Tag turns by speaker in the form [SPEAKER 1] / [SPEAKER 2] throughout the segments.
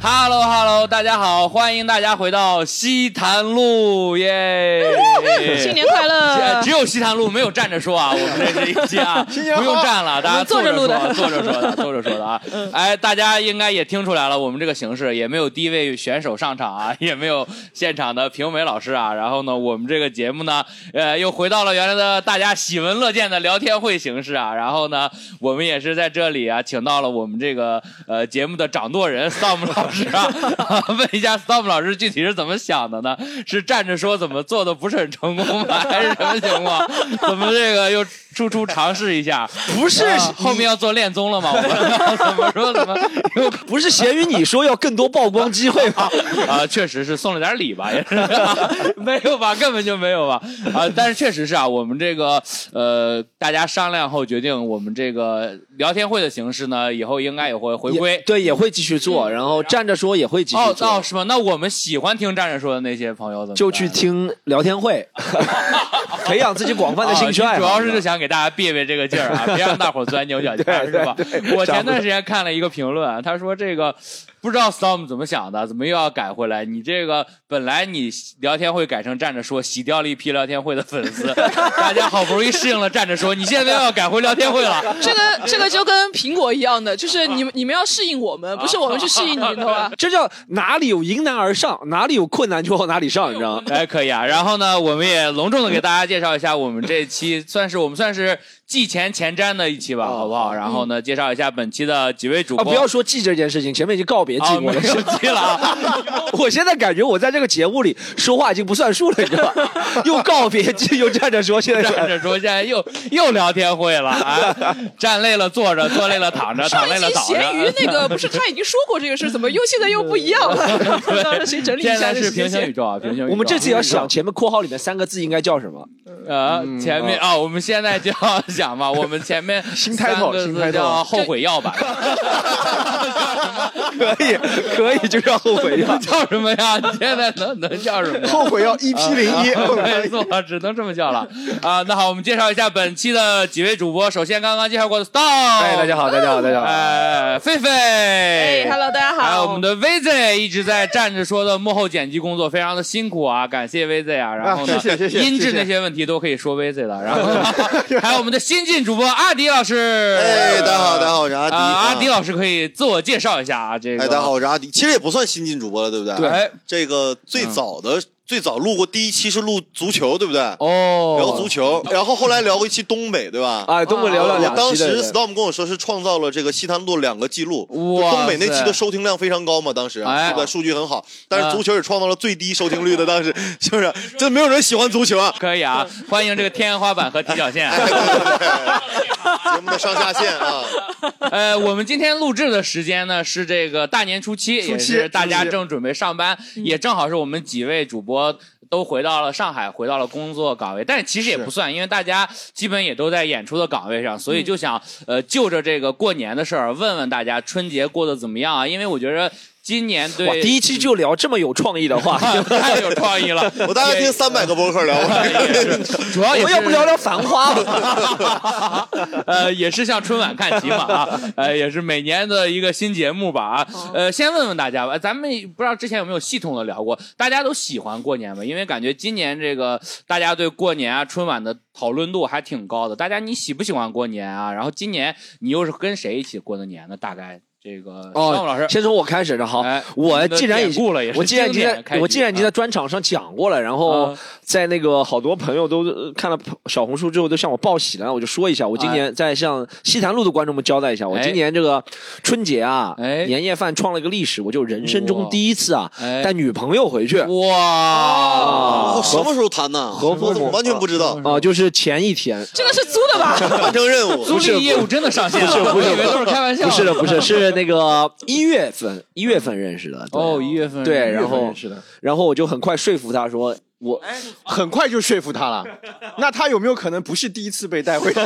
[SPEAKER 1] Hello Hello，大家好，欢迎大家回到西坛路耶！呃
[SPEAKER 2] 新年快乐！
[SPEAKER 1] 只有西坛路没有站着说啊，我们这是一期啊，不用站了，大家
[SPEAKER 2] 坐
[SPEAKER 1] 着
[SPEAKER 2] 着录
[SPEAKER 1] 说啊
[SPEAKER 2] 的嗯
[SPEAKER 1] 坐着说的，坐着说的 啊。哎，大家应该也听出来了，我们这个形式也没有第一位选手上场啊，也没有现场的评委老师啊。然后呢，我们这个节目呢，呃，又回到了原来的大家喜闻乐见的聊天会形式啊。然后呢，我们也是在这里啊，请到了我们这个呃节目的掌舵人 Storm 老师啊，问一下 Storm 老师具体是怎么想的呢？是站着说怎么做的不是很成功吗？ 还是什么情况？怎么这个又处处尝试一下？
[SPEAKER 3] 不是
[SPEAKER 1] 啊 后面要做恋综了吗？我们怎么说怎么又
[SPEAKER 3] 不是咸鱼，你说要更多曝光机会吗？
[SPEAKER 1] 啊，确实是送了点礼吧，也是、 没有吧，根本就没有吧啊！但是确实是啊，我们这个呃，大家商量后决定，我们这个聊天会的形式呢，以后应该也会回
[SPEAKER 3] 也
[SPEAKER 1] 归。嗯
[SPEAKER 3] 对，也会继续做，然后站着说也会继续
[SPEAKER 1] 哦
[SPEAKER 3] 做
[SPEAKER 1] 哦，，是吗？那我们喜欢听站着说的那些朋友怎么办
[SPEAKER 3] 就去听聊 天会，培养自己广泛的兴趣
[SPEAKER 1] 啊
[SPEAKER 3] 爱
[SPEAKER 1] 你
[SPEAKER 3] 好。
[SPEAKER 1] 主要是就想给大家憋憋这个劲 儿啊，别让大伙儿钻牛角尖儿，是吧？我前段时间看了一个评论啊，他说这个不知道 Storm 怎么想的，怎么又要改回来？你这个本来你聊天会改成站着说，洗掉了一批聊天会的粉 丝，大家好不容易适应了站着说，你现在又要改回聊天会了。
[SPEAKER 2] 这个这个就跟苹果一样的，就是你们你们要适应我们，不是我们去适应你们，懂吧？
[SPEAKER 3] 这叫哪里有迎难而上，哪里有困难就往哪里上，你知道吗？
[SPEAKER 1] 哎，可以啊。然后呢，我们也隆重的给大家介绍一下，我们这期算是我们算是季前前瞻的一期吧，好不好？然后呢，介绍一下本期的几位主
[SPEAKER 3] 啊，
[SPEAKER 1] 播。
[SPEAKER 3] 哦嗯不要说记这件事情，前面已经告别
[SPEAKER 1] 啊，
[SPEAKER 3] 寂
[SPEAKER 1] 没
[SPEAKER 3] 寞了。
[SPEAKER 1] 有记了啊。
[SPEAKER 3] 我现在感觉我在这个节目里说话已经不算数了，你知道吗？ 又告别 记，又站着说，现在
[SPEAKER 1] 站着说，现在又又聊天会了啊！站累了坐着，坐累了躺着，啊躺
[SPEAKER 2] 上
[SPEAKER 1] 累
[SPEAKER 2] 一
[SPEAKER 1] 了
[SPEAKER 2] 期
[SPEAKER 1] 倒
[SPEAKER 2] 咸鱼
[SPEAKER 1] 着。
[SPEAKER 2] 那个不是他已经说过这个事，怎么 又现在又不一样了？不知道是谁整理一
[SPEAKER 1] 现
[SPEAKER 2] 下
[SPEAKER 1] 在
[SPEAKER 2] 这
[SPEAKER 1] 是
[SPEAKER 2] 个
[SPEAKER 1] 平
[SPEAKER 2] 信
[SPEAKER 1] 行宇
[SPEAKER 2] 息。
[SPEAKER 1] 宙啊，平行宇宙。
[SPEAKER 3] 我们这次也要想前面括号里面三个字应该叫什么？
[SPEAKER 1] 呃，前面啊，我们现在就要想嘛，我们前面新
[SPEAKER 4] title，新 title
[SPEAKER 1] 叫后悔药吧，
[SPEAKER 3] 可以，可以，就叫后悔药。
[SPEAKER 1] 叫什么呀？你现在能能叫什么呀？
[SPEAKER 4] 后悔要一 P 零
[SPEAKER 3] 啊
[SPEAKER 4] 一， 后悔要
[SPEAKER 1] 没
[SPEAKER 4] 一
[SPEAKER 1] 错，只能这么叫了啊！那好，我们介绍一下本期的几位主播。首先，刚刚介绍过的 Star，哎
[SPEAKER 4] 哎，大家，好，大家好，大家好。
[SPEAKER 1] 哎，狒狒，哎
[SPEAKER 2] 哎，Hello，大家好。
[SPEAKER 1] 还有我们的 VZ 一直在站着说的幕后剪辑工作非常的辛苦啊，感谢 VZ 啊，然后呢，
[SPEAKER 4] 啊谢谢谢谢
[SPEAKER 1] 音质
[SPEAKER 4] 谢谢
[SPEAKER 1] 那些问题都可以说 VZ 的，然 后呢 还有我们的新晋主播阿迪老师，
[SPEAKER 5] 哎，大家好，大家好，我是阿迪。
[SPEAKER 1] 啊，阿迪
[SPEAKER 5] 啊
[SPEAKER 1] 老师可以自我介绍一下啊，这个，
[SPEAKER 5] 哎，大家好，，我是阿迪。其实也不算新进主播了，对不对？
[SPEAKER 4] 哎
[SPEAKER 1] 对，
[SPEAKER 5] 这个最早的、最早录过第一期是录足球，对不对？聊
[SPEAKER 1] 哦
[SPEAKER 5] 足，球，然后后来聊过一期东北，对吧？
[SPEAKER 3] 啊，东北聊了
[SPEAKER 5] 我
[SPEAKER 3] 两
[SPEAKER 5] 当
[SPEAKER 3] 期的
[SPEAKER 5] 时
[SPEAKER 3] 人。
[SPEAKER 5] Storm 跟我说是创造了这个西坛路两个记录，
[SPEAKER 1] 哇
[SPEAKER 5] 就东北那
[SPEAKER 1] 塞
[SPEAKER 5] 期的收听量非常高嘛，当时
[SPEAKER 1] 哎
[SPEAKER 5] 对吧？数据很好，但
[SPEAKER 1] 嗯
[SPEAKER 5] 是足球也创造了最低收听率的，当时是不是？真没有人喜欢足球啊！
[SPEAKER 1] 可以啊，欢迎这个天花板和踢脚 线啊。
[SPEAKER 5] 节目的上下限啊，
[SPEAKER 1] 呃，我们今天录制的时间呢是这个大年初七，嗯也是大家正准备上班，也正好是我们几位主播。都回到了上海，回到了工作岗位，但其实也不算，因为大家基本也都在演出的岗位上，所以就想、呃就着这个过年的事儿问问大家春节过得怎么样啊？因为我觉得今年
[SPEAKER 3] 哇，
[SPEAKER 1] 对，
[SPEAKER 3] 第一期就聊这么有创意的 话
[SPEAKER 1] 太有创意了，
[SPEAKER 5] 我大概听三百个播客聊过。
[SPEAKER 1] 主要
[SPEAKER 3] 我
[SPEAKER 1] 也
[SPEAKER 3] 们
[SPEAKER 1] 是
[SPEAKER 3] 要不聊聊《繁花》吧？
[SPEAKER 1] 呃，也是向春晚看齐嘛啊，呃，也是每年的一个新节目吧啊。呃，先问问大家吧，咱们不知道之前有没有系统的聊过，大家都喜欢过年吗？因为感觉今年这个大家对过年啊、春晚的讨论度还挺高的。大家你喜不喜欢过年啊？然后今年你又是跟谁一起过的年呢？大概这个
[SPEAKER 3] 哦
[SPEAKER 1] 尚武老师，
[SPEAKER 3] 先从我开始的好
[SPEAKER 1] 哎，
[SPEAKER 3] 我既然已
[SPEAKER 1] 已
[SPEAKER 3] 经。
[SPEAKER 1] 过了，也是
[SPEAKER 3] 我既然已经
[SPEAKER 1] 经典开
[SPEAKER 3] 在，
[SPEAKER 1] 局
[SPEAKER 3] 我既然已经
[SPEAKER 1] 啊
[SPEAKER 3] 在专场上讲过了，然后
[SPEAKER 1] 啊
[SPEAKER 3] 在那个好多朋友都呃看了小红书之后都向我报喜了，我就说一下，我今年在向西坛路的观众们交代一下，我
[SPEAKER 1] 啊哎
[SPEAKER 3] 今年这个春节啊
[SPEAKER 1] 哎，
[SPEAKER 3] 年夜饭创了一个历史，我就人生
[SPEAKER 1] 哇
[SPEAKER 3] 中第一次啊
[SPEAKER 1] 哎
[SPEAKER 3] 带女朋友回去
[SPEAKER 1] 哇
[SPEAKER 5] 哦，什么时候谈呢？
[SPEAKER 3] 啊和父母
[SPEAKER 5] 我怎么完全不知道？
[SPEAKER 3] 啊，就是前一天，
[SPEAKER 2] 这个是租的
[SPEAKER 3] 嗯
[SPEAKER 2] 吧？
[SPEAKER 5] 完成任 务，
[SPEAKER 1] 租赁业务真的上线了，
[SPEAKER 3] 不是
[SPEAKER 1] 我以为都是开玩笑的，
[SPEAKER 3] 不是的，不是，是那个一月份，一月份认识的。对
[SPEAKER 1] 哦，一月份
[SPEAKER 3] 对然后
[SPEAKER 1] 是的，
[SPEAKER 3] 然后我就很快说服他说，我
[SPEAKER 1] 哎
[SPEAKER 4] 很快就说服他 了。那他有没有可能不是第一次被带回去？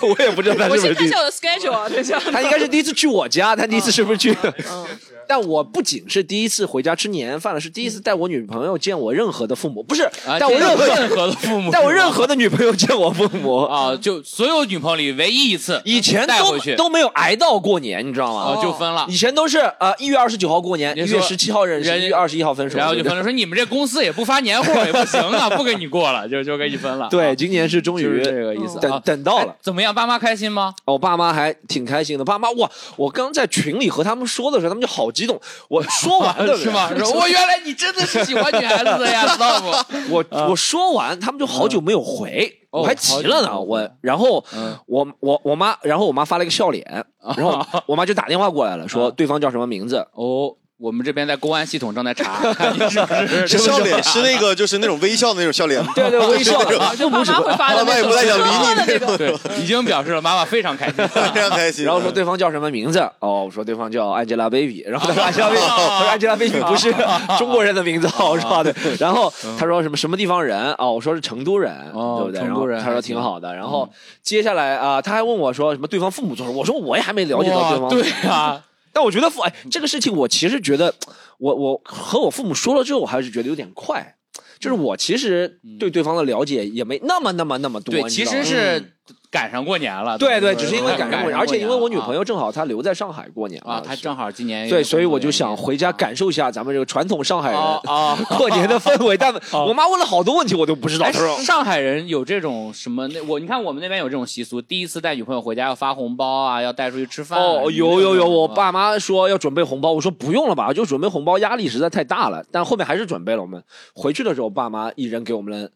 [SPEAKER 3] 我也不知道他
[SPEAKER 2] 我
[SPEAKER 3] 是哎
[SPEAKER 2] 先
[SPEAKER 3] 不是
[SPEAKER 2] 看
[SPEAKER 3] 第
[SPEAKER 2] 一下我的 schedule 啊，等一下。嗯
[SPEAKER 3] 他应该是第一次去我家，他第一次是不是
[SPEAKER 1] 啊
[SPEAKER 3] 去？ 但我不仅是第一次回家吃年饭了，是第一次带我女朋友见我任何的父母，不是
[SPEAKER 1] 啊，
[SPEAKER 3] 带我
[SPEAKER 1] 这个
[SPEAKER 3] 任何
[SPEAKER 1] 任何的父母，
[SPEAKER 3] 带我任何的女朋友见我父母，
[SPEAKER 1] 啊，就所有女朋友里唯一一次
[SPEAKER 3] 以前
[SPEAKER 1] 带
[SPEAKER 3] 都
[SPEAKER 1] 回去
[SPEAKER 3] 都没有挨到过年，你知道吗？
[SPEAKER 1] 啊就分了，
[SPEAKER 3] 以前都是呃一月二十九号过年，
[SPEAKER 1] 你
[SPEAKER 3] 一
[SPEAKER 1] 说
[SPEAKER 3] 月十七号认识，
[SPEAKER 1] 人
[SPEAKER 3] 一月二十一号分手，
[SPEAKER 1] 然后就
[SPEAKER 3] 对不对
[SPEAKER 1] 分了，说你们这公司也不发年货也不行 啊，不给你过了，就就给你分了。
[SPEAKER 3] 对，
[SPEAKER 1] 啊，
[SPEAKER 3] 今年是终
[SPEAKER 1] 就是
[SPEAKER 3] 于
[SPEAKER 1] 这个意思。
[SPEAKER 3] 等
[SPEAKER 1] 啊
[SPEAKER 3] 等到了
[SPEAKER 1] 哎。怎么样？爸妈开心吗？
[SPEAKER 3] 我爸妈还挺开心的。爸妈哇，我刚在群里和他们说的时候，他们就好激动。我说 完了
[SPEAKER 1] 是吗？说我原来你真的是喜欢女孩子的 呀，Stop！
[SPEAKER 3] 我我说完，他们就好久没有回，
[SPEAKER 1] 啊哦
[SPEAKER 3] 我还急了呢。
[SPEAKER 1] 好久
[SPEAKER 3] 我然后
[SPEAKER 1] 嗯
[SPEAKER 3] 我我我妈，然后我妈发了一个笑脸， 然后我妈就打电话过来了，说
[SPEAKER 1] 啊
[SPEAKER 3] 对方叫什么名字。
[SPEAKER 1] 哦，我们这边在公安系统正在查，看你是 不是啊
[SPEAKER 5] 这笑脸是那个就是那种微笑的那种笑脸吗？
[SPEAKER 3] 对对， 微 笑的
[SPEAKER 2] 就爸妈会发的
[SPEAKER 5] 爸妈
[SPEAKER 2] 那
[SPEAKER 5] 也
[SPEAKER 2] 种，
[SPEAKER 5] 不太想理
[SPEAKER 2] 的那
[SPEAKER 5] 你
[SPEAKER 2] 种。
[SPEAKER 1] 对，已经表示了妈妈非常开心。
[SPEAKER 5] 非常开心。
[SPEAKER 3] 然后说对方叫什么名字？哦，我说对方叫 Angelababy，然后他说 Angelababy，我
[SPEAKER 1] 哦
[SPEAKER 3] 说 Angelababy 不是中国人的名字，我说对。 然后他说什么什么地方人？哦，我说是成都人，
[SPEAKER 1] 嗯哦
[SPEAKER 3] 对不对？
[SPEAKER 1] 成都人嗯
[SPEAKER 3] 然后他说挺好的。然后接下来啊，他还问我说什么对方父母做什么？我说我也还没了解到对
[SPEAKER 1] 哇
[SPEAKER 3] 方。
[SPEAKER 1] 对啊，
[SPEAKER 3] 但我觉得父哎这个事情，我其实觉得我我和我父母说了之后，我还是觉得有点快。就是我其实对对方的了解也没那么那么那么
[SPEAKER 1] 嗯
[SPEAKER 3] 多，
[SPEAKER 1] 对，
[SPEAKER 3] 你知
[SPEAKER 1] 其
[SPEAKER 3] 道吗嗯
[SPEAKER 1] 实是赶上过年了。
[SPEAKER 3] 啊对对，
[SPEAKER 1] 吧
[SPEAKER 3] 只是因为赶上过年，而且因为我女朋
[SPEAKER 1] 啊
[SPEAKER 3] 友正好她留在上海过年
[SPEAKER 1] 啊，她正好今年
[SPEAKER 3] 对，所以我就想回家感受一下咱们这个传统上海人
[SPEAKER 1] 啊啊。
[SPEAKER 3] 过年的氛围。但
[SPEAKER 1] 哦
[SPEAKER 3] 我妈问了好多问题，我都不知道。
[SPEAKER 1] 哎
[SPEAKER 3] 她说
[SPEAKER 1] 上海人有这种什么？那我你看我们那边有这种习俗，第一次带女朋友回家要发红包啊，要带出去吃饭啊。
[SPEAKER 3] 哦，
[SPEAKER 1] 你们
[SPEAKER 3] 有有有，
[SPEAKER 1] 种
[SPEAKER 3] 我
[SPEAKER 1] 吗
[SPEAKER 3] 爸妈说要准备红包，我说不用了吧，就准备红包，压力实在太大了。但后面还是准备了。我们回去的时候，爸妈一人给我们了，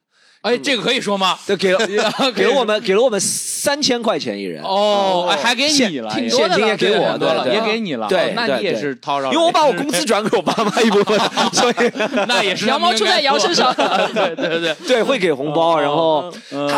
[SPEAKER 1] 哎，这个可以说吗？
[SPEAKER 3] 就给了
[SPEAKER 1] 可以
[SPEAKER 3] 给了我们给了我们三千块钱一人，
[SPEAKER 1] 哦，哎还给
[SPEAKER 3] 现
[SPEAKER 1] 你了，
[SPEAKER 3] 挺
[SPEAKER 1] 也
[SPEAKER 2] 多
[SPEAKER 3] 现
[SPEAKER 2] 的
[SPEAKER 3] 金也
[SPEAKER 2] 了
[SPEAKER 3] 给
[SPEAKER 1] 对
[SPEAKER 3] 我
[SPEAKER 1] 很多了，
[SPEAKER 3] 对
[SPEAKER 1] 也
[SPEAKER 3] 对
[SPEAKER 1] 给你了。
[SPEAKER 3] 对
[SPEAKER 1] 哦那你
[SPEAKER 3] 对
[SPEAKER 1] 也
[SPEAKER 3] 对
[SPEAKER 1] 是掏着，
[SPEAKER 3] 因为我 把我工资转给我爸妈一部分，所以
[SPEAKER 1] 那也是
[SPEAKER 2] 羊毛出在羊身 上
[SPEAKER 1] 对对 对，
[SPEAKER 3] 对会给红包。然后
[SPEAKER 1] 嗯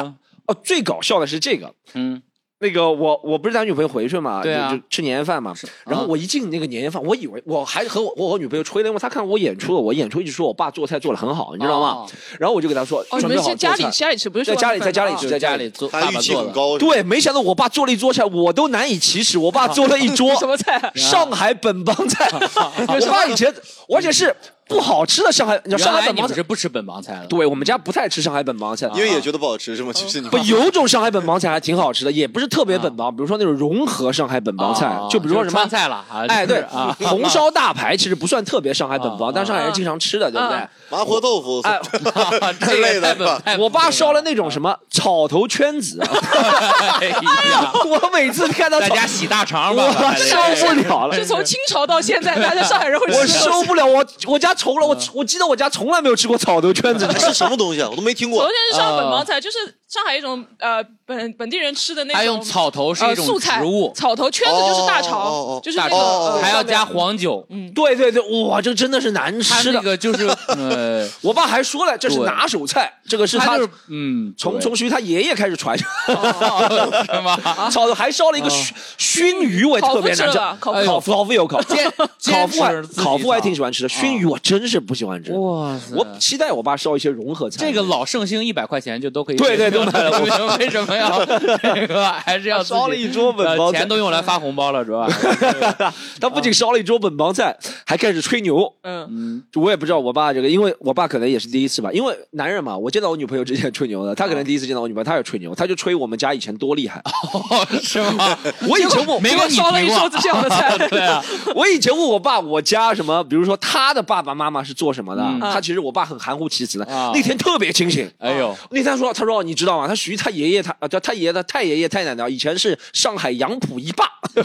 [SPEAKER 3] 哦，最搞笑的是这个，
[SPEAKER 1] 嗯，
[SPEAKER 3] 那个我我不是带女朋友回去嘛，
[SPEAKER 1] 对啊
[SPEAKER 3] 就就吃年夜饭嘛。然后我一进那个年夜饭，我以为我还和我我和我女朋友吹了，因为她看我演出了，我演出一直说我爸做菜做的很好，你知道吗？
[SPEAKER 1] 哦
[SPEAKER 3] 然后我就给她说，
[SPEAKER 2] 哦，你
[SPEAKER 3] 准备
[SPEAKER 2] 们
[SPEAKER 3] 好
[SPEAKER 2] 是
[SPEAKER 3] 做
[SPEAKER 2] 家里
[SPEAKER 3] 菜。
[SPEAKER 2] 家里吃，不是
[SPEAKER 3] 在
[SPEAKER 2] 说
[SPEAKER 3] 家里
[SPEAKER 2] 晚饭
[SPEAKER 3] 在家里
[SPEAKER 2] 啊
[SPEAKER 3] 吃
[SPEAKER 1] 就是家里做，爸
[SPEAKER 5] 嗯他
[SPEAKER 1] 爸
[SPEAKER 5] 预期
[SPEAKER 1] 做
[SPEAKER 5] 很
[SPEAKER 1] 的。
[SPEAKER 5] 高，
[SPEAKER 3] 对，没想到我爸做了一桌菜，我都难以启齿。我爸做了一桌
[SPEAKER 2] 什么菜 啊？
[SPEAKER 3] 上海本帮菜，我爸以前而且是不好吃的上海，你知
[SPEAKER 1] 原
[SPEAKER 3] 道上海
[SPEAKER 1] 来
[SPEAKER 3] 本
[SPEAKER 1] 你
[SPEAKER 3] 帮
[SPEAKER 1] 们
[SPEAKER 3] 菜
[SPEAKER 1] 是，不吃本帮菜的，
[SPEAKER 3] 对我们家不太吃上海本帮菜，
[SPEAKER 5] 因为也觉得不好吃是吗？就是你
[SPEAKER 3] 啊不，有种上海本帮菜还挺好吃的，也不是特别本帮，比如说那种融合上海本帮菜
[SPEAKER 1] 啊，
[SPEAKER 3] 就比如说什么
[SPEAKER 1] 川。菜了啊，
[SPEAKER 3] 哎，
[SPEAKER 1] 就
[SPEAKER 3] 对
[SPEAKER 1] 是 啊，，
[SPEAKER 3] 红烧大排其实不算特别上海本
[SPEAKER 1] 啊
[SPEAKER 3] 帮，但上海人经常吃的，对不
[SPEAKER 2] 啊
[SPEAKER 3] 对？
[SPEAKER 5] 麻婆豆腐，
[SPEAKER 3] 哎，
[SPEAKER 1] 这个
[SPEAKER 5] 类
[SPEAKER 1] 太
[SPEAKER 5] 的是吧
[SPEAKER 1] 本太
[SPEAKER 3] 我爸
[SPEAKER 1] 本
[SPEAKER 3] 烧
[SPEAKER 1] 了
[SPEAKER 3] 了那种什么
[SPEAKER 1] 啊
[SPEAKER 3] 草头圈子，
[SPEAKER 1] 哎呀
[SPEAKER 3] 我每次看到
[SPEAKER 1] 大
[SPEAKER 3] 草，
[SPEAKER 1] 家洗大肠吧，
[SPEAKER 3] 我
[SPEAKER 1] 大家
[SPEAKER 3] 受不了了
[SPEAKER 2] 是，从清朝到现在，大家上海人会吃
[SPEAKER 3] 我
[SPEAKER 2] 这
[SPEAKER 3] 受
[SPEAKER 2] 种。
[SPEAKER 3] 不了，我我家从来我
[SPEAKER 1] 啊
[SPEAKER 3] 我记得我家从来没有吃过草头圈子，
[SPEAKER 5] 这是什么东西啊？我都没听
[SPEAKER 2] 首
[SPEAKER 5] 过
[SPEAKER 2] 先。是上海本帮菜，就是上海一种呃本本地人吃的那种。
[SPEAKER 1] 他用草头是
[SPEAKER 2] 呃
[SPEAKER 1] 一种
[SPEAKER 2] 素菜
[SPEAKER 1] 植物，
[SPEAKER 2] 草头圈子就是大
[SPEAKER 5] 哦哦哦
[SPEAKER 2] 肠
[SPEAKER 5] 哦，
[SPEAKER 2] 就是
[SPEAKER 1] 大
[SPEAKER 2] 那
[SPEAKER 1] 肠
[SPEAKER 2] 个
[SPEAKER 5] 哦
[SPEAKER 2] 呃
[SPEAKER 1] 还要
[SPEAKER 2] 上面
[SPEAKER 1] 加黄酒，
[SPEAKER 2] 嗯
[SPEAKER 3] 对对对，哇，这真的是难
[SPEAKER 1] 他
[SPEAKER 3] 吃
[SPEAKER 1] 那
[SPEAKER 3] 的。
[SPEAKER 1] 个 就是呃，
[SPEAKER 3] 我爸还说了，这是
[SPEAKER 1] 对
[SPEAKER 3] 拿手菜，这个是
[SPEAKER 1] 他
[SPEAKER 3] 他
[SPEAKER 1] 就是嗯，
[SPEAKER 3] 从从属于他爷爷开始传。
[SPEAKER 1] 哦是吗？
[SPEAKER 3] 炒的还烧了一个
[SPEAKER 1] 嗯
[SPEAKER 3] 熏熏鱼，我也特别难
[SPEAKER 1] 麸
[SPEAKER 2] 烤
[SPEAKER 3] 吃。
[SPEAKER 1] 吃了吧
[SPEAKER 3] 烤麸烤麸有烤，
[SPEAKER 1] 煎
[SPEAKER 3] 烤
[SPEAKER 1] 煎
[SPEAKER 3] 麸还
[SPEAKER 1] 吃自己
[SPEAKER 3] 烤麸还
[SPEAKER 1] 炒
[SPEAKER 3] 挺喜欢吃的，熏鱼我真是不喜欢吃。
[SPEAKER 1] 哇塞
[SPEAKER 3] 我期待我爸烧一些融合菜。
[SPEAKER 1] 这个老盛兴一百块钱就都可以，
[SPEAKER 3] 对对都 买了
[SPEAKER 1] 我为什么要这个？还是要自己
[SPEAKER 3] 烧了一桌本
[SPEAKER 1] 呃
[SPEAKER 3] 帮
[SPEAKER 1] 钱
[SPEAKER 3] 菜，
[SPEAKER 1] 都用来发红包了，主要
[SPEAKER 3] 他不
[SPEAKER 1] 嗯
[SPEAKER 3] 仅烧了一桌本帮菜，还开始吹牛。
[SPEAKER 2] 嗯，
[SPEAKER 3] 我也不知道我爸这个，因为我爸可能也是第一次吧，因为男人嘛，我见到我女朋友之前吹牛的，他可
[SPEAKER 1] 嗯
[SPEAKER 3] 能第一次见到我女朋友，他也吹牛，他就吹我们家以前多厉害。
[SPEAKER 1] 是吗？
[SPEAKER 3] 我以前我
[SPEAKER 1] 没
[SPEAKER 2] 结
[SPEAKER 1] 有
[SPEAKER 2] 果
[SPEAKER 1] 你
[SPEAKER 2] 烧了一
[SPEAKER 1] 提
[SPEAKER 2] 桌
[SPEAKER 1] 过
[SPEAKER 2] 子这样的
[SPEAKER 1] 对
[SPEAKER 2] 菜，
[SPEAKER 1] 啊，
[SPEAKER 3] 我以前问我爸我家什么，比如说他的爸爸妈妈是做什么的，
[SPEAKER 1] 嗯
[SPEAKER 3] 他其实我爸很含糊其辞的，
[SPEAKER 1] 啊
[SPEAKER 3] 那天特别清醒。
[SPEAKER 1] 哎呦，
[SPEAKER 3] 那天说，他说你知道吗？他属于他爷爷，他啊，叫他爷爷的太爷爷太奶奶，以前是上海杨浦一霸，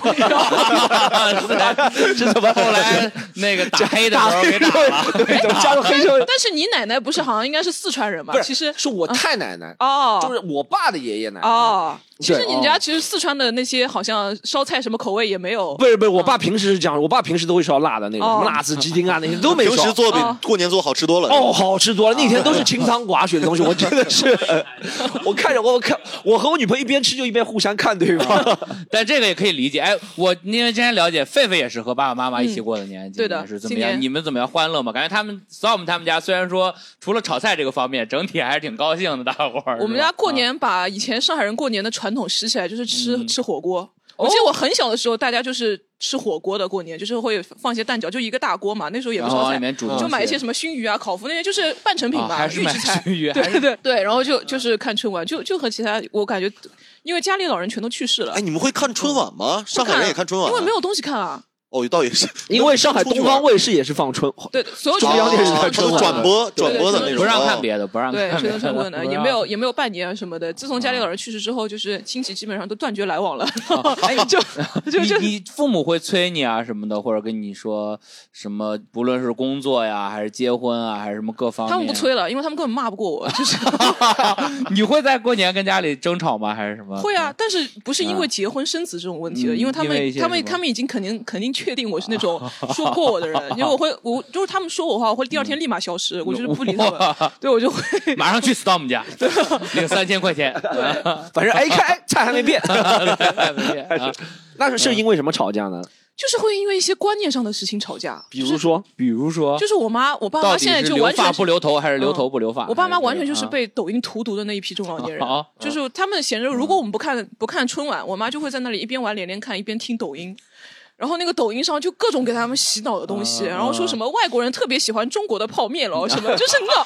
[SPEAKER 3] 是怎么
[SPEAKER 1] 后来那个打黑的时
[SPEAKER 3] 打
[SPEAKER 1] 候
[SPEAKER 3] 黑
[SPEAKER 1] 给打
[SPEAKER 3] 社
[SPEAKER 1] 了，
[SPEAKER 3] 会对，怎么加入黑社会？
[SPEAKER 2] 但是你奶奶不是好像应该是四川人吧
[SPEAKER 3] 不？是，
[SPEAKER 2] 其实
[SPEAKER 3] 是我太奶奶，
[SPEAKER 2] 哦，
[SPEAKER 3] 就是我爸的爷爷奶奶。
[SPEAKER 2] 哦，其实
[SPEAKER 3] 对
[SPEAKER 2] 你们家其实四川的那些好像烧菜什么口味也没有，
[SPEAKER 3] 不是不是，我爸平时是这样，我爸平时都会烧辣的那种，
[SPEAKER 2] 哦
[SPEAKER 3] 什么辣子鸡丁啊那些都没
[SPEAKER 5] 平
[SPEAKER 3] 烧。
[SPEAKER 5] 时做比
[SPEAKER 3] 啊
[SPEAKER 2] 哦
[SPEAKER 3] 哦
[SPEAKER 5] 过年做好吃多 了。
[SPEAKER 3] 哦，好吃多了。那天都是清汤寡水的东西，我真的是，我看着我我看我和我女朋友一边吃就一边互相看对 方，
[SPEAKER 1] 但这个也可以理解。哎，我因为之前了解，狒狒也是和爸爸妈妈一起过的年，今
[SPEAKER 2] 对的
[SPEAKER 1] 年是怎么
[SPEAKER 2] 今
[SPEAKER 1] 样？
[SPEAKER 2] 年
[SPEAKER 1] 你们怎么样欢乐吗？感觉他们 Storm 他们家虽然说除了炒菜这个方面，整体还是挺高兴的，大伙儿。
[SPEAKER 2] 我们
[SPEAKER 1] 是吧
[SPEAKER 2] 家过年把以前上海人过年的传统拾起来，就是吃、
[SPEAKER 1] 嗯
[SPEAKER 2] 吃火锅。我记得我很小的时候，大家就是吃火锅的过年，就是会放一些蛋饺，就一个大锅嘛，那时候也不
[SPEAKER 1] 然
[SPEAKER 2] 烧
[SPEAKER 1] 后里
[SPEAKER 2] 菜，
[SPEAKER 1] 面煮东西
[SPEAKER 2] 就买一些什么熏鱼啊、烤麸那些，就是半成品
[SPEAKER 1] 啊
[SPEAKER 2] 吧，
[SPEAKER 1] 嗯还
[SPEAKER 2] 预
[SPEAKER 1] 是
[SPEAKER 2] 制
[SPEAKER 1] 买
[SPEAKER 2] 菜。
[SPEAKER 1] 熏鱼，还
[SPEAKER 2] 对
[SPEAKER 1] 是
[SPEAKER 2] 对对，然后就就是看春晚，就就和其他我感觉，因为家里老人全都去世了，
[SPEAKER 5] 哎，你们会看春晚吗？上海人也看春晚
[SPEAKER 2] 因
[SPEAKER 5] 啊？
[SPEAKER 2] 为没有东西看啊。
[SPEAKER 5] 哦，倒也是，
[SPEAKER 3] 因为上海东方卫视也是放春
[SPEAKER 2] 对，所有
[SPEAKER 3] 中央电视台
[SPEAKER 5] 哦
[SPEAKER 3] 春晚
[SPEAKER 5] 都转播转播的那
[SPEAKER 2] 对
[SPEAKER 5] 种，
[SPEAKER 1] 不让看
[SPEAKER 5] 哦
[SPEAKER 1] 别的，不让
[SPEAKER 2] 对
[SPEAKER 1] 看，别
[SPEAKER 2] 全都成问
[SPEAKER 1] 的
[SPEAKER 2] 的， 也没。有也没有拜年啊什么的。自从家里老人去世之后，就是亲戚基本上都断绝来往了，然 后就
[SPEAKER 1] 不
[SPEAKER 2] 就
[SPEAKER 1] 让
[SPEAKER 2] 就
[SPEAKER 1] 哦你你父母会催你啊什么的，或者跟你说什么，不论是工作呀，还是结婚啊，还是什么各方面，
[SPEAKER 2] 他们不。催了，因为他们根本骂不过我，就是
[SPEAKER 1] 你会在过年跟家里争吵吗？还是什么？
[SPEAKER 2] 会啊，但是不是因为结婚生子这种问题了，
[SPEAKER 1] 嗯
[SPEAKER 2] 因为他
[SPEAKER 1] 因为一
[SPEAKER 2] 们
[SPEAKER 1] 些
[SPEAKER 2] 他
[SPEAKER 1] 什
[SPEAKER 2] 们
[SPEAKER 1] 么
[SPEAKER 2] 他们已经肯定肯定确定我是那 种说过我的人，因为我会我就是他们说我的话，我会第二天立马 消失，我就是不理他们，对我就会
[SPEAKER 1] 马上去 Storm 家领三千块钱。啊
[SPEAKER 3] 晚，反正哎看哎菜还没 变，
[SPEAKER 1] 对
[SPEAKER 3] 那是是因为什么吵架呢？
[SPEAKER 2] 就是会因为一些观念上的事情吵架，
[SPEAKER 3] 比如说，
[SPEAKER 1] 比如说，
[SPEAKER 2] 就是我妈我爸
[SPEAKER 1] 到
[SPEAKER 2] 妈
[SPEAKER 1] 底
[SPEAKER 2] 现在
[SPEAKER 1] 是
[SPEAKER 2] 就
[SPEAKER 1] 留
[SPEAKER 2] 完
[SPEAKER 1] 发
[SPEAKER 2] 全
[SPEAKER 1] 不
[SPEAKER 2] 是。嗯
[SPEAKER 1] 留头，还是留头不留发？哎啊
[SPEAKER 2] 我爸妈
[SPEAKER 1] 还
[SPEAKER 2] 完全就
[SPEAKER 1] 这
[SPEAKER 2] 是
[SPEAKER 1] 个
[SPEAKER 2] 被抖音荼毒的那一批中老年人
[SPEAKER 1] 啊，啊
[SPEAKER 2] 就是他们闲着，如果我们不看不看春晚，我妈就会在那里一边玩连连看，一边听抖音。然后那个抖音上就各种给他们洗脑的东西，
[SPEAKER 1] 啊
[SPEAKER 2] 然后说什么外国人特别喜欢中国的泡面咯，什么就是你懂，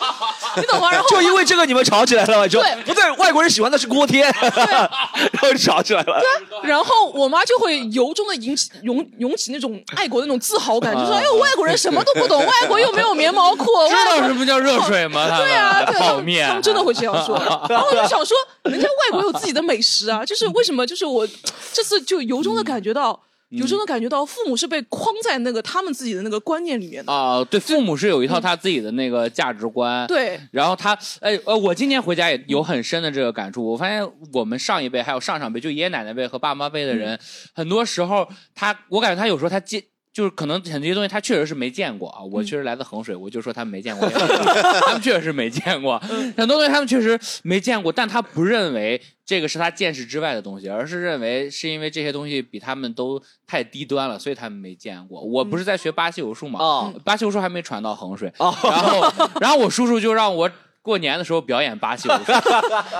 [SPEAKER 2] 你懂吗？然后
[SPEAKER 3] 就因为这个你们吵起来了吧？就
[SPEAKER 2] 对
[SPEAKER 3] 不对，外国人喜欢的是锅贴， 然后就吵起来了。
[SPEAKER 2] 然后我妈就会由衷的引起涌涌起那种爱国的那种自豪感，就说哎呦外国人什么都不懂，外国又没有棉毛裤，
[SPEAKER 1] 知
[SPEAKER 2] 外国
[SPEAKER 1] 道什么叫热水 吗？他们
[SPEAKER 2] 对啊，对他
[SPEAKER 1] 泡
[SPEAKER 2] 们
[SPEAKER 1] 面，
[SPEAKER 2] 他们真的会这样 说。然后我就想说，人家外国有自己的美食啊，就是为什么？就是我这次就由衷的感觉到，
[SPEAKER 1] 嗯
[SPEAKER 2] 由衷的感觉到父母是被框在那个他们自己的那个观念里面的。
[SPEAKER 1] 啊，对，父母是有一套他自己的那个价值观。。
[SPEAKER 2] 嗯对，
[SPEAKER 1] 然后他，哎，呃，我今年回家也有很深的这个感触。我发现我们上一辈，还有上上辈，就爷爷奶奶辈和爸妈辈的人，很多时候他，我感觉他有时候他接，就是可能很多东西他确实是没见过啊。我确实来自衡水，我就说他们没见过， 他们确实是没见过很多东西，他们确实没见过，但他不认为这个是他见识之外的东西，而是认为是因为这些东西比他们都太低端了，所以他们没见过。我不是在学巴西武术嘛，
[SPEAKER 3] 哦
[SPEAKER 1] 巴西武术还没传到衡水，
[SPEAKER 3] 哦
[SPEAKER 1] 然后然后我叔叔就让我过年的时候表演巴西武术，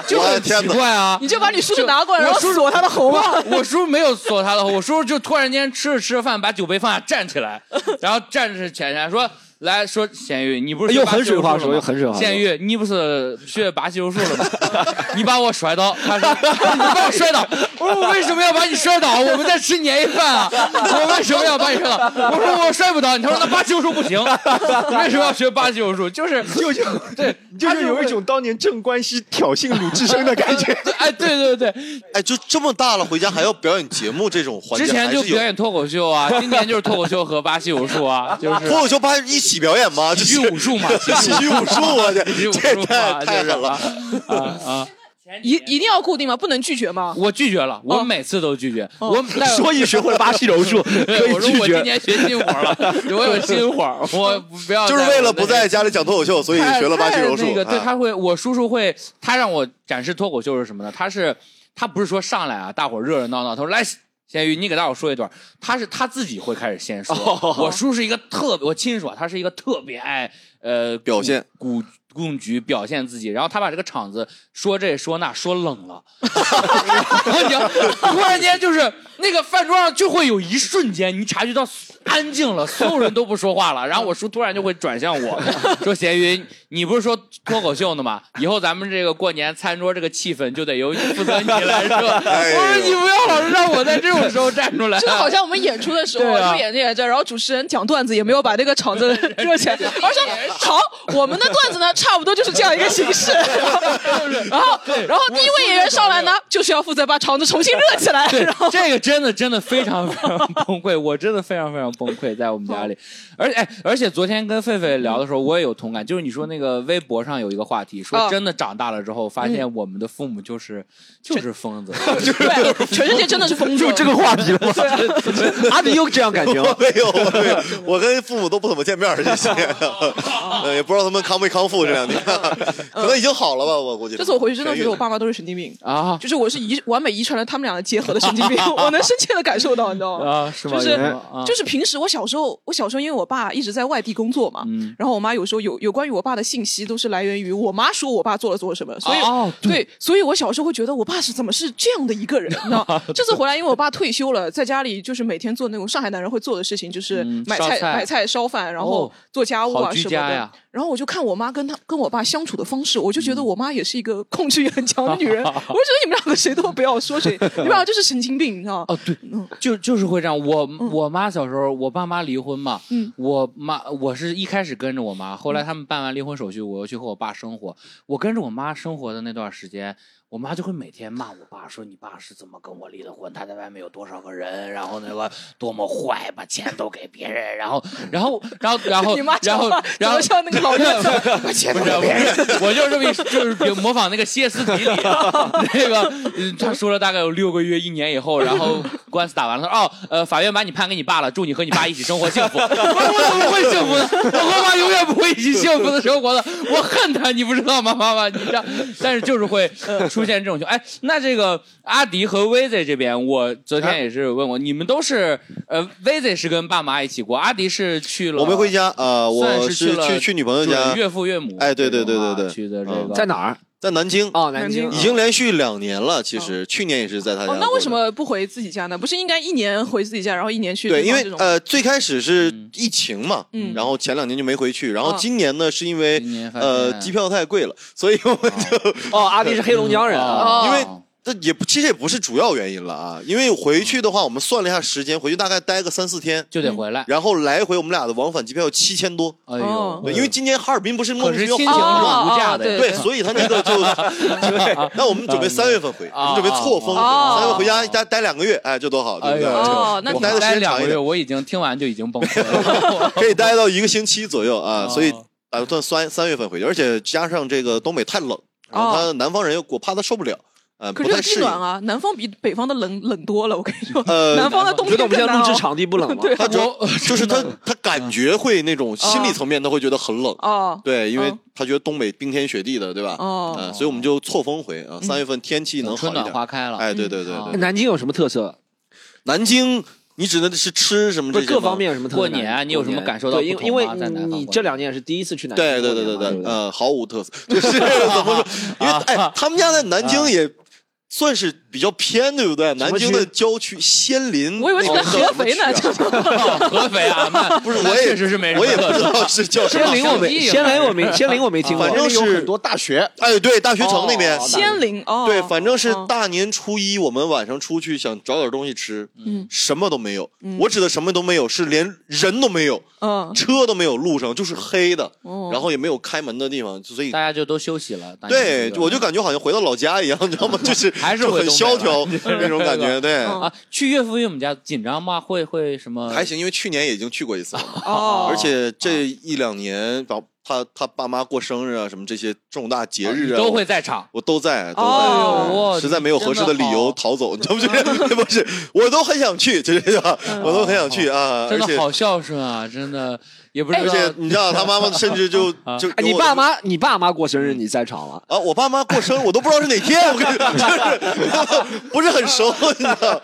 [SPEAKER 1] 就
[SPEAKER 5] 我
[SPEAKER 1] 很
[SPEAKER 5] 的天
[SPEAKER 1] 奇
[SPEAKER 5] 哪
[SPEAKER 1] 怪啊
[SPEAKER 2] 你。就把你叔叔拿过来，然
[SPEAKER 1] 我
[SPEAKER 2] 后
[SPEAKER 1] 叔叔
[SPEAKER 2] 锁他的喉啊。
[SPEAKER 1] 我叔叔没有锁他的喉，我叔叔就突然间吃着吃着饭，把酒杯放下站起来，然后站着起来说：“来说咸鱼，你不是
[SPEAKER 3] 哎呦
[SPEAKER 1] 学巴西
[SPEAKER 3] 衡水
[SPEAKER 1] 武术
[SPEAKER 3] 话
[SPEAKER 1] 了
[SPEAKER 3] 说
[SPEAKER 1] 吗
[SPEAKER 3] 又衡水话说
[SPEAKER 1] 咸鱼，你不是学巴西武术了 吗？你把我摔倒，他说你把我摔倒，我说我为什么要把你摔倒？我们在吃年夜饭啊，我为什么要把你摔倒？我说我摔不倒你，他说那巴西武术不行，你为什么要学巴西武术？ 就是
[SPEAKER 4] 就就对，就是有一种当年镇关西挑衅鲁智深的感觉。
[SPEAKER 1] 哎， 对对对，
[SPEAKER 5] 哎，就这么大了，回家还要表演节目这种环节，
[SPEAKER 1] 之前就
[SPEAKER 5] 还是有
[SPEAKER 1] 表演脱口秀啊，今年就是脱口秀和巴西武术啊， 就是
[SPEAKER 5] 脱口秀班一起表 演吗？这
[SPEAKER 1] 喜
[SPEAKER 5] 是
[SPEAKER 1] 剧武术嘛，喜
[SPEAKER 5] 喜剧武术，我 啊 这
[SPEAKER 1] 剧武
[SPEAKER 5] 这
[SPEAKER 1] 术嘛，
[SPEAKER 5] 太太
[SPEAKER 1] 就是
[SPEAKER 5] 狠了。
[SPEAKER 1] 啊啊！
[SPEAKER 2] 一一定要固定吗？不能拒绝吗？
[SPEAKER 1] 我拒绝了，
[SPEAKER 5] 哦
[SPEAKER 1] 我每次都拒绝。 我那
[SPEAKER 3] 所以学会了巴西柔术，可
[SPEAKER 1] 对
[SPEAKER 3] 以
[SPEAKER 1] 我说
[SPEAKER 3] 拒
[SPEAKER 1] 我今
[SPEAKER 3] 绝。
[SPEAKER 1] 年学新活了， 我有新活，我 不要
[SPEAKER 5] 就是
[SPEAKER 1] 再
[SPEAKER 5] 为了
[SPEAKER 1] 我
[SPEAKER 5] 不
[SPEAKER 1] 那个
[SPEAKER 5] 在家里讲脱口秀，所以
[SPEAKER 1] 太
[SPEAKER 5] 学了巴西
[SPEAKER 1] 太
[SPEAKER 5] 柔术。
[SPEAKER 1] 那个对
[SPEAKER 5] 啊
[SPEAKER 1] 他会，我叔叔会，他让我展示脱口秀是什么呢？他是他不是说上来啊，大伙儿热热闹闹，他说来。咸鱼，你给大伙儿说一段。他是他自己会开始先说。
[SPEAKER 5] 哦
[SPEAKER 1] 我叔是一个特别，我亲啊说，他是一个特别爱呃
[SPEAKER 5] 表现
[SPEAKER 1] 古贡局表现自己，然后他把这个场子说这说那说冷了， 然后你要突然间就是那个饭桌上就会有一瞬间，你察觉到安静了，所有人都不说话了。然后我叔突然就会转向我说：“咸鱼，你不是说脱口秀呢吗？以后咱们这个过年餐桌这个气氛就得由你负责你来热。”
[SPEAKER 5] 哎呦
[SPEAKER 1] 我说：“你不要老是让我在这种时候站出来。”
[SPEAKER 2] 就是好像我们演出的时候，
[SPEAKER 1] 对啊
[SPEAKER 2] 就演着演着，然后主持人讲段子，也没有把那个场子 热起来，而是好，我们的段子呢，差不多就是这样一个形式。然后，然后第一位演员上来呢，就是要负责把场子重新热起来。
[SPEAKER 1] 对
[SPEAKER 2] 然后，
[SPEAKER 1] 这个真的真的非常非常崩溃，我真的非常非常崩溃，在我们
[SPEAKER 2] 哦
[SPEAKER 1] 家里。而哎，而且昨天跟狒狒聊的时候，我也有同感，就是你说那个微博上有一个话题，说
[SPEAKER 2] 啊
[SPEAKER 1] 真的长大了之后，发
[SPEAKER 2] 嗯
[SPEAKER 1] 现我们的父母就是就是疯 子，
[SPEAKER 2] 对，全世界真的是疯子。
[SPEAKER 3] 就这个话题了 吗？
[SPEAKER 1] 啊
[SPEAKER 3] 阿迪又这样感觉吗
[SPEAKER 5] 我？没有，我没有，我跟父母都不怎么见面儿这些年， 呃也不知道他们康没康复这 两年，可能已经好了吧，我估计。
[SPEAKER 2] 这次我回去真的觉得我
[SPEAKER 5] 痊愈了
[SPEAKER 2] 爸妈都是神经病，
[SPEAKER 1] 啊
[SPEAKER 2] 就是我是遗完美遗传了他们俩的结合的神经病，我能深切的感受到，你知道吗？
[SPEAKER 1] 啊，是吗？
[SPEAKER 2] 就是
[SPEAKER 1] 有什么啊
[SPEAKER 2] 就是平时我小时候，我小时候因为我爸一直在外地工作嘛，
[SPEAKER 1] 嗯
[SPEAKER 2] 然后我妈有时候有有关于我爸的信息都是来源于我妈说我爸做了做了什么，所以、
[SPEAKER 1] 哦对
[SPEAKER 2] 对，所以我小时候会觉得我爸是怎么是这样的一个人 呢？这次回来，因为我爸退休了，在家里就是每天做那种上海男人会做的事情，就是
[SPEAKER 1] 嗯
[SPEAKER 2] 买
[SPEAKER 1] 烧
[SPEAKER 2] 菜、
[SPEAKER 1] 菜
[SPEAKER 2] 买菜、烧饭，然
[SPEAKER 1] 哦
[SPEAKER 2] 后做家务
[SPEAKER 1] 好
[SPEAKER 2] 啊
[SPEAKER 1] 居
[SPEAKER 2] 什么
[SPEAKER 1] 家
[SPEAKER 2] 的。
[SPEAKER 1] 呀嗯
[SPEAKER 2] 然后我就看我妈跟他跟我爸相处的方式，我就觉得我妈也是一个控制欲很强的 女人。我就觉得你们两个谁都不要说谁，你们俩就是神经病，你知道吗？
[SPEAKER 1] 哦，对，
[SPEAKER 2] 嗯
[SPEAKER 1] 就就是会这样。我我妈小时候，我爸妈离婚嘛，
[SPEAKER 2] 嗯
[SPEAKER 1] 我妈我是一开始跟着我妈，后来他们办完离婚手续，我又去和我爸生活。我跟着我妈生活的那段时间，我妈就会每天骂我爸，说你爸是怎么跟我离的婚，他在外面有多少个人，然后那个多么坏，把钱都给别人，然后然后然后
[SPEAKER 5] 哦
[SPEAKER 1] 然后
[SPEAKER 2] 你妈
[SPEAKER 1] 然
[SPEAKER 2] 讲
[SPEAKER 1] 后
[SPEAKER 2] 话怎
[SPEAKER 1] 然后
[SPEAKER 2] 么像那 个老院 长？
[SPEAKER 1] 不是不是，我就是这么一就是模仿那个歇斯底里，那个呃他说了大概有六个月一年以后，然后官司打完了，他说哦呃法院把你判给你爸了，祝你和你爸一起生活幸福。我 说我怎么会幸福呢？我和我爸永远不会一起幸福的生活的，我恨他，你不知道吗，妈妈？你这样，但是就是会出现这种情况。哎，那这个阿迪和 VZ 这边，我昨天也是问过，你们都是呃 VZ 是跟爸妈一起过，阿迪是去了
[SPEAKER 5] 我没回家，呃，
[SPEAKER 1] 算
[SPEAKER 5] 我
[SPEAKER 1] 是去
[SPEAKER 5] 是
[SPEAKER 1] 了
[SPEAKER 5] 去去女朋友
[SPEAKER 1] 准
[SPEAKER 5] 家，
[SPEAKER 1] 岳父岳母。
[SPEAKER 5] 哎对对
[SPEAKER 1] 这种啊
[SPEAKER 5] 对对对
[SPEAKER 1] 去的这
[SPEAKER 5] 嗯
[SPEAKER 1] 个
[SPEAKER 3] 在哪儿？
[SPEAKER 5] 在南京，
[SPEAKER 3] 哦，
[SPEAKER 2] 南
[SPEAKER 3] 南
[SPEAKER 2] 京
[SPEAKER 3] 京。
[SPEAKER 5] 已经连续两年了。其实去年也是在他家。
[SPEAKER 2] 哦，那为什？么不回自己家呢？不是应该一年回自己家，然后一年去
[SPEAKER 5] 对，因
[SPEAKER 2] 方
[SPEAKER 5] 为
[SPEAKER 2] 这种
[SPEAKER 5] 呃，最开始是
[SPEAKER 1] 嗯
[SPEAKER 5] 疫情嘛，
[SPEAKER 2] 嗯
[SPEAKER 5] 然后前两年就没回去，然后
[SPEAKER 2] 啊
[SPEAKER 5] 今年呢是因为
[SPEAKER 1] 今年发现
[SPEAKER 5] 呃机票太贵了，所以我们就
[SPEAKER 3] 哦，阿迪是黑龙江人啊。
[SPEAKER 2] 哦
[SPEAKER 5] 因为 这也不其实也不是主要原因了啊，因为
[SPEAKER 1] 哦
[SPEAKER 5] 回去的话，我们算了一下时间，回去大概待个三四天，
[SPEAKER 1] 就得回来。
[SPEAKER 5] 然后来回我们俩的往返机票七千多，
[SPEAKER 1] 哎呦，
[SPEAKER 2] 哦
[SPEAKER 5] 对因为今年哈尔滨不是莫
[SPEAKER 1] 可
[SPEAKER 5] 名其
[SPEAKER 1] 是
[SPEAKER 5] 妙
[SPEAKER 1] 亲情是
[SPEAKER 2] 哦哦
[SPEAKER 1] 无价的，
[SPEAKER 2] 对
[SPEAKER 5] 对，所以他那 个就，那我们准备三月份回，
[SPEAKER 1] 啊
[SPEAKER 5] 我们准备错峰，
[SPEAKER 2] 啊
[SPEAKER 5] 三月份回家待待两个月，哎，这多好，对不对？
[SPEAKER 1] 哦哎呦
[SPEAKER 2] 哦那
[SPEAKER 5] 我
[SPEAKER 1] 我
[SPEAKER 5] 待的时
[SPEAKER 1] 待
[SPEAKER 5] 间
[SPEAKER 1] 两
[SPEAKER 5] 长
[SPEAKER 1] 个
[SPEAKER 5] 一
[SPEAKER 1] 月，
[SPEAKER 5] 点，
[SPEAKER 1] 我已经听完就已经崩溃 了。
[SPEAKER 5] 可以待到一个星期左右啊，
[SPEAKER 1] 哦
[SPEAKER 5] 所以打算三三月份回去，而且加上这个东北太冷，然后他南方人又我怕他受不了，呃，
[SPEAKER 2] 哦可是
[SPEAKER 5] 不太
[SPEAKER 2] 有地
[SPEAKER 5] 适应
[SPEAKER 2] 暖。啊，南方比北方的冷冷多了。我跟你说，
[SPEAKER 5] 呃
[SPEAKER 2] 南方的冬
[SPEAKER 3] 你觉
[SPEAKER 2] 天
[SPEAKER 3] 得我们
[SPEAKER 2] 更
[SPEAKER 3] 现在
[SPEAKER 2] 难
[SPEAKER 3] 录制
[SPEAKER 2] 熬
[SPEAKER 3] 场地不冷吗？
[SPEAKER 5] 他就
[SPEAKER 1] 我
[SPEAKER 5] 就是他，他感觉会那种心理层面，他会觉得很冷，
[SPEAKER 2] 哦
[SPEAKER 5] 对，因为
[SPEAKER 2] 哦
[SPEAKER 5] 他觉得东北冰天雪地的，对吧？
[SPEAKER 2] 哦嗯
[SPEAKER 5] 呃所以我们就错峰回啊，三月份天气能好
[SPEAKER 1] 哦春
[SPEAKER 5] 一点
[SPEAKER 1] 暖。花开了。
[SPEAKER 5] 哎，对对对
[SPEAKER 1] 嗯
[SPEAKER 5] 对，
[SPEAKER 3] 南京有什么特色？
[SPEAKER 5] 南京，你指的是吃什么
[SPEAKER 3] 不
[SPEAKER 5] 这
[SPEAKER 3] 是
[SPEAKER 5] 些
[SPEAKER 3] 各
[SPEAKER 5] 吗
[SPEAKER 3] 方。面有什么特色？
[SPEAKER 1] 过年啊你有什么感受到
[SPEAKER 3] 对，因
[SPEAKER 1] 不
[SPEAKER 3] 因
[SPEAKER 1] 同吗
[SPEAKER 3] 为
[SPEAKER 1] 在南方
[SPEAKER 3] 你
[SPEAKER 1] 过
[SPEAKER 3] 这
[SPEAKER 1] 年
[SPEAKER 3] 两年也是第一次去南京过
[SPEAKER 5] 对
[SPEAKER 3] 年嘛，
[SPEAKER 5] 对对对
[SPEAKER 3] 对
[SPEAKER 1] 嗯
[SPEAKER 5] 对，
[SPEAKER 3] 不对，
[SPEAKER 5] 呃，毫无特色， 就是怎么 说？因为
[SPEAKER 1] 啊
[SPEAKER 5] 哎，他们家在南京也算是比较偏，对不对？南京的郊区仙林，
[SPEAKER 2] 我以为你
[SPEAKER 5] 那
[SPEAKER 2] 跟
[SPEAKER 5] 个叫
[SPEAKER 2] 合
[SPEAKER 5] 什么
[SPEAKER 2] 肥呢，
[SPEAKER 5] 区啊
[SPEAKER 2] 就
[SPEAKER 1] 合肥啊， 那
[SPEAKER 5] 不是，
[SPEAKER 1] 那
[SPEAKER 5] 我也
[SPEAKER 1] 确实是没什
[SPEAKER 5] 我
[SPEAKER 1] 么
[SPEAKER 5] 也不
[SPEAKER 1] 特
[SPEAKER 5] 知
[SPEAKER 1] 色。
[SPEAKER 5] 道 是叫什
[SPEAKER 3] 仙
[SPEAKER 5] 么。
[SPEAKER 3] 林我
[SPEAKER 1] 小
[SPEAKER 3] 没，
[SPEAKER 1] 弟应
[SPEAKER 3] 仙
[SPEAKER 1] 该
[SPEAKER 3] 林我没，仙林我没听过。
[SPEAKER 5] 反正
[SPEAKER 4] 有
[SPEAKER 5] 是
[SPEAKER 4] 很多大学，
[SPEAKER 5] 哎，对，大学城那边
[SPEAKER 3] 哦，
[SPEAKER 2] 仙林哦，
[SPEAKER 5] 对，反正是
[SPEAKER 2] 哦
[SPEAKER 5] 大年初一，我们晚上出去想找点东西吃，
[SPEAKER 2] 嗯
[SPEAKER 5] 什么都没有。我指的什么都没有，是连人都没有，
[SPEAKER 2] 嗯
[SPEAKER 5] 车都没有，路上就是黑的，
[SPEAKER 2] 哦
[SPEAKER 5] 然后也没有开门的地方，所以
[SPEAKER 1] 大啊家就都休息了。大家
[SPEAKER 5] 对，
[SPEAKER 1] 这个
[SPEAKER 5] 我就感觉好像回到老家一样，你知道吗？就是
[SPEAKER 1] 还是
[SPEAKER 5] 就
[SPEAKER 1] 回
[SPEAKER 5] 很
[SPEAKER 1] 东北
[SPEAKER 5] 萧
[SPEAKER 1] 了
[SPEAKER 5] 条 那种感觉，对。
[SPEAKER 2] 嗯
[SPEAKER 1] 啊，去岳父岳母家紧张吗？会会什么？
[SPEAKER 5] 还行，因为去年已经去过一次 了，
[SPEAKER 2] 哦，
[SPEAKER 5] 而且这一两年，把他他爸妈过生日啊，什么这些重大节日
[SPEAKER 1] 嗯
[SPEAKER 5] 啊，
[SPEAKER 1] 都会在场。
[SPEAKER 5] 我都在，都
[SPEAKER 2] 哦
[SPEAKER 5] 在。
[SPEAKER 1] 哎呦
[SPEAKER 5] 实在没有合适的理由。逃走，你知道吗？就是 不是，我都很想去，就是这样我都很想去啊，
[SPEAKER 1] 嗯真的好
[SPEAKER 5] 而
[SPEAKER 1] 真
[SPEAKER 5] 且
[SPEAKER 1] 的好孝顺啊！真的也不知道。
[SPEAKER 5] 而且你知道 他妈妈甚至就
[SPEAKER 1] 啊
[SPEAKER 5] 就
[SPEAKER 3] 哎，
[SPEAKER 5] 给
[SPEAKER 3] 你
[SPEAKER 5] 我
[SPEAKER 3] 爸妈，你爸妈过生日你在场了？
[SPEAKER 5] 啊，我爸妈过生日我都不知道是哪天，我跟你就是 不是很熟，你知道？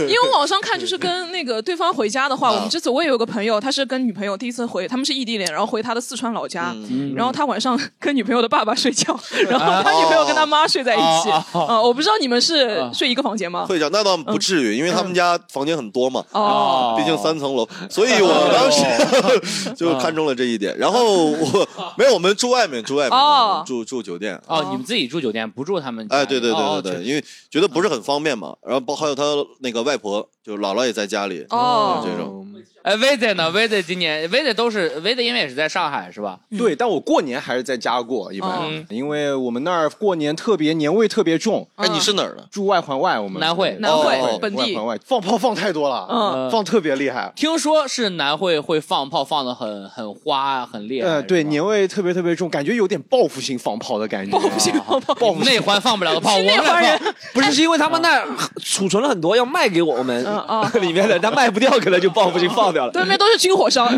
[SPEAKER 2] 因为我网上看，就是跟那个对方回家的话，我们这次我也有个朋友，他是跟女朋友第一次回，他们是异地恋，然后回他的四川老家，
[SPEAKER 5] 嗯
[SPEAKER 1] 嗯
[SPEAKER 2] 然后他晚上 跟女朋友的爸爸睡觉，然后他女朋友跟他妈睡在一起。
[SPEAKER 1] 哦
[SPEAKER 2] 啊、我不知道你们是
[SPEAKER 1] 啊
[SPEAKER 2] 睡一个房间吗？
[SPEAKER 5] 会长那倒不至于，因为他们家房间很多嘛，
[SPEAKER 2] 哦，
[SPEAKER 5] 毕竟三层楼，所以我当时就看中了这一点。然后我没有，我们住外面，住外面
[SPEAKER 2] 哦，
[SPEAKER 5] 住住酒店。
[SPEAKER 1] 哦，你们自己住酒店，不住他们家里。
[SPEAKER 5] 哎，对对
[SPEAKER 1] 哦
[SPEAKER 5] 对对对，，因为觉得不是很方便嘛。然后包还有他那个外婆，就姥姥也在家里，
[SPEAKER 2] 哦
[SPEAKER 5] 啊这种
[SPEAKER 1] 哎 v i z 呢 v i z 今年 v i z 都是 v i z 因为也是在上海是吧？
[SPEAKER 4] 对，但我过年还是在家过，一般，
[SPEAKER 1] 嗯
[SPEAKER 4] 因为我们那儿过年特别年味特别重，
[SPEAKER 5] 哎，你是哪儿的？
[SPEAKER 4] 住外环外，我们
[SPEAKER 1] 南汇
[SPEAKER 2] 嗯南汇
[SPEAKER 4] 哦
[SPEAKER 2] 本地
[SPEAKER 4] 外环外放炮放太多了，
[SPEAKER 2] 嗯
[SPEAKER 4] 放特别厉害。
[SPEAKER 1] 听说是南汇会放炮放的很很花啊很厉害。
[SPEAKER 4] 呃，对，
[SPEAKER 1] 是吧
[SPEAKER 4] 年味特别特别重，感觉有点报复性放炮的感觉。报复性放炮，报复
[SPEAKER 1] 内环放不了的炮，我们
[SPEAKER 2] 内
[SPEAKER 1] 来
[SPEAKER 2] 环人
[SPEAKER 1] 放。
[SPEAKER 3] 不是，是因为他们那儿储存了很多要卖给我们
[SPEAKER 2] 嗯哦
[SPEAKER 3] 里面的，但卖不掉，可能就报复性放掉了。
[SPEAKER 2] 对面都是军火商，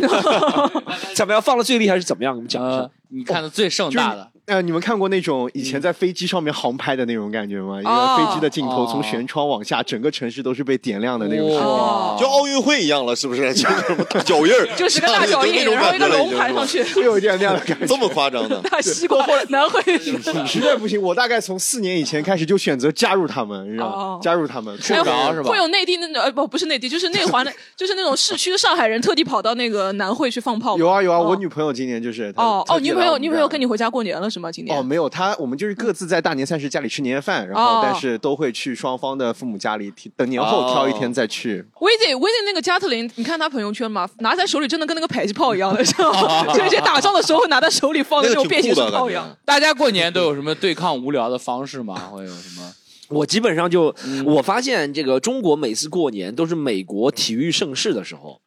[SPEAKER 3] 怎么样放的最厉害是怎么样？我们讲一下
[SPEAKER 1] 呃。，你看的最盛大的，
[SPEAKER 4] 呃，你们看过那种以前在飞机上面航拍的那种感觉吗？一
[SPEAKER 2] 哦
[SPEAKER 4] 个飞机的镜头从舷窗往下，整个城市都是被点亮的那种视
[SPEAKER 2] 哇
[SPEAKER 4] 觉。
[SPEAKER 2] 哦
[SPEAKER 5] 就奥运会一样了，是不是？就是什么大脚印儿，
[SPEAKER 2] 就是个大脚印，
[SPEAKER 5] 那种
[SPEAKER 2] 然后
[SPEAKER 5] 感
[SPEAKER 2] 一
[SPEAKER 5] 觉
[SPEAKER 2] 个
[SPEAKER 5] 了
[SPEAKER 2] 龙
[SPEAKER 5] 已经
[SPEAKER 2] 盘上，去，。
[SPEAKER 4] 会有一点那样的感觉。
[SPEAKER 5] 这么夸张的
[SPEAKER 2] 大西瓜，哎南汇。哦
[SPEAKER 4] 实在不行，我大概从四年以前开始就选择加入他们，你知道吗
[SPEAKER 2] 哦？
[SPEAKER 4] 加入他们，
[SPEAKER 1] 睡不着
[SPEAKER 2] 哎
[SPEAKER 1] 是吧
[SPEAKER 2] 会有内地那种呃不不是内地，就是内环的， 就是那种市区的上海人特地跑到那个南汇去放炮吗。
[SPEAKER 4] 有啊有啊，
[SPEAKER 2] 哦
[SPEAKER 4] 我女朋友今年就是她
[SPEAKER 2] 哦
[SPEAKER 4] 特
[SPEAKER 2] 哦，
[SPEAKER 4] 地
[SPEAKER 2] 女朋
[SPEAKER 4] 来
[SPEAKER 2] 友
[SPEAKER 4] 我们
[SPEAKER 2] 女朋友
[SPEAKER 4] 这儿
[SPEAKER 2] 跟你回家过年了是吗？今年
[SPEAKER 4] 哦，没有，他我们就是各自在大年三十家里吃年夜饭，然后
[SPEAKER 2] 哦
[SPEAKER 4] 但是都会去双方的父母家里，提等年后挑一
[SPEAKER 1] 哦
[SPEAKER 4] 天再去。
[SPEAKER 2] 威姐威姐那个加特林，你看她朋友圈嘛，拿在手里真的跟那个迫击炮一样的，知道 吗？就是打仗的时候拿在手里放的
[SPEAKER 5] 那个
[SPEAKER 2] 种便携
[SPEAKER 5] 挺酷
[SPEAKER 2] 式
[SPEAKER 5] 的
[SPEAKER 2] 炮
[SPEAKER 5] 感
[SPEAKER 2] 一样
[SPEAKER 5] 觉。，
[SPEAKER 1] 大家过年都有什么对抗无聊的方式吗？会有什么？
[SPEAKER 3] 我基本上就，
[SPEAKER 5] 嗯
[SPEAKER 3] 我发现这个中国每次过年都是美国体育盛世的时候，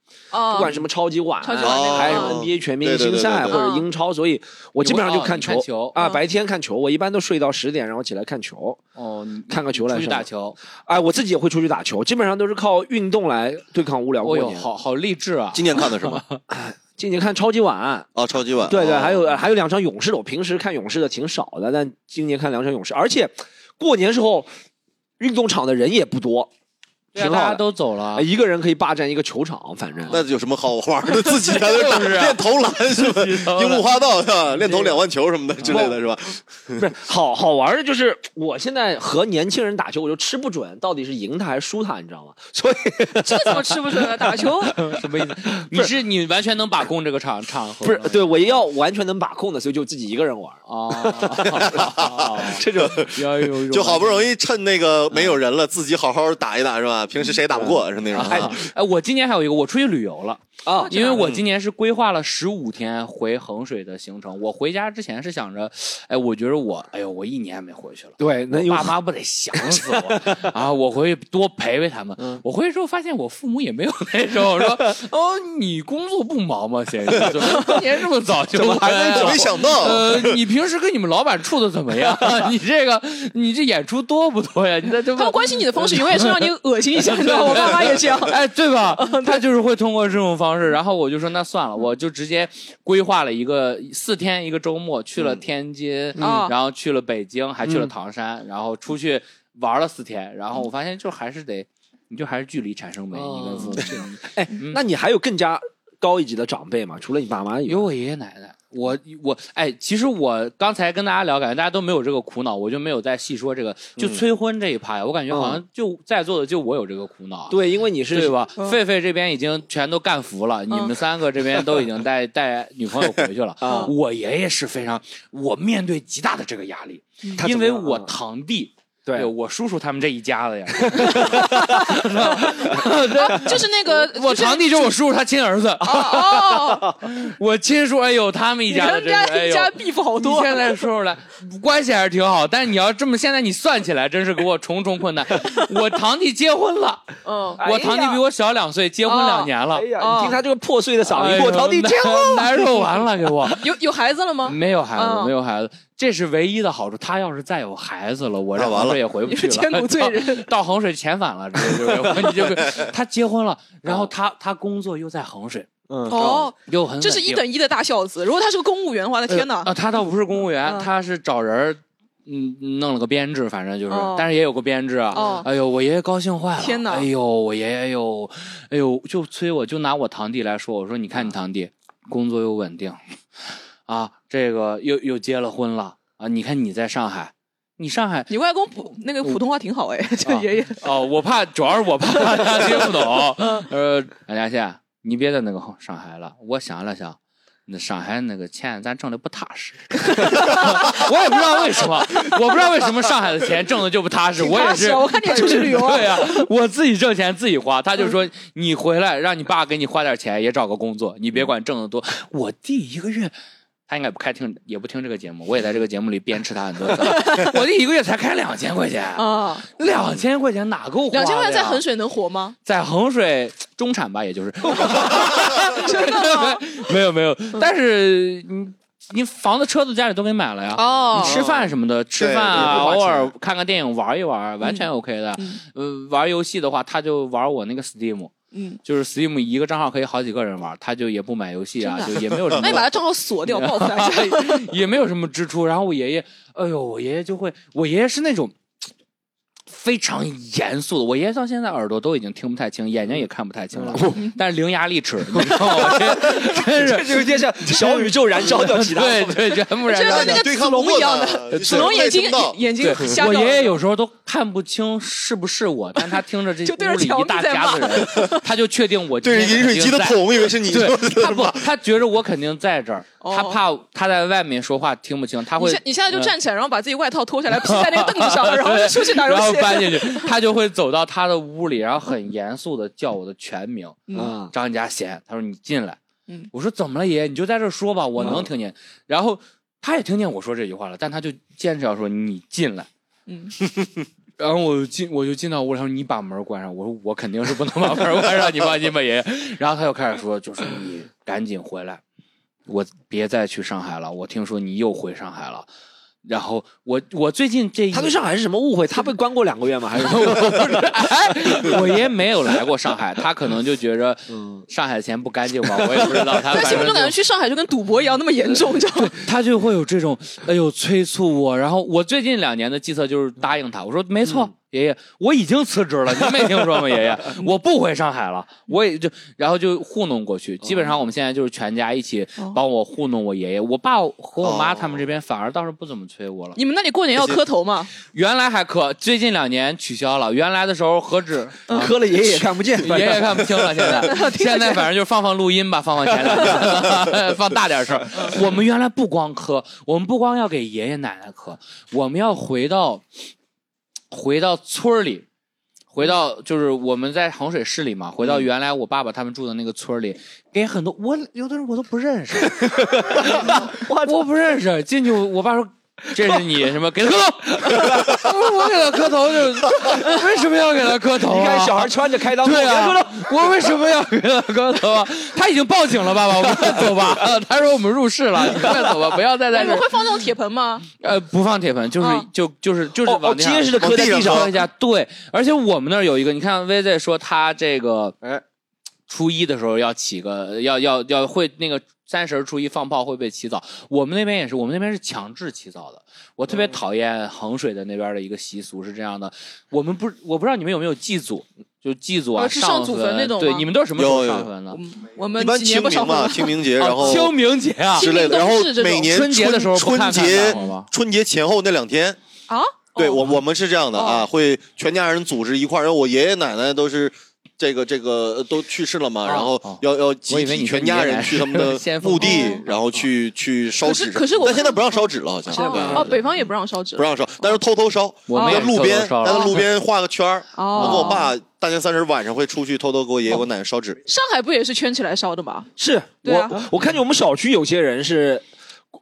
[SPEAKER 1] 哦
[SPEAKER 2] 啊
[SPEAKER 3] 不管什么超级碗
[SPEAKER 2] 超级碗那个
[SPEAKER 3] 啊，还有
[SPEAKER 5] 哦
[SPEAKER 3] NBA 全明
[SPEAKER 5] 对对
[SPEAKER 3] 星
[SPEAKER 5] 对
[SPEAKER 3] 赛
[SPEAKER 5] 对
[SPEAKER 3] 或
[SPEAKER 5] 对
[SPEAKER 2] 对
[SPEAKER 3] 者英超，所以我基本上就看
[SPEAKER 1] 你
[SPEAKER 3] 球
[SPEAKER 1] 会哦你看球
[SPEAKER 3] 啊，
[SPEAKER 2] 啊
[SPEAKER 3] 白天看球，我一般都睡到十点，然后起来看球，
[SPEAKER 1] 哦，你
[SPEAKER 3] 看个球来
[SPEAKER 1] 出去
[SPEAKER 3] 上
[SPEAKER 1] 打
[SPEAKER 3] 班
[SPEAKER 1] 球，
[SPEAKER 3] 哎，我自己也会出去打球，基本上都是靠运动来对抗无聊过
[SPEAKER 1] 哦哟，
[SPEAKER 3] 年。
[SPEAKER 1] 好好励志啊！
[SPEAKER 5] 今年看的什么？
[SPEAKER 3] 今年看超级碗，
[SPEAKER 5] 啊，超级碗。
[SPEAKER 3] 对对，
[SPEAKER 5] 哦
[SPEAKER 3] 还有还有两场勇士的，我平时看勇士的挺少的，但今年看两场勇士，而且过年时候运动场的人也不多，
[SPEAKER 1] 对啊
[SPEAKER 3] 挺
[SPEAKER 1] 大
[SPEAKER 3] 好
[SPEAKER 1] 家
[SPEAKER 3] 的。
[SPEAKER 1] 都走了
[SPEAKER 3] 哎，一个人可以霸占一个球场，反正
[SPEAKER 5] 那有什么好玩的？自己在那打
[SPEAKER 1] 啊
[SPEAKER 5] 练投篮是吧？樱木花道是吧？练投两万球什么的之类的是吧？
[SPEAKER 3] 不是好好玩的，就是我现在和年轻人打球，我就吃不准到底是赢他还是输他，你知道吗？ 所以
[SPEAKER 2] 这个怎么吃不准啊？打球
[SPEAKER 1] 什么意思？ 你是你完全能把控这个场场合
[SPEAKER 3] 不是
[SPEAKER 1] 吗
[SPEAKER 3] 对我要完全能把控的，所以就自己一个人玩。
[SPEAKER 1] 哦，
[SPEAKER 3] 这种
[SPEAKER 1] 要有
[SPEAKER 5] 就好不容
[SPEAKER 1] 易。
[SPEAKER 5] 易趁那个没有人了，自己好好打一打是吧？平时谁也打不过是那种。啊
[SPEAKER 1] 哎哎，我今年还有一个，我出去旅游了，
[SPEAKER 3] 啊，
[SPEAKER 1] 因为我今年是规划了十五天回衡水的行程。我回家之前是想着，哎，我觉得我，哎呦，我一年没回去了。
[SPEAKER 3] 对，能有
[SPEAKER 1] 爸妈不得想死我啊！我回去多陪陪他们。我回去之后发现我父母也没有那种说，哦，你工作不忙吗，先生？就今年这么早就还
[SPEAKER 5] 我没想到，
[SPEAKER 1] 哎呃，你平时跟你们老板处的怎么样？你这个，你这演出多不多呀？你在这
[SPEAKER 2] 他们关心你的方式永远是让你恶心一下，你知道 吗？我爸妈也这样。
[SPEAKER 1] 哎，对 吧？他就是会通过这种方式，然后我就说那算了，
[SPEAKER 2] 嗯
[SPEAKER 1] 我就直接规划了一个四天一个周末，去了天津，
[SPEAKER 2] 嗯
[SPEAKER 1] 然后去了北京，还去了唐山，然后出去玩了四天，然后
[SPEAKER 2] 嗯
[SPEAKER 1] 我发现就还是得，你就还是距离产生美，你跟父母
[SPEAKER 2] 哦
[SPEAKER 1] 之间。
[SPEAKER 3] 哎，那你还有更加高一级的长辈吗？除了你爸妈以
[SPEAKER 1] 有
[SPEAKER 3] 外，
[SPEAKER 1] 我爷爷奶奶，我我哎，其实我刚才跟大家聊，感觉大家都没有这个苦恼，我就没有再细说这个就
[SPEAKER 3] 嗯
[SPEAKER 1] 催婚这一趴呀，我感觉好像就在座的就我有这个苦恼啊。
[SPEAKER 3] 对，因为你是
[SPEAKER 1] 对吧？狒狒这边已经全都干服了，你们三个这边都已经带带女朋友回去了。
[SPEAKER 3] 嗯 啊
[SPEAKER 1] 我爷爷是非常，我面对极大的这个压力，
[SPEAKER 3] 他
[SPEAKER 1] 因
[SPEAKER 3] 怎么
[SPEAKER 1] 为
[SPEAKER 3] 样啊
[SPEAKER 1] 我堂弟。
[SPEAKER 3] 对
[SPEAKER 1] 我叔叔他们这一家 子呀，
[SPEAKER 2] 啊就是那个，
[SPEAKER 1] 我
[SPEAKER 2] 就是
[SPEAKER 1] 堂弟就是我叔叔他亲儿子，
[SPEAKER 3] 啊
[SPEAKER 2] 哦，
[SPEAKER 1] 我亲叔，哎呦，他 们一
[SPEAKER 2] 你
[SPEAKER 1] 家
[SPEAKER 2] 们
[SPEAKER 1] 子真是，
[SPEAKER 2] 家
[SPEAKER 1] 哎
[SPEAKER 2] 一
[SPEAKER 1] 呦，
[SPEAKER 2] 家 beef 好多
[SPEAKER 1] 你。现在说出来，关系还是挺好，但是你要这么现在你算起来，真是给我重重困难。我堂弟结婚了，
[SPEAKER 2] 嗯，
[SPEAKER 1] 我堂弟比我小两岁，结婚两年了
[SPEAKER 3] 哎，呀，
[SPEAKER 2] 哦
[SPEAKER 3] 你听他这个破碎的嗓
[SPEAKER 1] 哎
[SPEAKER 3] 音，
[SPEAKER 1] 呦
[SPEAKER 3] 我堂弟
[SPEAKER 1] 难
[SPEAKER 3] 结婚了，
[SPEAKER 1] 难受完了给我。
[SPEAKER 2] 有有孩子了吗？
[SPEAKER 1] 没有孩子，
[SPEAKER 2] 嗯
[SPEAKER 1] 没有孩子，这是唯一的好处。他要是再有孩子了，我这
[SPEAKER 5] 那完
[SPEAKER 1] 衡
[SPEAKER 5] 了
[SPEAKER 1] 水也回不去了，
[SPEAKER 2] 你是千古罪人
[SPEAKER 1] 到到衡水遣返了，直接就给我你就给他结婚了，然后他他工作又在衡水，
[SPEAKER 3] 嗯
[SPEAKER 2] 哦，
[SPEAKER 1] 又很
[SPEAKER 2] 这是
[SPEAKER 1] 稳定
[SPEAKER 2] 一等一的大孝子。如果他是个公务员的话，那哎天哪！
[SPEAKER 1] 啊，他倒不是公务员，
[SPEAKER 2] 嗯
[SPEAKER 1] 他是找人儿，嗯，弄了个编制，反正就是
[SPEAKER 2] 哦，
[SPEAKER 1] 但是也有个编制啊
[SPEAKER 2] 哦。
[SPEAKER 1] 哎呦，我爷爷高兴坏了，
[SPEAKER 2] 天哪
[SPEAKER 1] 哎呦，我爷爷呦，哎呦，就催我，就拿我堂弟来说，我说你看你堂弟
[SPEAKER 2] 嗯
[SPEAKER 1] 工作又稳定，啊，这个又又结了婚了啊，你看你在上海，你上海
[SPEAKER 2] 你外公普那个普通话挺好哎， 这爷爷
[SPEAKER 1] 哦，我怕主要是我怕 哎啊他听不懂。呃，梁家宪，你别在那个上海了，我想了想，那上海那个钱咱挣的不踏实， 我也不知道为什么，我不知道为什么上海的钱挣的就不踏实。我也
[SPEAKER 2] 挺踏实啊
[SPEAKER 1] 是，
[SPEAKER 2] 我看你也出去旅游嗯
[SPEAKER 1] 对 呀、我自己挣钱自己花。他就说你回来让你爸给你花点钱，也找个工作，你
[SPEAKER 2] 嗯
[SPEAKER 1] 别管挣的多。我弟一个月。他应该不开听，也不听这个节目。我也在这个节目里鞭笞他很多次。 我弟一个月才开两千块钱，
[SPEAKER 2] 啊，
[SPEAKER 1] 两千块钱哪够花的呀？
[SPEAKER 2] 两千块钱在衡水能活吗？
[SPEAKER 1] 在衡水中产吧，也 就是。 没有没有，但是你你房子、车子家里都给买了呀。
[SPEAKER 2] 哦
[SPEAKER 1] 你吃饭什么的，吃饭啊，
[SPEAKER 5] 也不花
[SPEAKER 1] 偶
[SPEAKER 5] 钱
[SPEAKER 1] 尔看看电影、玩一玩，完全 OK 的。
[SPEAKER 2] 嗯
[SPEAKER 1] 呃，玩游戏的话，他就玩我那个 Steam，
[SPEAKER 2] 嗯，
[SPEAKER 1] 就是 Steam 一个账号可以好几个人玩，他就也不买游戏啊，
[SPEAKER 2] 真
[SPEAKER 1] 就
[SPEAKER 2] 的
[SPEAKER 1] 也没有什
[SPEAKER 2] 那你把
[SPEAKER 1] 么，
[SPEAKER 2] 他账号锁
[SPEAKER 5] 嗯
[SPEAKER 2] 掉，报复他一下。
[SPEAKER 1] 也没有什么支出。然后我爷爷，哎呦，我爷爷就会，我爷爷是那种。非常严肃的，我爷爷到现在耳朵都已经听不太清，眼睛也看不太清了，
[SPEAKER 2] 嗯
[SPEAKER 1] 但是伶牙俐 齿，你知道吗？真真是
[SPEAKER 3] 嗯这有点像小宇宙燃烧掉其他。
[SPEAKER 1] 对对，全部燃
[SPEAKER 2] 就
[SPEAKER 1] 烧掉
[SPEAKER 2] 跟那。个
[SPEAKER 5] 对
[SPEAKER 2] 子
[SPEAKER 5] 抗不
[SPEAKER 2] 龙
[SPEAKER 5] 过
[SPEAKER 2] 一样
[SPEAKER 5] 的
[SPEAKER 2] 的，
[SPEAKER 5] 是
[SPEAKER 2] 子龙眼睛
[SPEAKER 5] 被弄到
[SPEAKER 2] 眼睛瞎
[SPEAKER 1] 我
[SPEAKER 2] 掉了。
[SPEAKER 1] 爷爷有时候都看不清是不是我，但他听着这
[SPEAKER 2] 就对着
[SPEAKER 1] 屋里
[SPEAKER 2] 墙
[SPEAKER 1] 一大
[SPEAKER 2] 壁在
[SPEAKER 1] 家子人，他就确 定我今
[SPEAKER 5] 对着
[SPEAKER 1] 天
[SPEAKER 5] 饮水
[SPEAKER 1] 肯
[SPEAKER 5] 机
[SPEAKER 1] 定在。
[SPEAKER 5] 的桶，我以为是你
[SPEAKER 1] 对
[SPEAKER 5] 说的。
[SPEAKER 1] 他不，他觉着我肯定在这儿，
[SPEAKER 2] 哦
[SPEAKER 1] 他怕他在外面说话听不清，他
[SPEAKER 2] 你
[SPEAKER 1] 会
[SPEAKER 2] 现你现在就站起来，然后把自己外套脱下来披在那个 凳子上，然后就出去打游
[SPEAKER 1] 然后
[SPEAKER 2] 戏。
[SPEAKER 1] 搬进去， 他就会走到他的屋里，然后很严肃的叫我的全名，
[SPEAKER 3] 啊，
[SPEAKER 1] 张家贤，他说你进来。
[SPEAKER 2] 嗯
[SPEAKER 1] 我说怎么了，爷爷？你就在这儿说吧，我能听见。然后他也听见我说这句话了，但他就坚持要说你进来。
[SPEAKER 2] 嗯，
[SPEAKER 1] 然后我就进，我就进到屋里，他说你把门关上。我说我肯定是不能把门关上，你放心吧，爷爷。然后他又开始说，就是你赶紧回来，我别再去上海了。我听说你又回上海了。然后我我最近这一
[SPEAKER 3] 他对上海是什么误会？他被关过两个月吗？还 是
[SPEAKER 1] 我爷没有来过上海，他可能就觉着上海的钱不干净吧，我也不知道。他
[SPEAKER 2] 在心目
[SPEAKER 1] 反
[SPEAKER 2] 中
[SPEAKER 1] 正
[SPEAKER 2] 感
[SPEAKER 1] 就
[SPEAKER 2] 觉去上海就跟赌博一样那么严重，你知道吗？
[SPEAKER 1] 他就会有这种，哎呦催促我。然后我最近两年的计策就是答应他，我说没错，爷爷，我已经辞职了，您没听说吗？爷爷，我不回上海了，我也就然后就糊弄过去。基本上我们现在就是全家一起帮我糊弄我爷爷，我爸和我妈他们这边反而倒是不怎么催我了。
[SPEAKER 2] 你们那里过年要磕头吗？
[SPEAKER 1] 原来还可，最近两年取消了。原来的时候何止
[SPEAKER 3] 磕了嗯 爷爷也看不见？
[SPEAKER 1] 爷爷看不清了， 现在现在反正就放放录 音吧，放放前两 放大点声。我们原来不光磕，我们不光要给爷爷奶奶磕，我们要回到回到村儿里。回到就是我们在衡水市里嘛，回到原来我爸爸他们住的那个村儿里，给很多我有的人我都不认 识，我不认识。进去我我爸说这是你什么给他磕头， 我给他磕头就 为什么要给他磕 头、啊？
[SPEAKER 3] 你看小孩穿着开裆裤，
[SPEAKER 1] 对
[SPEAKER 3] 别磕了
[SPEAKER 1] 啊，我为什么要给他磕头啊？他已经报警了，爸爸，我们快走 吧。呃他说我们入室了，你快走吧，不要再在
[SPEAKER 2] 哎你
[SPEAKER 1] 这
[SPEAKER 2] 们
[SPEAKER 1] 儿。
[SPEAKER 2] 会放那种铁盆吗？
[SPEAKER 1] 呃，不放铁盆，就是、
[SPEAKER 2] 嗯
[SPEAKER 1] 就就是就是
[SPEAKER 3] 哦哦，
[SPEAKER 1] 往地上
[SPEAKER 3] 结实的磕在地上
[SPEAKER 1] 磕一下。对，而且我们那儿有一个，你看薇薇说她这个，
[SPEAKER 3] 哎
[SPEAKER 1] 初一的时候要起个要要要会那个三十儿初一放炮会被起早，我们那边也是，我们那边是强制起早的。我特别讨厌衡水的那边的一个习俗是这样的，我们不我不知道你们有没有祭祖，就祭祖啊、
[SPEAKER 2] 呃是上祖坟那种
[SPEAKER 1] 对，
[SPEAKER 2] 吗
[SPEAKER 1] 你们都是什么时候
[SPEAKER 5] 有有
[SPEAKER 1] 上坟呢？
[SPEAKER 2] 嗯，我们
[SPEAKER 5] 一般
[SPEAKER 2] 几年
[SPEAKER 5] 清
[SPEAKER 2] 不
[SPEAKER 5] 明
[SPEAKER 2] 上
[SPEAKER 5] 嘛，
[SPEAKER 2] 坟。
[SPEAKER 5] 清明节，然后
[SPEAKER 1] 清明节啊，
[SPEAKER 5] 之类的，然后
[SPEAKER 2] 清明都是这种
[SPEAKER 5] 每年
[SPEAKER 1] 春节的时候不
[SPEAKER 5] 春
[SPEAKER 1] 看看
[SPEAKER 5] 节
[SPEAKER 1] 大伙吗
[SPEAKER 5] 春节前后那两天，
[SPEAKER 2] 啊？
[SPEAKER 5] 对
[SPEAKER 2] 哦
[SPEAKER 5] 我我们是这样的啊，
[SPEAKER 2] 哦
[SPEAKER 5] 会全家人组织一块儿，然后我爷爷奶奶都是。这个这个呃都去世了嘛，
[SPEAKER 1] 哦
[SPEAKER 5] 然后要要集
[SPEAKER 1] 我以为
[SPEAKER 5] 体
[SPEAKER 1] 你说
[SPEAKER 5] 全家
[SPEAKER 1] 你爷爷奶
[SPEAKER 5] 人
[SPEAKER 1] 奶
[SPEAKER 5] 去他们的
[SPEAKER 1] 先锋
[SPEAKER 5] 墓地
[SPEAKER 2] 哦，
[SPEAKER 5] 然后去去烧
[SPEAKER 2] 可是
[SPEAKER 5] 纸。
[SPEAKER 2] 可是我
[SPEAKER 5] 但现在
[SPEAKER 2] 看
[SPEAKER 5] 不让烧纸了，好像
[SPEAKER 3] 现在不让
[SPEAKER 2] 哦，北方也不让烧纸
[SPEAKER 5] 不，让烧，但是偷偷烧。
[SPEAKER 1] 我
[SPEAKER 2] 哦
[SPEAKER 1] 们
[SPEAKER 5] 在
[SPEAKER 1] 也
[SPEAKER 5] 路边，
[SPEAKER 1] 烧
[SPEAKER 5] 他
[SPEAKER 1] 了
[SPEAKER 5] 在路边画个圈儿。
[SPEAKER 2] 哦
[SPEAKER 5] 我跟我爸大年三十晚上会出去偷偷给我爷
[SPEAKER 1] 哦
[SPEAKER 5] 爷、我奶奶烧纸。
[SPEAKER 2] 上海不也是圈起来烧的吗？
[SPEAKER 3] 是
[SPEAKER 2] 对啊
[SPEAKER 3] 我我看见我们小区有些人是，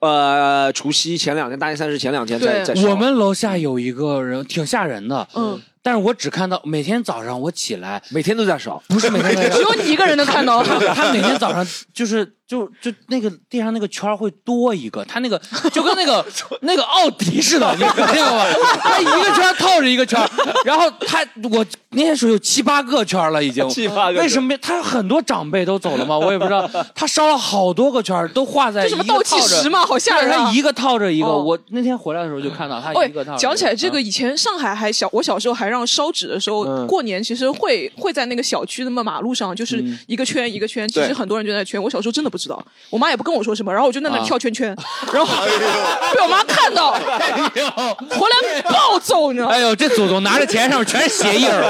[SPEAKER 3] 呃，除夕前两天、大年三十前两天在
[SPEAKER 2] 对
[SPEAKER 3] 在烧
[SPEAKER 1] 我们楼下有一个人挺吓人的，
[SPEAKER 2] 嗯，
[SPEAKER 1] 但是我只看到每天早上我起来，
[SPEAKER 3] 每天都在烧，
[SPEAKER 1] 不是每天
[SPEAKER 2] 只有你一个人能看到。
[SPEAKER 1] 他每天早上就是就就那个地上那个圈儿会多一个，他那个就跟那 个那个奥迪似的，你看见过吗？他一个圈儿套着一个圈儿，然后他我那天时候有七八个圈儿了已经。
[SPEAKER 3] 气怕
[SPEAKER 1] 为什么他很多长辈都走了吗？我也不知道，他烧了好多个圈儿，都画在
[SPEAKER 2] 这
[SPEAKER 1] 一
[SPEAKER 2] 什
[SPEAKER 1] 个
[SPEAKER 2] 么
[SPEAKER 1] 套
[SPEAKER 2] 倒计
[SPEAKER 1] 着
[SPEAKER 2] 时。吗？好吓
[SPEAKER 1] 但是
[SPEAKER 2] 人
[SPEAKER 1] 他
[SPEAKER 2] 啊！
[SPEAKER 1] 一个套着一个，
[SPEAKER 2] 哦
[SPEAKER 1] 我那天回来的时候就看到他
[SPEAKER 2] 哎
[SPEAKER 1] 一个套着一个。啊嗯
[SPEAKER 2] 讲起来这个，以前上海还小，我小时候还让烧纸的时候，
[SPEAKER 3] 嗯
[SPEAKER 2] 过年其实会会在那个小区那么马路上，就是
[SPEAKER 1] 嗯
[SPEAKER 2] 一个圈一个圈，其实
[SPEAKER 5] 对
[SPEAKER 2] 很多人就在圈。我小时候真的不知道，我妈也不跟我说什么，然后我就在那
[SPEAKER 1] 啊哎
[SPEAKER 2] 跳圈圈，然后被我妈看到，回来暴揍，你知道 吗？
[SPEAKER 1] 哎啊呦，这祖宗拿着钱上面全是鞋印儿，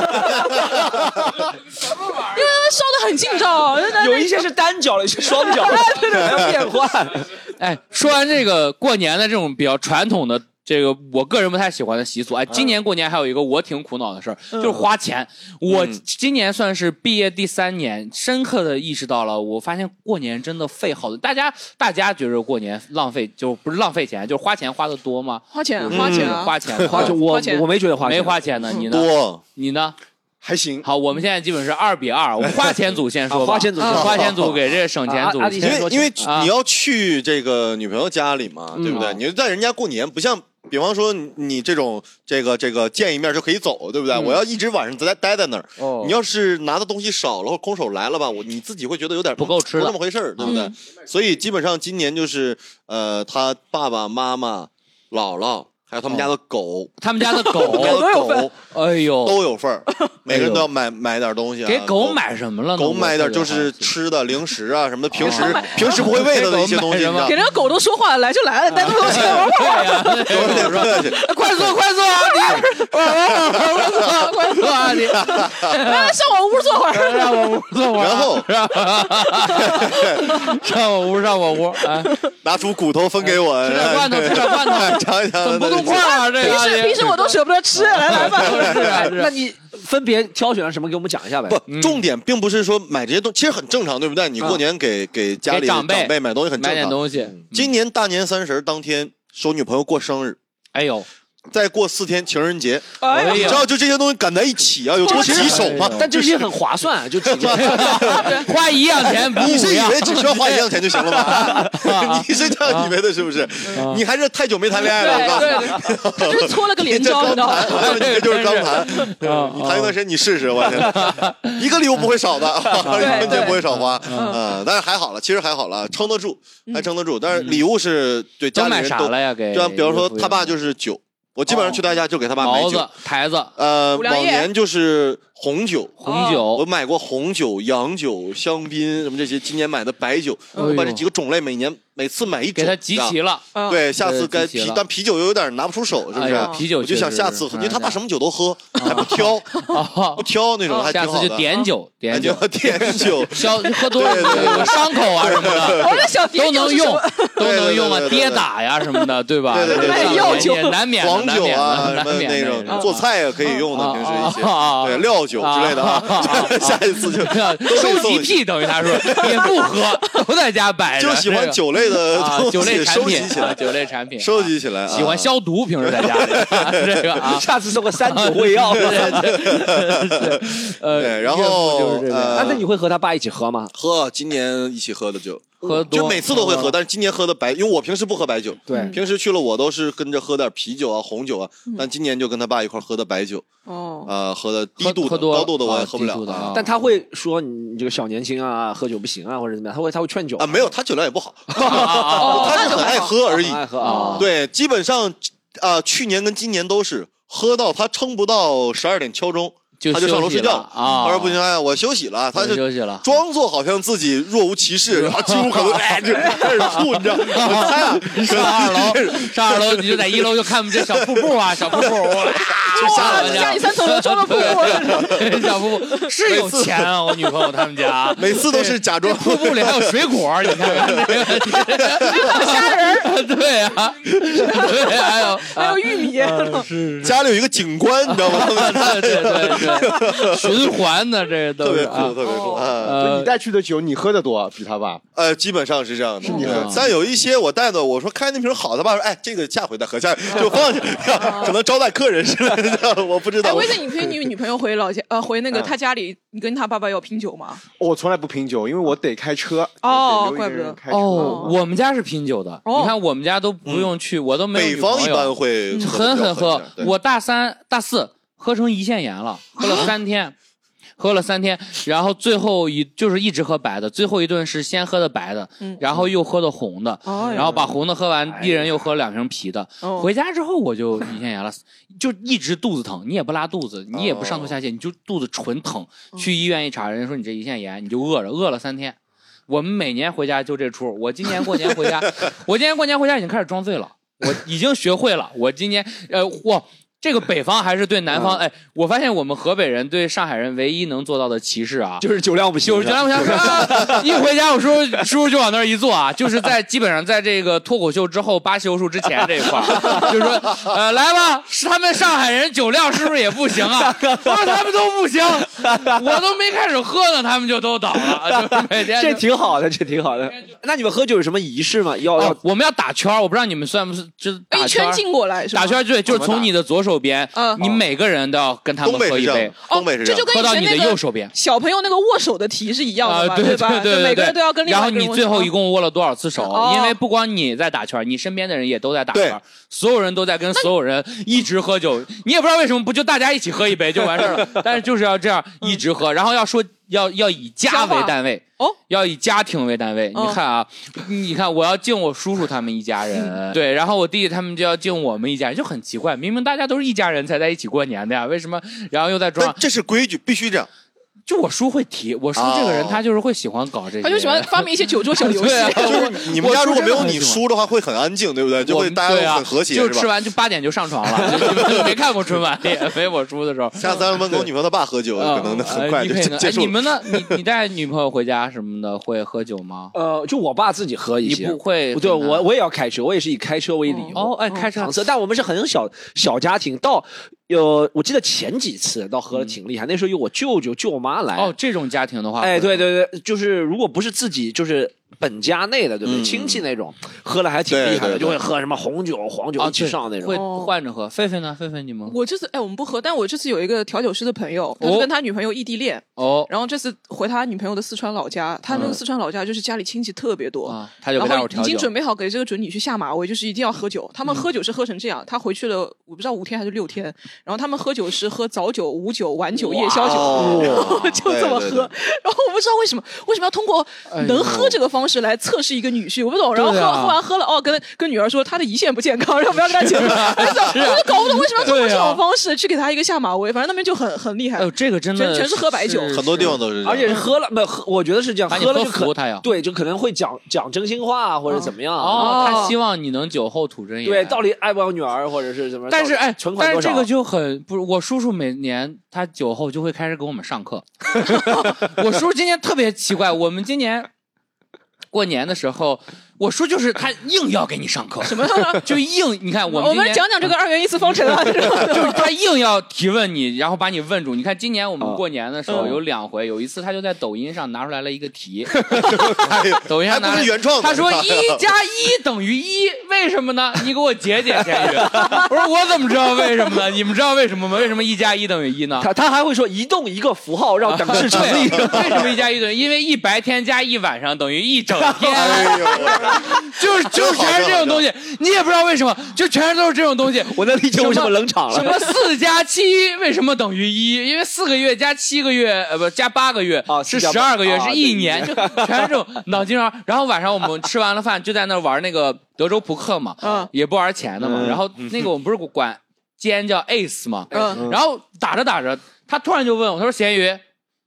[SPEAKER 2] 因为他烧很近
[SPEAKER 1] 嗯
[SPEAKER 2] 照，那那
[SPEAKER 3] 有一些是单脚的，有一些双脚的，还要变换。
[SPEAKER 1] 哎，说完这个过年的这种比较传统的。这个我个人不太喜欢的习俗，哎，今年过年还有一个我挺苦恼的事儿，就是花钱。我今年算是毕业第三年，深刻的意识到了，我发现过年真的费好多。大家大家觉着过年浪费就不是浪费钱，就是花钱花的多吗？
[SPEAKER 2] 花钱花钱啊
[SPEAKER 1] 嗯花钱
[SPEAKER 3] 花 钱，我
[SPEAKER 2] 花钱
[SPEAKER 3] 我没觉得花钱，
[SPEAKER 1] 没花钱呢？你呢？
[SPEAKER 5] 多
[SPEAKER 1] 你呢？
[SPEAKER 4] 还行，
[SPEAKER 1] 好，我们现在基本是二比二，我们花钱组先说吧。
[SPEAKER 3] 花钱组先说
[SPEAKER 1] 花钱组给这省钱组
[SPEAKER 3] 啊啊啊
[SPEAKER 1] 先
[SPEAKER 5] 因
[SPEAKER 3] 先
[SPEAKER 5] 为
[SPEAKER 3] 说
[SPEAKER 5] 因为
[SPEAKER 1] 起啊嗯哦
[SPEAKER 5] 你要去这个女朋友家里嘛，对不对？你就在人家过年，不像比方说你你这种这个这个见一面就可以走，对不对？
[SPEAKER 1] 嗯
[SPEAKER 5] 我要一直晚上在待在那儿，
[SPEAKER 3] 哦
[SPEAKER 5] 你要是拿的东西少了或空手来了吧，我你自己会觉得有点
[SPEAKER 1] 不够吃的嗯
[SPEAKER 5] 不那么回事儿，对不对？所以基本上今年就是呃，他爸爸妈妈、姥姥还有他们家的狗，
[SPEAKER 1] 他们家的狗
[SPEAKER 5] 他，们家
[SPEAKER 2] 都
[SPEAKER 5] 的
[SPEAKER 2] 有份
[SPEAKER 5] 狗
[SPEAKER 1] 哎呦，
[SPEAKER 5] 都有 份儿，每个人都要买买点东西啊，
[SPEAKER 1] 哎给狗买什么了呢？
[SPEAKER 5] 狗买点就是吃的零食啊什么的，平时
[SPEAKER 1] 哦
[SPEAKER 5] 平时不会喂它的一些东西，你知道
[SPEAKER 2] 给
[SPEAKER 5] 吗？
[SPEAKER 2] 那个狗都说话了，来就来了，带那么多钱玩玩
[SPEAKER 1] 对呀，
[SPEAKER 5] 有点热情。
[SPEAKER 1] 快坐，快坐啊！你，快坐，快坐啊！你，
[SPEAKER 2] 来哎来上我屋坐会儿。
[SPEAKER 1] 让我屋坐会儿
[SPEAKER 5] 然后
[SPEAKER 1] 上我屋，上我屋，哎，
[SPEAKER 5] 拿出骨头分给我，哎
[SPEAKER 1] 吃点罐头，吃点罐头，
[SPEAKER 5] 尝一尝，
[SPEAKER 1] 怎么不动筷儿 啊？这
[SPEAKER 2] 平
[SPEAKER 1] 个
[SPEAKER 2] 时平时我都舍不得吃，来 来吧。
[SPEAKER 1] 是啊
[SPEAKER 3] 哎
[SPEAKER 1] 是啊
[SPEAKER 3] 那你分别挑选了什么？给我们讲一下呗。
[SPEAKER 5] 不，
[SPEAKER 1] 嗯
[SPEAKER 5] 重点并不是说买这些东，其实很正常，对不对？你过年给给家里长辈买东西很
[SPEAKER 1] 买
[SPEAKER 5] 正
[SPEAKER 1] 点
[SPEAKER 5] 常。
[SPEAKER 1] 东西。
[SPEAKER 5] 今年大年三十当天，收女朋友过生日，
[SPEAKER 1] 哎呦，
[SPEAKER 5] 再过四天情人节，
[SPEAKER 2] 哎
[SPEAKER 1] 哎
[SPEAKER 2] 呀，
[SPEAKER 5] 你
[SPEAKER 1] 呀
[SPEAKER 5] 知道就这些东西赶在一起啊，有多棘手吗？
[SPEAKER 3] 但这些很划算啊，就几年。
[SPEAKER 1] 花一样钱不
[SPEAKER 5] 哎你是
[SPEAKER 1] 五
[SPEAKER 5] 以
[SPEAKER 1] 样，
[SPEAKER 5] 为只需要花一样钱就行了 吗？ 你是这样以为的，是不是？
[SPEAKER 1] 啊
[SPEAKER 5] 你还是太久没谈恋爱了，我告诉你。
[SPEAKER 2] 对对，他就是搓了 个连 招，你知道吗？
[SPEAKER 5] 你这就是钢盘，你弹一段时间你试试，我天， 一个礼物不会少的，
[SPEAKER 2] 对
[SPEAKER 5] 完全
[SPEAKER 2] 对
[SPEAKER 5] 不会少花，嗯，但是还好了，其实还好了，撑得住，还撑得住。但是礼物是对
[SPEAKER 1] 嗯都
[SPEAKER 5] 家里
[SPEAKER 1] 买
[SPEAKER 5] 人
[SPEAKER 1] 啥
[SPEAKER 5] 都
[SPEAKER 1] 了，呀？给
[SPEAKER 5] 对啊，比方说他爸就是酒，我基本上去他家就给他爸买
[SPEAKER 1] 哦毛
[SPEAKER 5] 酒
[SPEAKER 1] 子，、台子、
[SPEAKER 5] 呃，
[SPEAKER 2] 五粮
[SPEAKER 5] 往
[SPEAKER 2] 液
[SPEAKER 5] 年就是红酒。
[SPEAKER 1] 红酒
[SPEAKER 5] 我，买过红酒、洋酒、香槟什么这些，今年买的白酒，
[SPEAKER 1] 哎呦
[SPEAKER 5] 我把这几个种类每年每次买一种，
[SPEAKER 1] 给他集
[SPEAKER 5] 这样
[SPEAKER 1] 齐了。
[SPEAKER 2] 嗯，
[SPEAKER 5] 对，下次
[SPEAKER 1] 对
[SPEAKER 5] 该
[SPEAKER 1] 集齐
[SPEAKER 5] 啤
[SPEAKER 1] 了，
[SPEAKER 5] 但啤酒又有点拿不出手，是不
[SPEAKER 1] 哎
[SPEAKER 5] 是？
[SPEAKER 1] 呀，啤酒
[SPEAKER 5] 我就想下次，因
[SPEAKER 1] 哎
[SPEAKER 5] 为他爸什么酒都喝，还不 挑，
[SPEAKER 1] 么
[SPEAKER 5] 不挑那种，还挺
[SPEAKER 1] 哦下
[SPEAKER 5] 好
[SPEAKER 1] 次
[SPEAKER 5] 的。
[SPEAKER 1] 就点酒，点
[SPEAKER 5] 哎就
[SPEAKER 1] 酒，
[SPEAKER 5] 点酒，
[SPEAKER 1] 消喝多了
[SPEAKER 5] 对对对
[SPEAKER 1] 有伤口啊什么的。
[SPEAKER 2] 我在想
[SPEAKER 1] 都
[SPEAKER 2] 点酒
[SPEAKER 1] 能
[SPEAKER 2] 是什
[SPEAKER 1] 用
[SPEAKER 2] 么，
[SPEAKER 1] 都能用啊，
[SPEAKER 5] 对对对对对
[SPEAKER 1] 跌打呀什么的，对吧？
[SPEAKER 5] 对对对对
[SPEAKER 1] 上
[SPEAKER 5] 对
[SPEAKER 1] 面
[SPEAKER 2] 药
[SPEAKER 1] 也
[SPEAKER 2] 酒
[SPEAKER 1] 难免的
[SPEAKER 5] 黄酒啊，什
[SPEAKER 1] 难
[SPEAKER 5] 么
[SPEAKER 1] 免的
[SPEAKER 5] 那
[SPEAKER 1] 难
[SPEAKER 5] 种
[SPEAKER 1] 免的
[SPEAKER 5] 做菜也可以用的，平时一些
[SPEAKER 1] 啊啊啊
[SPEAKER 5] 对料酒之类的
[SPEAKER 1] 哦
[SPEAKER 5] 啊。下一次就
[SPEAKER 1] 收集癖等于他说也不喝，都在家摆着，
[SPEAKER 5] 就喜欢酒类
[SPEAKER 1] 这
[SPEAKER 5] 的
[SPEAKER 1] 个啊，
[SPEAKER 5] 东
[SPEAKER 1] 酒类
[SPEAKER 5] 西
[SPEAKER 1] 产
[SPEAKER 5] 收
[SPEAKER 1] 品
[SPEAKER 5] 集起
[SPEAKER 1] 啊，
[SPEAKER 5] 来，
[SPEAKER 1] 酒类产品啊
[SPEAKER 5] 收集起来啊，
[SPEAKER 1] 喜欢消毒，平时在家里 啊这个 啊，
[SPEAKER 3] 下次送个三九味 药。
[SPEAKER 1] 呃，
[SPEAKER 5] 对，然后
[SPEAKER 1] 岳父就是这啊个
[SPEAKER 3] 那
[SPEAKER 5] 呃
[SPEAKER 3] 那你会和他爸一起喝吗？
[SPEAKER 5] 喝今年一起喝的酒，
[SPEAKER 1] 喝多
[SPEAKER 5] 就每次都会喝，但是今年喝的白，因为我平时不喝白酒，
[SPEAKER 3] 对
[SPEAKER 1] 嗯
[SPEAKER 5] 平时去了我都是跟着喝点啤酒啊、红酒啊，但今年就跟他爸一块儿喝的白酒，
[SPEAKER 2] 哦，
[SPEAKER 5] 呃，喝的低
[SPEAKER 1] 喝
[SPEAKER 5] 度
[SPEAKER 1] 喝
[SPEAKER 5] 的、
[SPEAKER 1] 多
[SPEAKER 5] 高度的我也
[SPEAKER 1] 啊
[SPEAKER 5] 喝不
[SPEAKER 1] 低
[SPEAKER 5] 了
[SPEAKER 1] 度的啊
[SPEAKER 3] 但他会说你你这个小年轻啊，喝酒不行啊，或者怎么样？他会他会劝酒
[SPEAKER 5] 啊，没有，他酒量也不好，
[SPEAKER 2] 哦
[SPEAKER 5] 他
[SPEAKER 2] 那
[SPEAKER 5] 是
[SPEAKER 2] 就
[SPEAKER 5] 很
[SPEAKER 2] 还
[SPEAKER 5] 爱
[SPEAKER 2] 好
[SPEAKER 5] 喝而已。
[SPEAKER 1] 哦
[SPEAKER 3] 爱喝
[SPEAKER 2] 啊
[SPEAKER 3] 啊。
[SPEAKER 5] 对，基本上啊、去年跟今年都是喝到他撑不到十二点敲钟，
[SPEAKER 1] 就
[SPEAKER 5] 他就上楼
[SPEAKER 1] 休息
[SPEAKER 5] 睡觉
[SPEAKER 1] 了啊
[SPEAKER 5] 他说不行，哎，我休息了，他就
[SPEAKER 1] 休息了
[SPEAKER 5] 装作好像自己若无 其事，然后几乎可能哎就开始吐，你知道？我猜啊，可
[SPEAKER 1] 上
[SPEAKER 5] 能
[SPEAKER 1] 二楼，上二楼你就在一楼就看这小瀑布啊，小瀑布，哇，就吓
[SPEAKER 2] 哇
[SPEAKER 1] 我，一
[SPEAKER 2] 家
[SPEAKER 1] 跳
[SPEAKER 2] 里三层楼装个瀑布，
[SPEAKER 1] 小瀑布是有钱啊，我女朋友他们家。
[SPEAKER 5] 每次都是假 装。
[SPEAKER 1] 瀑布里还有水果，你看看这个虾仁，对啊，对，还有
[SPEAKER 2] 还有玉米，
[SPEAKER 5] 家里有一个警官，你知道吗？
[SPEAKER 1] 对对对对，循环的这
[SPEAKER 5] 特
[SPEAKER 1] 都是
[SPEAKER 5] 别酷，
[SPEAKER 1] 啊
[SPEAKER 5] 特，别酷。啊
[SPEAKER 4] 所以你
[SPEAKER 1] 呃，
[SPEAKER 4] 带去的酒你喝的多，啊比他爸。
[SPEAKER 5] 呃，基本上是这样的。
[SPEAKER 4] 你喝
[SPEAKER 5] 对但有一些我带的，我说开那瓶好，他爸说，哎，这个下回再喝，下回就放下， 可能招待客人似的，我不知
[SPEAKER 2] 哎，
[SPEAKER 5] 道。
[SPEAKER 2] 威子，你陪你女朋友回老家，呃，回那个
[SPEAKER 4] 嗯
[SPEAKER 2] 她家里，你跟她爸爸要拼酒吗？
[SPEAKER 4] 我从来不拼酒，因为我得开车。
[SPEAKER 2] 哦
[SPEAKER 4] 得留一个人
[SPEAKER 2] 怪不得
[SPEAKER 4] 开车
[SPEAKER 1] 哦，我们家是拼酒的，
[SPEAKER 2] 哦
[SPEAKER 1] 你看我们家都不用去，我都没有
[SPEAKER 5] 北
[SPEAKER 1] 女朋友
[SPEAKER 5] 方一般会
[SPEAKER 1] 狠狠喝
[SPEAKER 5] 喝，，对
[SPEAKER 1] 我大三大四喝成胰腺炎了，喝了三天。喝了三天，然后最后一就是一直喝白的，最后一顿是先喝的白的，
[SPEAKER 2] 嗯
[SPEAKER 1] 然后又喝的红的，
[SPEAKER 2] 哦
[SPEAKER 1] 然后把红的喝完，一人又喝两瓶啤的。
[SPEAKER 2] 哦
[SPEAKER 1] 回家之后我就胰腺炎了， 就一直肚子疼，你也不拉肚子，你也不上吐下泻，你就肚子纯疼。去医院一查，人家说你这胰腺炎，你就饿着，饿了三天。我们每年回家就这出，我今年过年 回家，我今年过年回家已经开始装醉了。我已经学会了。我今年呃，我这个北方还是对南方，哎，我发现我们河北人对上海人唯一能做到的歧视啊，
[SPEAKER 3] 就是酒量不行，
[SPEAKER 1] 就是酒量不行，啊一回家我叔叔叔叔就往那儿一坐啊，就是在基本上在这个脱口秀之后八休术之前这一块儿，就是说呃来吧，是他们上海人酒量是不是也不行啊？我说他们都不行，我都没开始喝呢，他们就都倒了，就是每天就
[SPEAKER 3] 这挺好的，这挺好的。那你们喝酒有什么仪式吗？要
[SPEAKER 1] 哦
[SPEAKER 3] 要，
[SPEAKER 1] 我们要打圈儿，我不知道你们算不算，就是打
[SPEAKER 2] 一
[SPEAKER 1] 圈
[SPEAKER 2] 哎圈
[SPEAKER 1] 儿。
[SPEAKER 2] 进过来是吧？
[SPEAKER 1] 打圈儿对，就是从你的左手边，
[SPEAKER 2] 嗯
[SPEAKER 1] 你每个人都要跟他们
[SPEAKER 5] 东北
[SPEAKER 1] 喝
[SPEAKER 5] 是
[SPEAKER 1] 一
[SPEAKER 5] 这
[SPEAKER 1] 杯哦
[SPEAKER 5] 样，，东北是
[SPEAKER 2] 这
[SPEAKER 5] 这
[SPEAKER 2] 就
[SPEAKER 5] 样。
[SPEAKER 2] 跟
[SPEAKER 1] 喝到
[SPEAKER 2] 以
[SPEAKER 1] 你
[SPEAKER 2] 前
[SPEAKER 1] 的
[SPEAKER 2] 那个
[SPEAKER 1] 右手边。
[SPEAKER 2] 小朋友那个握手的题是一样的
[SPEAKER 1] 啊，
[SPEAKER 2] 吧？
[SPEAKER 1] 对
[SPEAKER 2] 吧？
[SPEAKER 1] 对
[SPEAKER 2] 就每个人都要跟另
[SPEAKER 1] 然
[SPEAKER 2] 外
[SPEAKER 1] 后
[SPEAKER 2] 一个
[SPEAKER 1] 你
[SPEAKER 2] 人握手。
[SPEAKER 1] 最后一共握了多少次手？
[SPEAKER 2] 哦
[SPEAKER 1] 因为不光你在打圈儿，你身边的人也都在打
[SPEAKER 5] 对
[SPEAKER 1] 圈儿，所有人都在跟所有人一直喝酒，你也不知道为什么，不就大家一起喝一杯就完事儿 了？但是就是要这样一直喝，然后要说要要以家
[SPEAKER 2] 想
[SPEAKER 1] 为
[SPEAKER 2] 法
[SPEAKER 1] 单位。
[SPEAKER 2] 嗯哦，
[SPEAKER 1] 要以家庭为单位，
[SPEAKER 2] 嗯
[SPEAKER 1] 你看啊，你看我要敬我叔叔他们一家
[SPEAKER 2] 嗯
[SPEAKER 1] 人，对，然后我弟弟他们就要敬我们一家人，就很奇怪，明明大家都是一家人才在一起过年的呀，为什么然后又在
[SPEAKER 5] 但
[SPEAKER 1] 装？
[SPEAKER 5] 这是规矩，必须这样。
[SPEAKER 1] 就我叔会提，我叔这个人
[SPEAKER 5] 哦
[SPEAKER 1] 他就是会喜欢搞这些，
[SPEAKER 2] 他就喜欢发明一些酒桌小游戏
[SPEAKER 1] 对。啊
[SPEAKER 5] 就是你们家如果没有你输的话，会很安静，对不对？就
[SPEAKER 1] 我
[SPEAKER 5] 会
[SPEAKER 1] 们
[SPEAKER 5] 大家
[SPEAKER 1] 对
[SPEAKER 5] 都
[SPEAKER 1] 啊
[SPEAKER 5] 很和谐，
[SPEAKER 1] 就是吃
[SPEAKER 5] 吧？
[SPEAKER 1] 完就八点就上床了，就你们没看过春晚里，没我叔的时候。
[SPEAKER 5] 下次让温狗女朋友他爸喝酒，
[SPEAKER 1] 啊
[SPEAKER 5] 可能很快
[SPEAKER 1] 呃你
[SPEAKER 5] 就
[SPEAKER 1] 可以
[SPEAKER 5] 结
[SPEAKER 1] 呢
[SPEAKER 5] 结
[SPEAKER 1] 哎
[SPEAKER 5] 束
[SPEAKER 1] 你
[SPEAKER 5] 了。
[SPEAKER 1] 们呢？你你带女朋友回家什么的会喝酒吗？
[SPEAKER 3] 呃，就我爸自己喝一
[SPEAKER 1] 你
[SPEAKER 3] 些，
[SPEAKER 1] 不会？
[SPEAKER 3] 对我我也要开车，我也是以开车为理由。嗯
[SPEAKER 1] 哦，哎，开车
[SPEAKER 3] 搪塞，但我们是很小小家庭，到呃，我记得前几次到喝的挺厉害，那时候有我舅舅舅妈来，
[SPEAKER 1] 哦，这种家庭的话，
[SPEAKER 3] 哎，对对对，就是如果不是自己，就是本家内的，对不对？
[SPEAKER 5] 嗯
[SPEAKER 3] 亲戚那种，喝了还挺厉害
[SPEAKER 5] 对对
[SPEAKER 3] 的，
[SPEAKER 5] 对
[SPEAKER 3] 就会喝什么红酒、黄酒
[SPEAKER 1] 啊
[SPEAKER 3] 一起上那
[SPEAKER 1] 会
[SPEAKER 3] 种。
[SPEAKER 2] 哦
[SPEAKER 1] 换着喝。狒狒呢？狒狒你们
[SPEAKER 2] 我这次哎，我们不喝，但我这次有一个调酒师的朋友，他
[SPEAKER 1] 哦
[SPEAKER 2] 是跟他女朋友异地恋，
[SPEAKER 1] 哦
[SPEAKER 2] 然后这次回他女朋友的四川老家，他那个四川老家就是家里亲戚特别多，
[SPEAKER 1] 啊，他就
[SPEAKER 2] 然
[SPEAKER 1] 给大伙
[SPEAKER 2] 后
[SPEAKER 1] 儿
[SPEAKER 2] 已
[SPEAKER 1] 调
[SPEAKER 2] 经
[SPEAKER 1] 酒嗯
[SPEAKER 2] 准。备好给这个准女婿下马威，就是一定要喝酒。他们喝酒是喝成这样，他回去了，我不知道五天还是六天。然后他们喝酒是喝早酒、午酒、晚酒、夜宵酒，然
[SPEAKER 1] 哦
[SPEAKER 2] 后 就这么喝。
[SPEAKER 5] 对对对
[SPEAKER 2] 然后我不知道为什么，为什么要通过能喝这个方式来测试一个女婿，我不懂。然后喝、
[SPEAKER 1] 哎对啊
[SPEAKER 2] 喝完喝了，哦，跟跟女儿说她的胰腺不健康，然后不要跟她 结婚。
[SPEAKER 1] 啊
[SPEAKER 2] 哎怎么我就搞不懂为什么要通过这种方式去给她一个下马威，反正那边就很很厉害
[SPEAKER 1] 哎。呦，这个真的
[SPEAKER 2] 全全是喝白酒
[SPEAKER 5] 很多地方都是这样，
[SPEAKER 3] 而且是喝了，不喝，我觉得是这样，
[SPEAKER 1] 把你
[SPEAKER 3] 喝了
[SPEAKER 1] 喝
[SPEAKER 3] 就
[SPEAKER 1] 服
[SPEAKER 3] 可
[SPEAKER 1] 他呀
[SPEAKER 3] 对，就可能会讲讲真心话啊或者怎么样啊。
[SPEAKER 1] 啊哦，他
[SPEAKER 2] 哦
[SPEAKER 1] 希望你能酒后吐真言。
[SPEAKER 3] 对，到底爱不爱我女儿或者是怎么？
[SPEAKER 1] 但是
[SPEAKER 3] 到底
[SPEAKER 1] 哎
[SPEAKER 3] 存，款
[SPEAKER 1] 但
[SPEAKER 3] 多
[SPEAKER 1] 是
[SPEAKER 3] 少？
[SPEAKER 1] 这个就很不是我叔叔每年他酒后就会开始给我们上课。 我叔今年特别奇怪，我们今年过年的时候，我叔就是他硬要给你上课，什么就硬？你看我们
[SPEAKER 2] 我
[SPEAKER 1] 今
[SPEAKER 2] 们
[SPEAKER 1] 年
[SPEAKER 2] 讲讲这个二元一次方程 啊，这种
[SPEAKER 1] 就是他硬要提问你，然后把你问住。你看今年我们
[SPEAKER 3] 嗯
[SPEAKER 1] 过年的时候
[SPEAKER 3] 嗯
[SPEAKER 1] 有两回，有一次他就在抖音上拿出来了一个题，
[SPEAKER 5] 哎
[SPEAKER 1] 抖音
[SPEAKER 5] 还
[SPEAKER 1] 上拿
[SPEAKER 5] 不是原创的。
[SPEAKER 1] 他说
[SPEAKER 5] 你
[SPEAKER 1] 一
[SPEAKER 5] 看
[SPEAKER 1] 加一等于一，为什么呢？你给我解解千羽。我说我怎么知道为什么呢？你们知道为什么吗？为什么一加一等于一呢？
[SPEAKER 3] 他他还会说移动一个符号让等式成 立。
[SPEAKER 1] 啊为什么一加一等于？因为一白天加一晚上等于一整天，
[SPEAKER 5] 哎 呦，我
[SPEAKER 1] 就是就是全是这种东西，你也不知道为什么，就全是都是这种东西。
[SPEAKER 3] 我能理解为什么冷场了。
[SPEAKER 1] 什么四加七为什么等于一？因为四个月加七个月，呃，不加八个月
[SPEAKER 3] 哦
[SPEAKER 1] 是
[SPEAKER 3] 四加
[SPEAKER 1] 十
[SPEAKER 3] 八
[SPEAKER 1] 二个月，
[SPEAKER 3] 啊
[SPEAKER 1] 是一年，就全是这种脑筋绕。然后晚上我们吃完了饭，就在那玩那个德州扑克嘛，
[SPEAKER 2] 嗯
[SPEAKER 1] 也不玩钱的嘛。然后那个我们不是管尖叫 ace 嘛，
[SPEAKER 2] 嗯
[SPEAKER 1] 然后打着打着，他突然就问我，他说：“咸鱼。”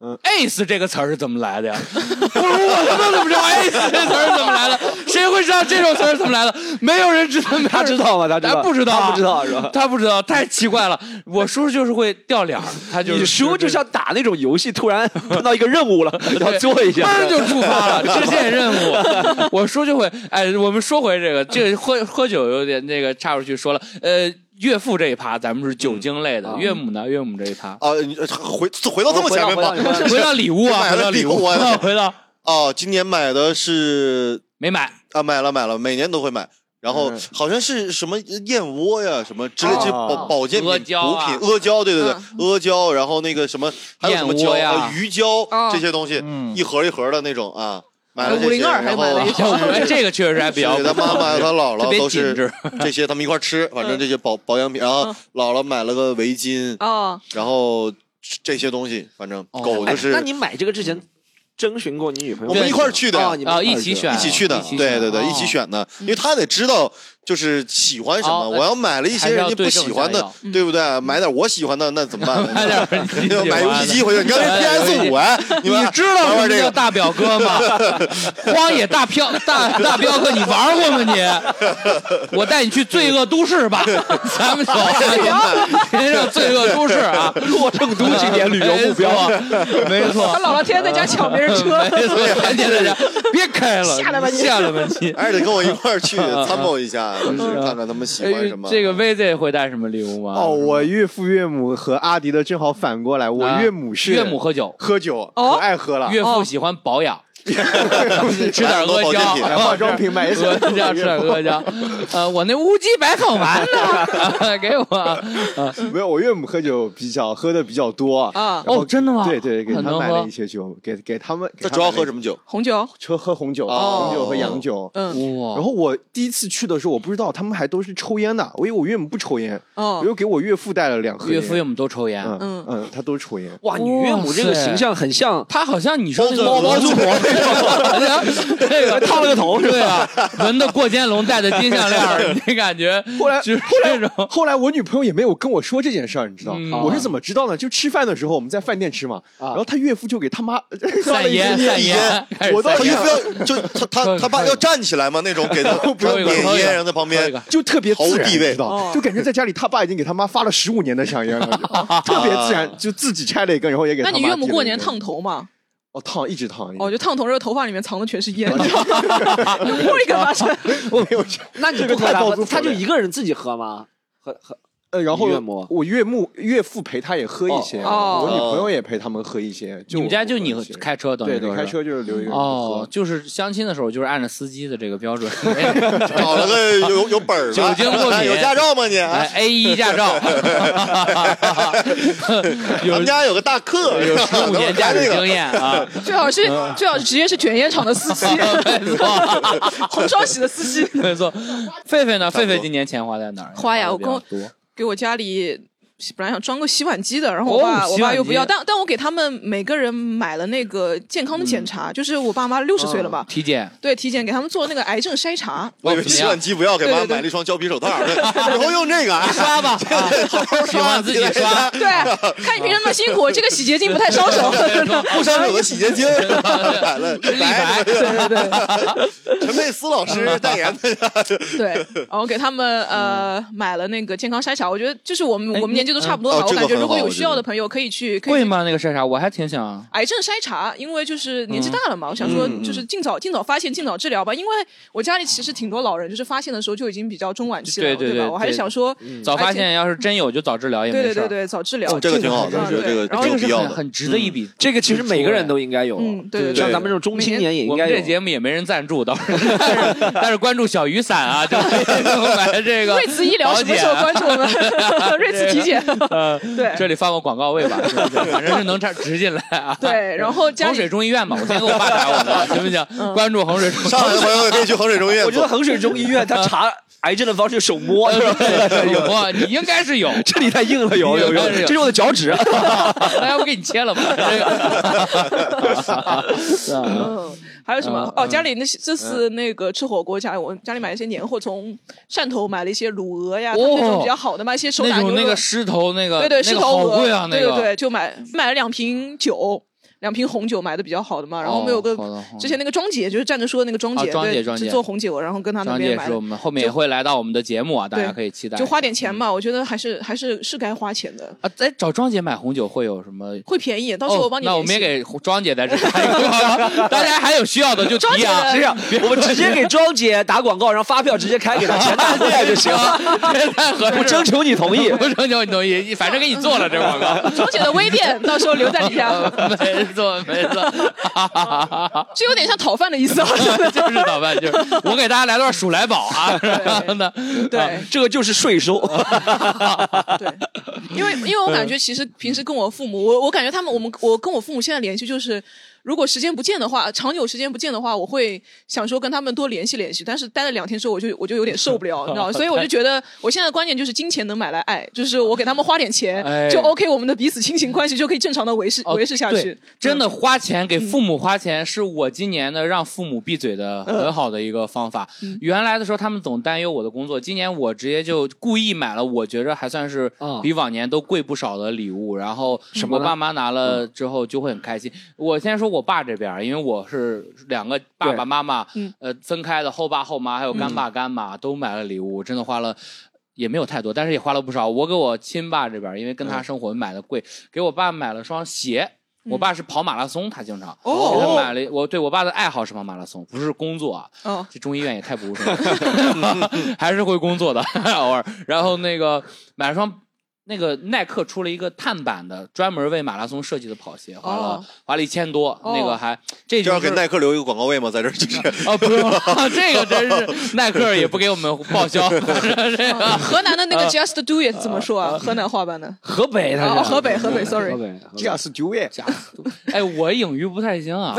[SPEAKER 4] 嗯
[SPEAKER 1] ace 这个词儿是怎么来的呀？ 我说我他妈怎么知道 ace 这词儿是怎么来的？谁会知道这种词儿是怎么来的？没有人知道，没有人
[SPEAKER 3] 他知道吗？他知道
[SPEAKER 1] 他不知道
[SPEAKER 3] 他不知道是吧？
[SPEAKER 1] 他不知道，太奇怪了。我叔叔就是会掉脸儿，他就是
[SPEAKER 3] 你叔就像打那种游戏，突然碰到一个任务了，要做一下
[SPEAKER 1] 嘣。儿就触发 了支线任务。我叔就会，哎，我们说回这个，这个喝喝酒有点那个插出去说了，呃，岳父这一趴咱们是酒精类的，
[SPEAKER 3] 嗯
[SPEAKER 1] 岳母呢，岳母这一趴。
[SPEAKER 5] 啊，你回回到这么前面吧
[SPEAKER 3] 回。到回到
[SPEAKER 1] 回到礼物啊，
[SPEAKER 5] 买
[SPEAKER 1] 回
[SPEAKER 5] 了
[SPEAKER 1] 到礼
[SPEAKER 5] 礼物
[SPEAKER 1] 物
[SPEAKER 5] 我的，
[SPEAKER 1] 回到
[SPEAKER 5] 哦，今年买的是
[SPEAKER 1] 没买，
[SPEAKER 5] 啊，买了买了，每年都会买。然后
[SPEAKER 4] 嗯
[SPEAKER 5] 好像是什么燕窝呀，什么之类，这保保健品、
[SPEAKER 1] 阿
[SPEAKER 5] 补
[SPEAKER 1] 胶啊
[SPEAKER 5] 品、阿胶，对对对，阿胶，然后那个什么，还有什么
[SPEAKER 1] 燕
[SPEAKER 5] 胶
[SPEAKER 1] 窝呀
[SPEAKER 5] 啊，鱼胶
[SPEAKER 2] 哦
[SPEAKER 5] 这些东西，
[SPEAKER 4] 嗯
[SPEAKER 5] 一盒一盒的那种啊，买了这些，
[SPEAKER 2] 502还
[SPEAKER 5] 然后
[SPEAKER 2] 买了一
[SPEAKER 5] 是
[SPEAKER 2] 箱
[SPEAKER 1] 哎， 这个确实还比较
[SPEAKER 5] 给他哦 妈妈、他姥
[SPEAKER 1] 特
[SPEAKER 5] 姥
[SPEAKER 1] 别
[SPEAKER 5] 都
[SPEAKER 1] 紧
[SPEAKER 5] 是
[SPEAKER 1] 致
[SPEAKER 5] 这些，他们一块儿吃，反正这些保保养品，然后姥姥买了个围巾，
[SPEAKER 2] 哦，
[SPEAKER 5] 然后这些东西，反正
[SPEAKER 1] 哦
[SPEAKER 5] 狗
[SPEAKER 3] 哎
[SPEAKER 5] 就是
[SPEAKER 3] 那你买这个之前征询过你女朋友？
[SPEAKER 5] 我们一块儿去的
[SPEAKER 3] 啊，你们
[SPEAKER 1] 啊，
[SPEAKER 3] 块儿
[SPEAKER 1] 一起
[SPEAKER 3] 去的
[SPEAKER 1] 选，
[SPEAKER 5] 一起去的
[SPEAKER 1] 一，起选
[SPEAKER 5] 对对对，
[SPEAKER 1] 哦
[SPEAKER 5] 一起选的，因为他得知道就是喜欢什么，
[SPEAKER 1] 哦
[SPEAKER 5] 我要买了一
[SPEAKER 1] 还
[SPEAKER 5] 些
[SPEAKER 1] 是要
[SPEAKER 5] 人家不
[SPEAKER 1] 对症
[SPEAKER 5] 喜欢
[SPEAKER 1] 下
[SPEAKER 5] 的
[SPEAKER 1] 药，嗯
[SPEAKER 5] 对不对？买点我喜欢的，那怎么办？
[SPEAKER 1] 买点儿 你喜欢的
[SPEAKER 5] 哎买游戏机回去，你看
[SPEAKER 1] 哎
[SPEAKER 5] PS 五哎，你
[SPEAKER 1] 你
[SPEAKER 5] 们
[SPEAKER 1] 知道
[SPEAKER 5] 玩
[SPEAKER 1] 什么
[SPEAKER 5] 玩这
[SPEAKER 1] 叫
[SPEAKER 5] 个
[SPEAKER 1] 大表哥吗？ 荒野大飘大大彪哥，你玩过吗你？我带你 去罪恶都市 吧，咱们走，啊先上罪恶都市啊，
[SPEAKER 3] 洛圣都今年旅游目标，
[SPEAKER 1] 没错
[SPEAKER 2] 他，姥姥天天在家抢别人车，
[SPEAKER 1] 没
[SPEAKER 5] 哎
[SPEAKER 1] 错，天天在家，别开 了，
[SPEAKER 2] 下来吧你
[SPEAKER 1] 下来吧你。
[SPEAKER 5] 还是得跟我一块儿 去参谋一下，就是看看他们喜欢什
[SPEAKER 1] 嗯
[SPEAKER 5] 么。
[SPEAKER 1] 哎这个 VZ 会带什么礼物吗？
[SPEAKER 4] 哦，我岳父岳母和阿迪的正好反过来，我
[SPEAKER 1] 啊
[SPEAKER 4] 岳母是
[SPEAKER 1] 岳
[SPEAKER 4] 啊
[SPEAKER 1] 母喝酒，
[SPEAKER 4] 喝酒，可
[SPEAKER 2] 哦
[SPEAKER 4] 爱喝了，
[SPEAKER 1] 岳父喜欢保 养，吃点
[SPEAKER 5] 买很多
[SPEAKER 1] 阿
[SPEAKER 5] 保健
[SPEAKER 1] 胶，
[SPEAKER 5] 品
[SPEAKER 1] 然后
[SPEAKER 4] 化妆品买 一下
[SPEAKER 1] 我这样吃 点阿胶。呃，我那乌鸡白口丸呢， 给我。
[SPEAKER 4] 没有，我岳母喝酒比较喝的比较多
[SPEAKER 2] 啊
[SPEAKER 4] 然后
[SPEAKER 1] 哦真的吗
[SPEAKER 4] 对对，给
[SPEAKER 1] 很
[SPEAKER 4] 他
[SPEAKER 1] 能
[SPEAKER 4] 买了
[SPEAKER 1] 喝
[SPEAKER 4] 一些酒，给给他们。
[SPEAKER 5] 他主要喝什
[SPEAKER 4] 么？
[SPEAKER 5] 么酒？
[SPEAKER 2] 红酒，
[SPEAKER 4] 喝喝红酒，
[SPEAKER 5] 哦
[SPEAKER 4] 红酒和洋酒。
[SPEAKER 2] 嗯，
[SPEAKER 1] 哇
[SPEAKER 4] 然后我第一次去的时候，我不知道他们还都是抽烟的，我以为我岳母不抽烟，
[SPEAKER 2] 哦
[SPEAKER 4] 我又给我岳父带了两盒烟。
[SPEAKER 1] 岳父岳母都抽烟，
[SPEAKER 4] 嗯
[SPEAKER 2] 嗯
[SPEAKER 4] 嗯嗯，他都抽烟。
[SPEAKER 3] 哇，你岳母这个形象很像
[SPEAKER 1] 他好像你说那个
[SPEAKER 5] 包子包子
[SPEAKER 1] 婆 那个，这个
[SPEAKER 3] 烫了个头是吧
[SPEAKER 1] 啊对啊，纹的过肩龙，戴的金项链儿， 你感觉
[SPEAKER 4] 后来
[SPEAKER 1] 就是这种
[SPEAKER 4] 后来我女朋友也没有跟我说这件事儿，你知道
[SPEAKER 1] 嗯？
[SPEAKER 4] 我是怎么知道呢？就吃饭的时候我们在饭店吃嘛，
[SPEAKER 2] 啊
[SPEAKER 4] 然后他岳父就给他妈 发了
[SPEAKER 1] 散
[SPEAKER 4] 一
[SPEAKER 1] 烟
[SPEAKER 4] 根
[SPEAKER 1] 散
[SPEAKER 4] 烟，
[SPEAKER 1] 烟，开始
[SPEAKER 4] 我都
[SPEAKER 1] 散
[SPEAKER 5] 他
[SPEAKER 4] 哎
[SPEAKER 5] 岳
[SPEAKER 1] 烟
[SPEAKER 4] 呀
[SPEAKER 5] 父要就他 他他爸要站起来吗？那种给他不
[SPEAKER 1] 抽一个抽一
[SPEAKER 5] 点
[SPEAKER 1] 个
[SPEAKER 5] 烟，然后在旁
[SPEAKER 1] 抽一
[SPEAKER 5] 边
[SPEAKER 1] 个
[SPEAKER 4] 就特别自
[SPEAKER 5] 毫无
[SPEAKER 4] 然，
[SPEAKER 5] 地位
[SPEAKER 4] 知道
[SPEAKER 2] 哦？
[SPEAKER 4] 就感觉在家里他爸已经给他妈发了十五年的香烟了， 就特别自然，就自己拆了一根，然后也给
[SPEAKER 2] 那
[SPEAKER 4] 他妈
[SPEAKER 2] 你
[SPEAKER 4] 递了一
[SPEAKER 2] 岳
[SPEAKER 4] 根。
[SPEAKER 2] 母过年烫头吗？
[SPEAKER 4] 哦，烫一直烫，
[SPEAKER 1] 嗯
[SPEAKER 2] 哦，就烫头，这个头发里面藏的全 是烟，你知道吗摸一个发 现，
[SPEAKER 4] 我没有。
[SPEAKER 3] 那你
[SPEAKER 4] 这
[SPEAKER 3] 不
[SPEAKER 4] 个
[SPEAKER 3] 和
[SPEAKER 4] 太
[SPEAKER 3] 他
[SPEAKER 4] 暴
[SPEAKER 3] 喝，
[SPEAKER 4] 露
[SPEAKER 3] 他
[SPEAKER 4] 了
[SPEAKER 3] 就一个人自己喝吗？喝喝
[SPEAKER 4] 呃，然后
[SPEAKER 3] 你岳母
[SPEAKER 4] 我岳母岳父陪他也喝一些，
[SPEAKER 2] 哦
[SPEAKER 4] 我女朋友也陪他们喝一些。就
[SPEAKER 1] 你们
[SPEAKER 4] 我
[SPEAKER 1] 家
[SPEAKER 4] 不
[SPEAKER 1] 就
[SPEAKER 4] 喝
[SPEAKER 1] 你
[SPEAKER 4] 一些
[SPEAKER 1] 开车，等于
[SPEAKER 4] 对
[SPEAKER 1] 说是
[SPEAKER 4] 对，开车就是留一个人
[SPEAKER 1] 哦
[SPEAKER 4] 喝，。
[SPEAKER 1] 就是相亲的时候，就是按照司机的这个 标准，
[SPEAKER 5] 找了个有有本儿的，
[SPEAKER 1] 酒精过敏
[SPEAKER 5] 有驾照吗你？啊
[SPEAKER 1] 哎，A 一驾 照，
[SPEAKER 5] 我
[SPEAKER 1] 有
[SPEAKER 5] 们家有个大客，
[SPEAKER 1] 有十五年驾驶经验啊，
[SPEAKER 2] 最好是最好是职业是卷烟厂的司机，
[SPEAKER 1] 没错
[SPEAKER 2] 红双喜的司机。
[SPEAKER 1] 没错。狒狒呢？狒
[SPEAKER 5] 不多
[SPEAKER 1] 狒今年钱花在哪儿？
[SPEAKER 2] 花呀
[SPEAKER 1] 得比较
[SPEAKER 2] 我
[SPEAKER 1] 多
[SPEAKER 2] 给我家里本来想装个洗碗机的，然后我爸、
[SPEAKER 1] 哦
[SPEAKER 2] 我
[SPEAKER 1] 洗碗
[SPEAKER 2] 爸
[SPEAKER 1] 机
[SPEAKER 2] 又不要，但但我给他们每个人买了那个健康的
[SPEAKER 1] 嗯
[SPEAKER 2] 检查，就是我爸妈六十岁了吧，
[SPEAKER 1] 体 检。
[SPEAKER 2] 对体检给他们做那个癌症筛 查，
[SPEAKER 5] 我以为洗碗机不要给妈买了一双胶皮手套， 以后用这个啊。
[SPEAKER 1] 刷吧，啊喜欢自己刷，
[SPEAKER 2] 对，看你平时那么辛苦，这个洗洁精不太烧 手，真的。
[SPEAKER 5] 不伤手的洗洁精，买了
[SPEAKER 1] 立白
[SPEAKER 5] 白，陈佩斯老 师代言的，
[SPEAKER 2] 对，然后给他们
[SPEAKER 1] 嗯
[SPEAKER 2] 呃买了那个健康筛查，我觉得就是我
[SPEAKER 1] 哎
[SPEAKER 2] 们我们年纪都差不多
[SPEAKER 5] 嗯
[SPEAKER 2] 嘛，
[SPEAKER 5] 哦
[SPEAKER 2] 我
[SPEAKER 5] 这个
[SPEAKER 2] 感觉
[SPEAKER 5] 很
[SPEAKER 2] 如果
[SPEAKER 5] 好
[SPEAKER 2] 有
[SPEAKER 5] 我觉
[SPEAKER 2] 需要
[SPEAKER 5] 得
[SPEAKER 2] 的朋友可以去，可以
[SPEAKER 1] 贵
[SPEAKER 2] 去
[SPEAKER 1] 吗？那个筛查我还挺想。
[SPEAKER 2] 癌症筛查，因为就是年纪大
[SPEAKER 1] 嗯
[SPEAKER 2] 了嘛，我想说就是尽早、尽早发现、尽早治疗吧。因为我家里其实挺多老人，就是发现的时候就已经比较中晚期了，
[SPEAKER 1] 对对对
[SPEAKER 2] 吧？我还是
[SPEAKER 1] 对嗯
[SPEAKER 2] 想说，
[SPEAKER 1] 早发
[SPEAKER 2] 而且
[SPEAKER 1] 现，要是真有就早治疗也
[SPEAKER 2] 对
[SPEAKER 1] 没
[SPEAKER 2] 对
[SPEAKER 1] 事
[SPEAKER 2] 对
[SPEAKER 1] 儿。
[SPEAKER 2] 对，早治
[SPEAKER 1] 哦
[SPEAKER 2] 疗。
[SPEAKER 5] 这个挺好的，我觉得这个
[SPEAKER 1] 然后这
[SPEAKER 5] 挺有
[SPEAKER 1] 个是
[SPEAKER 5] 必要
[SPEAKER 1] 很
[SPEAKER 5] 的。
[SPEAKER 1] 很值得一笔。
[SPEAKER 3] 这个其实每个人都应该有，
[SPEAKER 2] 嗯对对对
[SPEAKER 3] 像咱们这种中青年也应
[SPEAKER 1] 嗯我
[SPEAKER 3] 该
[SPEAKER 1] 们
[SPEAKER 3] 有。
[SPEAKER 1] 这节目也没人赞助，倒 是，但是但是关注小雨伞啊，就 可以买这个
[SPEAKER 2] 瑞慈医疗
[SPEAKER 1] 保
[SPEAKER 2] 什么
[SPEAKER 1] 险
[SPEAKER 2] 时候关注我们？瑞慈体检，
[SPEAKER 1] 呃，
[SPEAKER 2] 对
[SPEAKER 1] 这里放个广告 位吧，是不是反正是能插植进来啊。
[SPEAKER 2] 对。然后家
[SPEAKER 1] 衡
[SPEAKER 2] 里
[SPEAKER 1] 水中医院吧，我先给我爸打我的，行不行？关注衡水中
[SPEAKER 5] 上海的朋友也可以去衡水中医院
[SPEAKER 3] 我觉
[SPEAKER 5] 做
[SPEAKER 3] 得衡水中医院他查癌症的方式手摸，
[SPEAKER 1] 呃
[SPEAKER 3] 是吧？
[SPEAKER 1] 医有啊，你应该是有，
[SPEAKER 3] 这里太硬 了，有有 哎有， 这是我的脚趾。
[SPEAKER 1] 那要不给你切了吧？这
[SPEAKER 3] 啊
[SPEAKER 1] 个
[SPEAKER 2] 嗯，还有什么？哦，家里
[SPEAKER 1] 嗯
[SPEAKER 2] 那些这次那个吃火锅，家里我家里买了一些年货，从汕头买了一些卤鹅呀，
[SPEAKER 1] 哦
[SPEAKER 2] 他们那种比较好的嘛，一些手
[SPEAKER 1] 那
[SPEAKER 2] 打牛
[SPEAKER 1] 种
[SPEAKER 2] 肉。
[SPEAKER 1] 那个狮头那个，
[SPEAKER 2] 对对，
[SPEAKER 1] 那
[SPEAKER 2] 狮
[SPEAKER 1] 个
[SPEAKER 2] 头
[SPEAKER 1] 好
[SPEAKER 2] 鹅，
[SPEAKER 1] 贵啊，那
[SPEAKER 2] 对
[SPEAKER 1] 个
[SPEAKER 2] 对对，就买买了两瓶酒，两瓶红酒买的比较好的嘛。然后我们有个、
[SPEAKER 1] 哦好的好的
[SPEAKER 2] 之前那个庄姐，就是站着说的那个庄姐，
[SPEAKER 1] 啊庄姐
[SPEAKER 2] 对，
[SPEAKER 1] 庄姐
[SPEAKER 2] 是做红酒，然后跟她那
[SPEAKER 1] 张
[SPEAKER 2] 边
[SPEAKER 1] 姐
[SPEAKER 2] 买
[SPEAKER 1] 是我，们后面也会来到我们的节目啊，大家嗯可以期待。
[SPEAKER 2] 就花点钱嘛，我觉得还是还是是该花钱的，
[SPEAKER 1] 啊，哎，找庄姐买红酒会有什么？
[SPEAKER 2] 会便宜。到时候我帮你、
[SPEAKER 1] 哦那我们也。给庄姐在这打一个广告，大家还有需要的就提啊。
[SPEAKER 3] 这样， 我们直接给庄姐打广告，然后发票直接开给她，钱拿过来就 行。
[SPEAKER 1] 这太合适了，
[SPEAKER 3] 我征求你 同意。
[SPEAKER 1] 不征求你同意，反正给你做了这广告。
[SPEAKER 2] 庄姐的微 店到时候留在你家，
[SPEAKER 1] 嗯没错，没错，
[SPEAKER 2] 这有点像讨饭的意思啊！真的
[SPEAKER 1] 就是早饭，就是我给大家来段鼠来宝啊，然后呢，啊
[SPEAKER 2] 对
[SPEAKER 3] 这个就是税收，
[SPEAKER 2] 对，
[SPEAKER 1] 嗯
[SPEAKER 2] 因为因为我感觉其实平时跟我父母，我我感觉他们我们我跟我父母现在联系就是。如果时间不见的话，长久时间不见的话，我会想说跟他们多联系联系。但是待了两天之后，我就我就有点受不了，你 知道吗？所以我就觉得我现在的观念就是金钱能买来爱，就是我给他们花点钱、
[SPEAKER 1] 哎
[SPEAKER 2] 就 OK，我们的彼此亲情关系就可以正常的维持、
[SPEAKER 1] 哦
[SPEAKER 2] 维持下
[SPEAKER 1] 对
[SPEAKER 2] 去。嗯
[SPEAKER 1] 真的花钱给父母花钱，是我今年的让父母闭嘴的
[SPEAKER 2] 嗯
[SPEAKER 1] 很好的一个方法。原来的时候他们总担忧我的工作，今年我直接就故意买了，我觉着还算是
[SPEAKER 2] 哦
[SPEAKER 3] 啊
[SPEAKER 1] 比往年都贵不少的礼物。然后
[SPEAKER 3] 什么
[SPEAKER 1] 我
[SPEAKER 3] 呢
[SPEAKER 1] 爸妈拿
[SPEAKER 2] 嗯
[SPEAKER 1] 了之后就会很开心。我先说我爸这边儿，因为我是两个爸
[SPEAKER 3] 对
[SPEAKER 1] 爸妈妈
[SPEAKER 2] 嗯
[SPEAKER 1] 呃分开的，后爸后妈还有干爸干妈都买了礼物，真的花了。也没有太多，但是也花了不少。我给我亲爸这边儿，因为跟
[SPEAKER 5] 嗯
[SPEAKER 1] 他生活买的贵，给我爸买了双鞋。
[SPEAKER 2] 嗯
[SPEAKER 1] 我爸是跑马拉松，他经常、
[SPEAKER 2] 哦
[SPEAKER 1] 给他买了。我对我爸的爱好是跑马拉松，不是工作啊。
[SPEAKER 2] 哦，
[SPEAKER 1] 这中医院也太不务正业 了，还是会工作的 偶尔。然后那个买了双。那个耐克出了一个碳板的，专门为马拉松设计的跑鞋，花了、
[SPEAKER 2] 哦
[SPEAKER 1] 花了一千多，
[SPEAKER 2] 哦
[SPEAKER 1] 那个还这
[SPEAKER 5] 这
[SPEAKER 1] 就
[SPEAKER 5] 要
[SPEAKER 1] 是
[SPEAKER 5] 给耐克留一个广告位吗？在这儿就是
[SPEAKER 1] 哦，不用了， 这个真是耐克也不给我们报 销，这个
[SPEAKER 2] 啊河南的
[SPEAKER 1] 嗯
[SPEAKER 2] 那个 Just Do It 怎么说啊？河南话版的
[SPEAKER 3] 河北他是
[SPEAKER 2] 哦河北河北，sorry
[SPEAKER 3] 河北河北
[SPEAKER 4] Just do it，
[SPEAKER 1] 假死， 哎，我英语不太行 啊，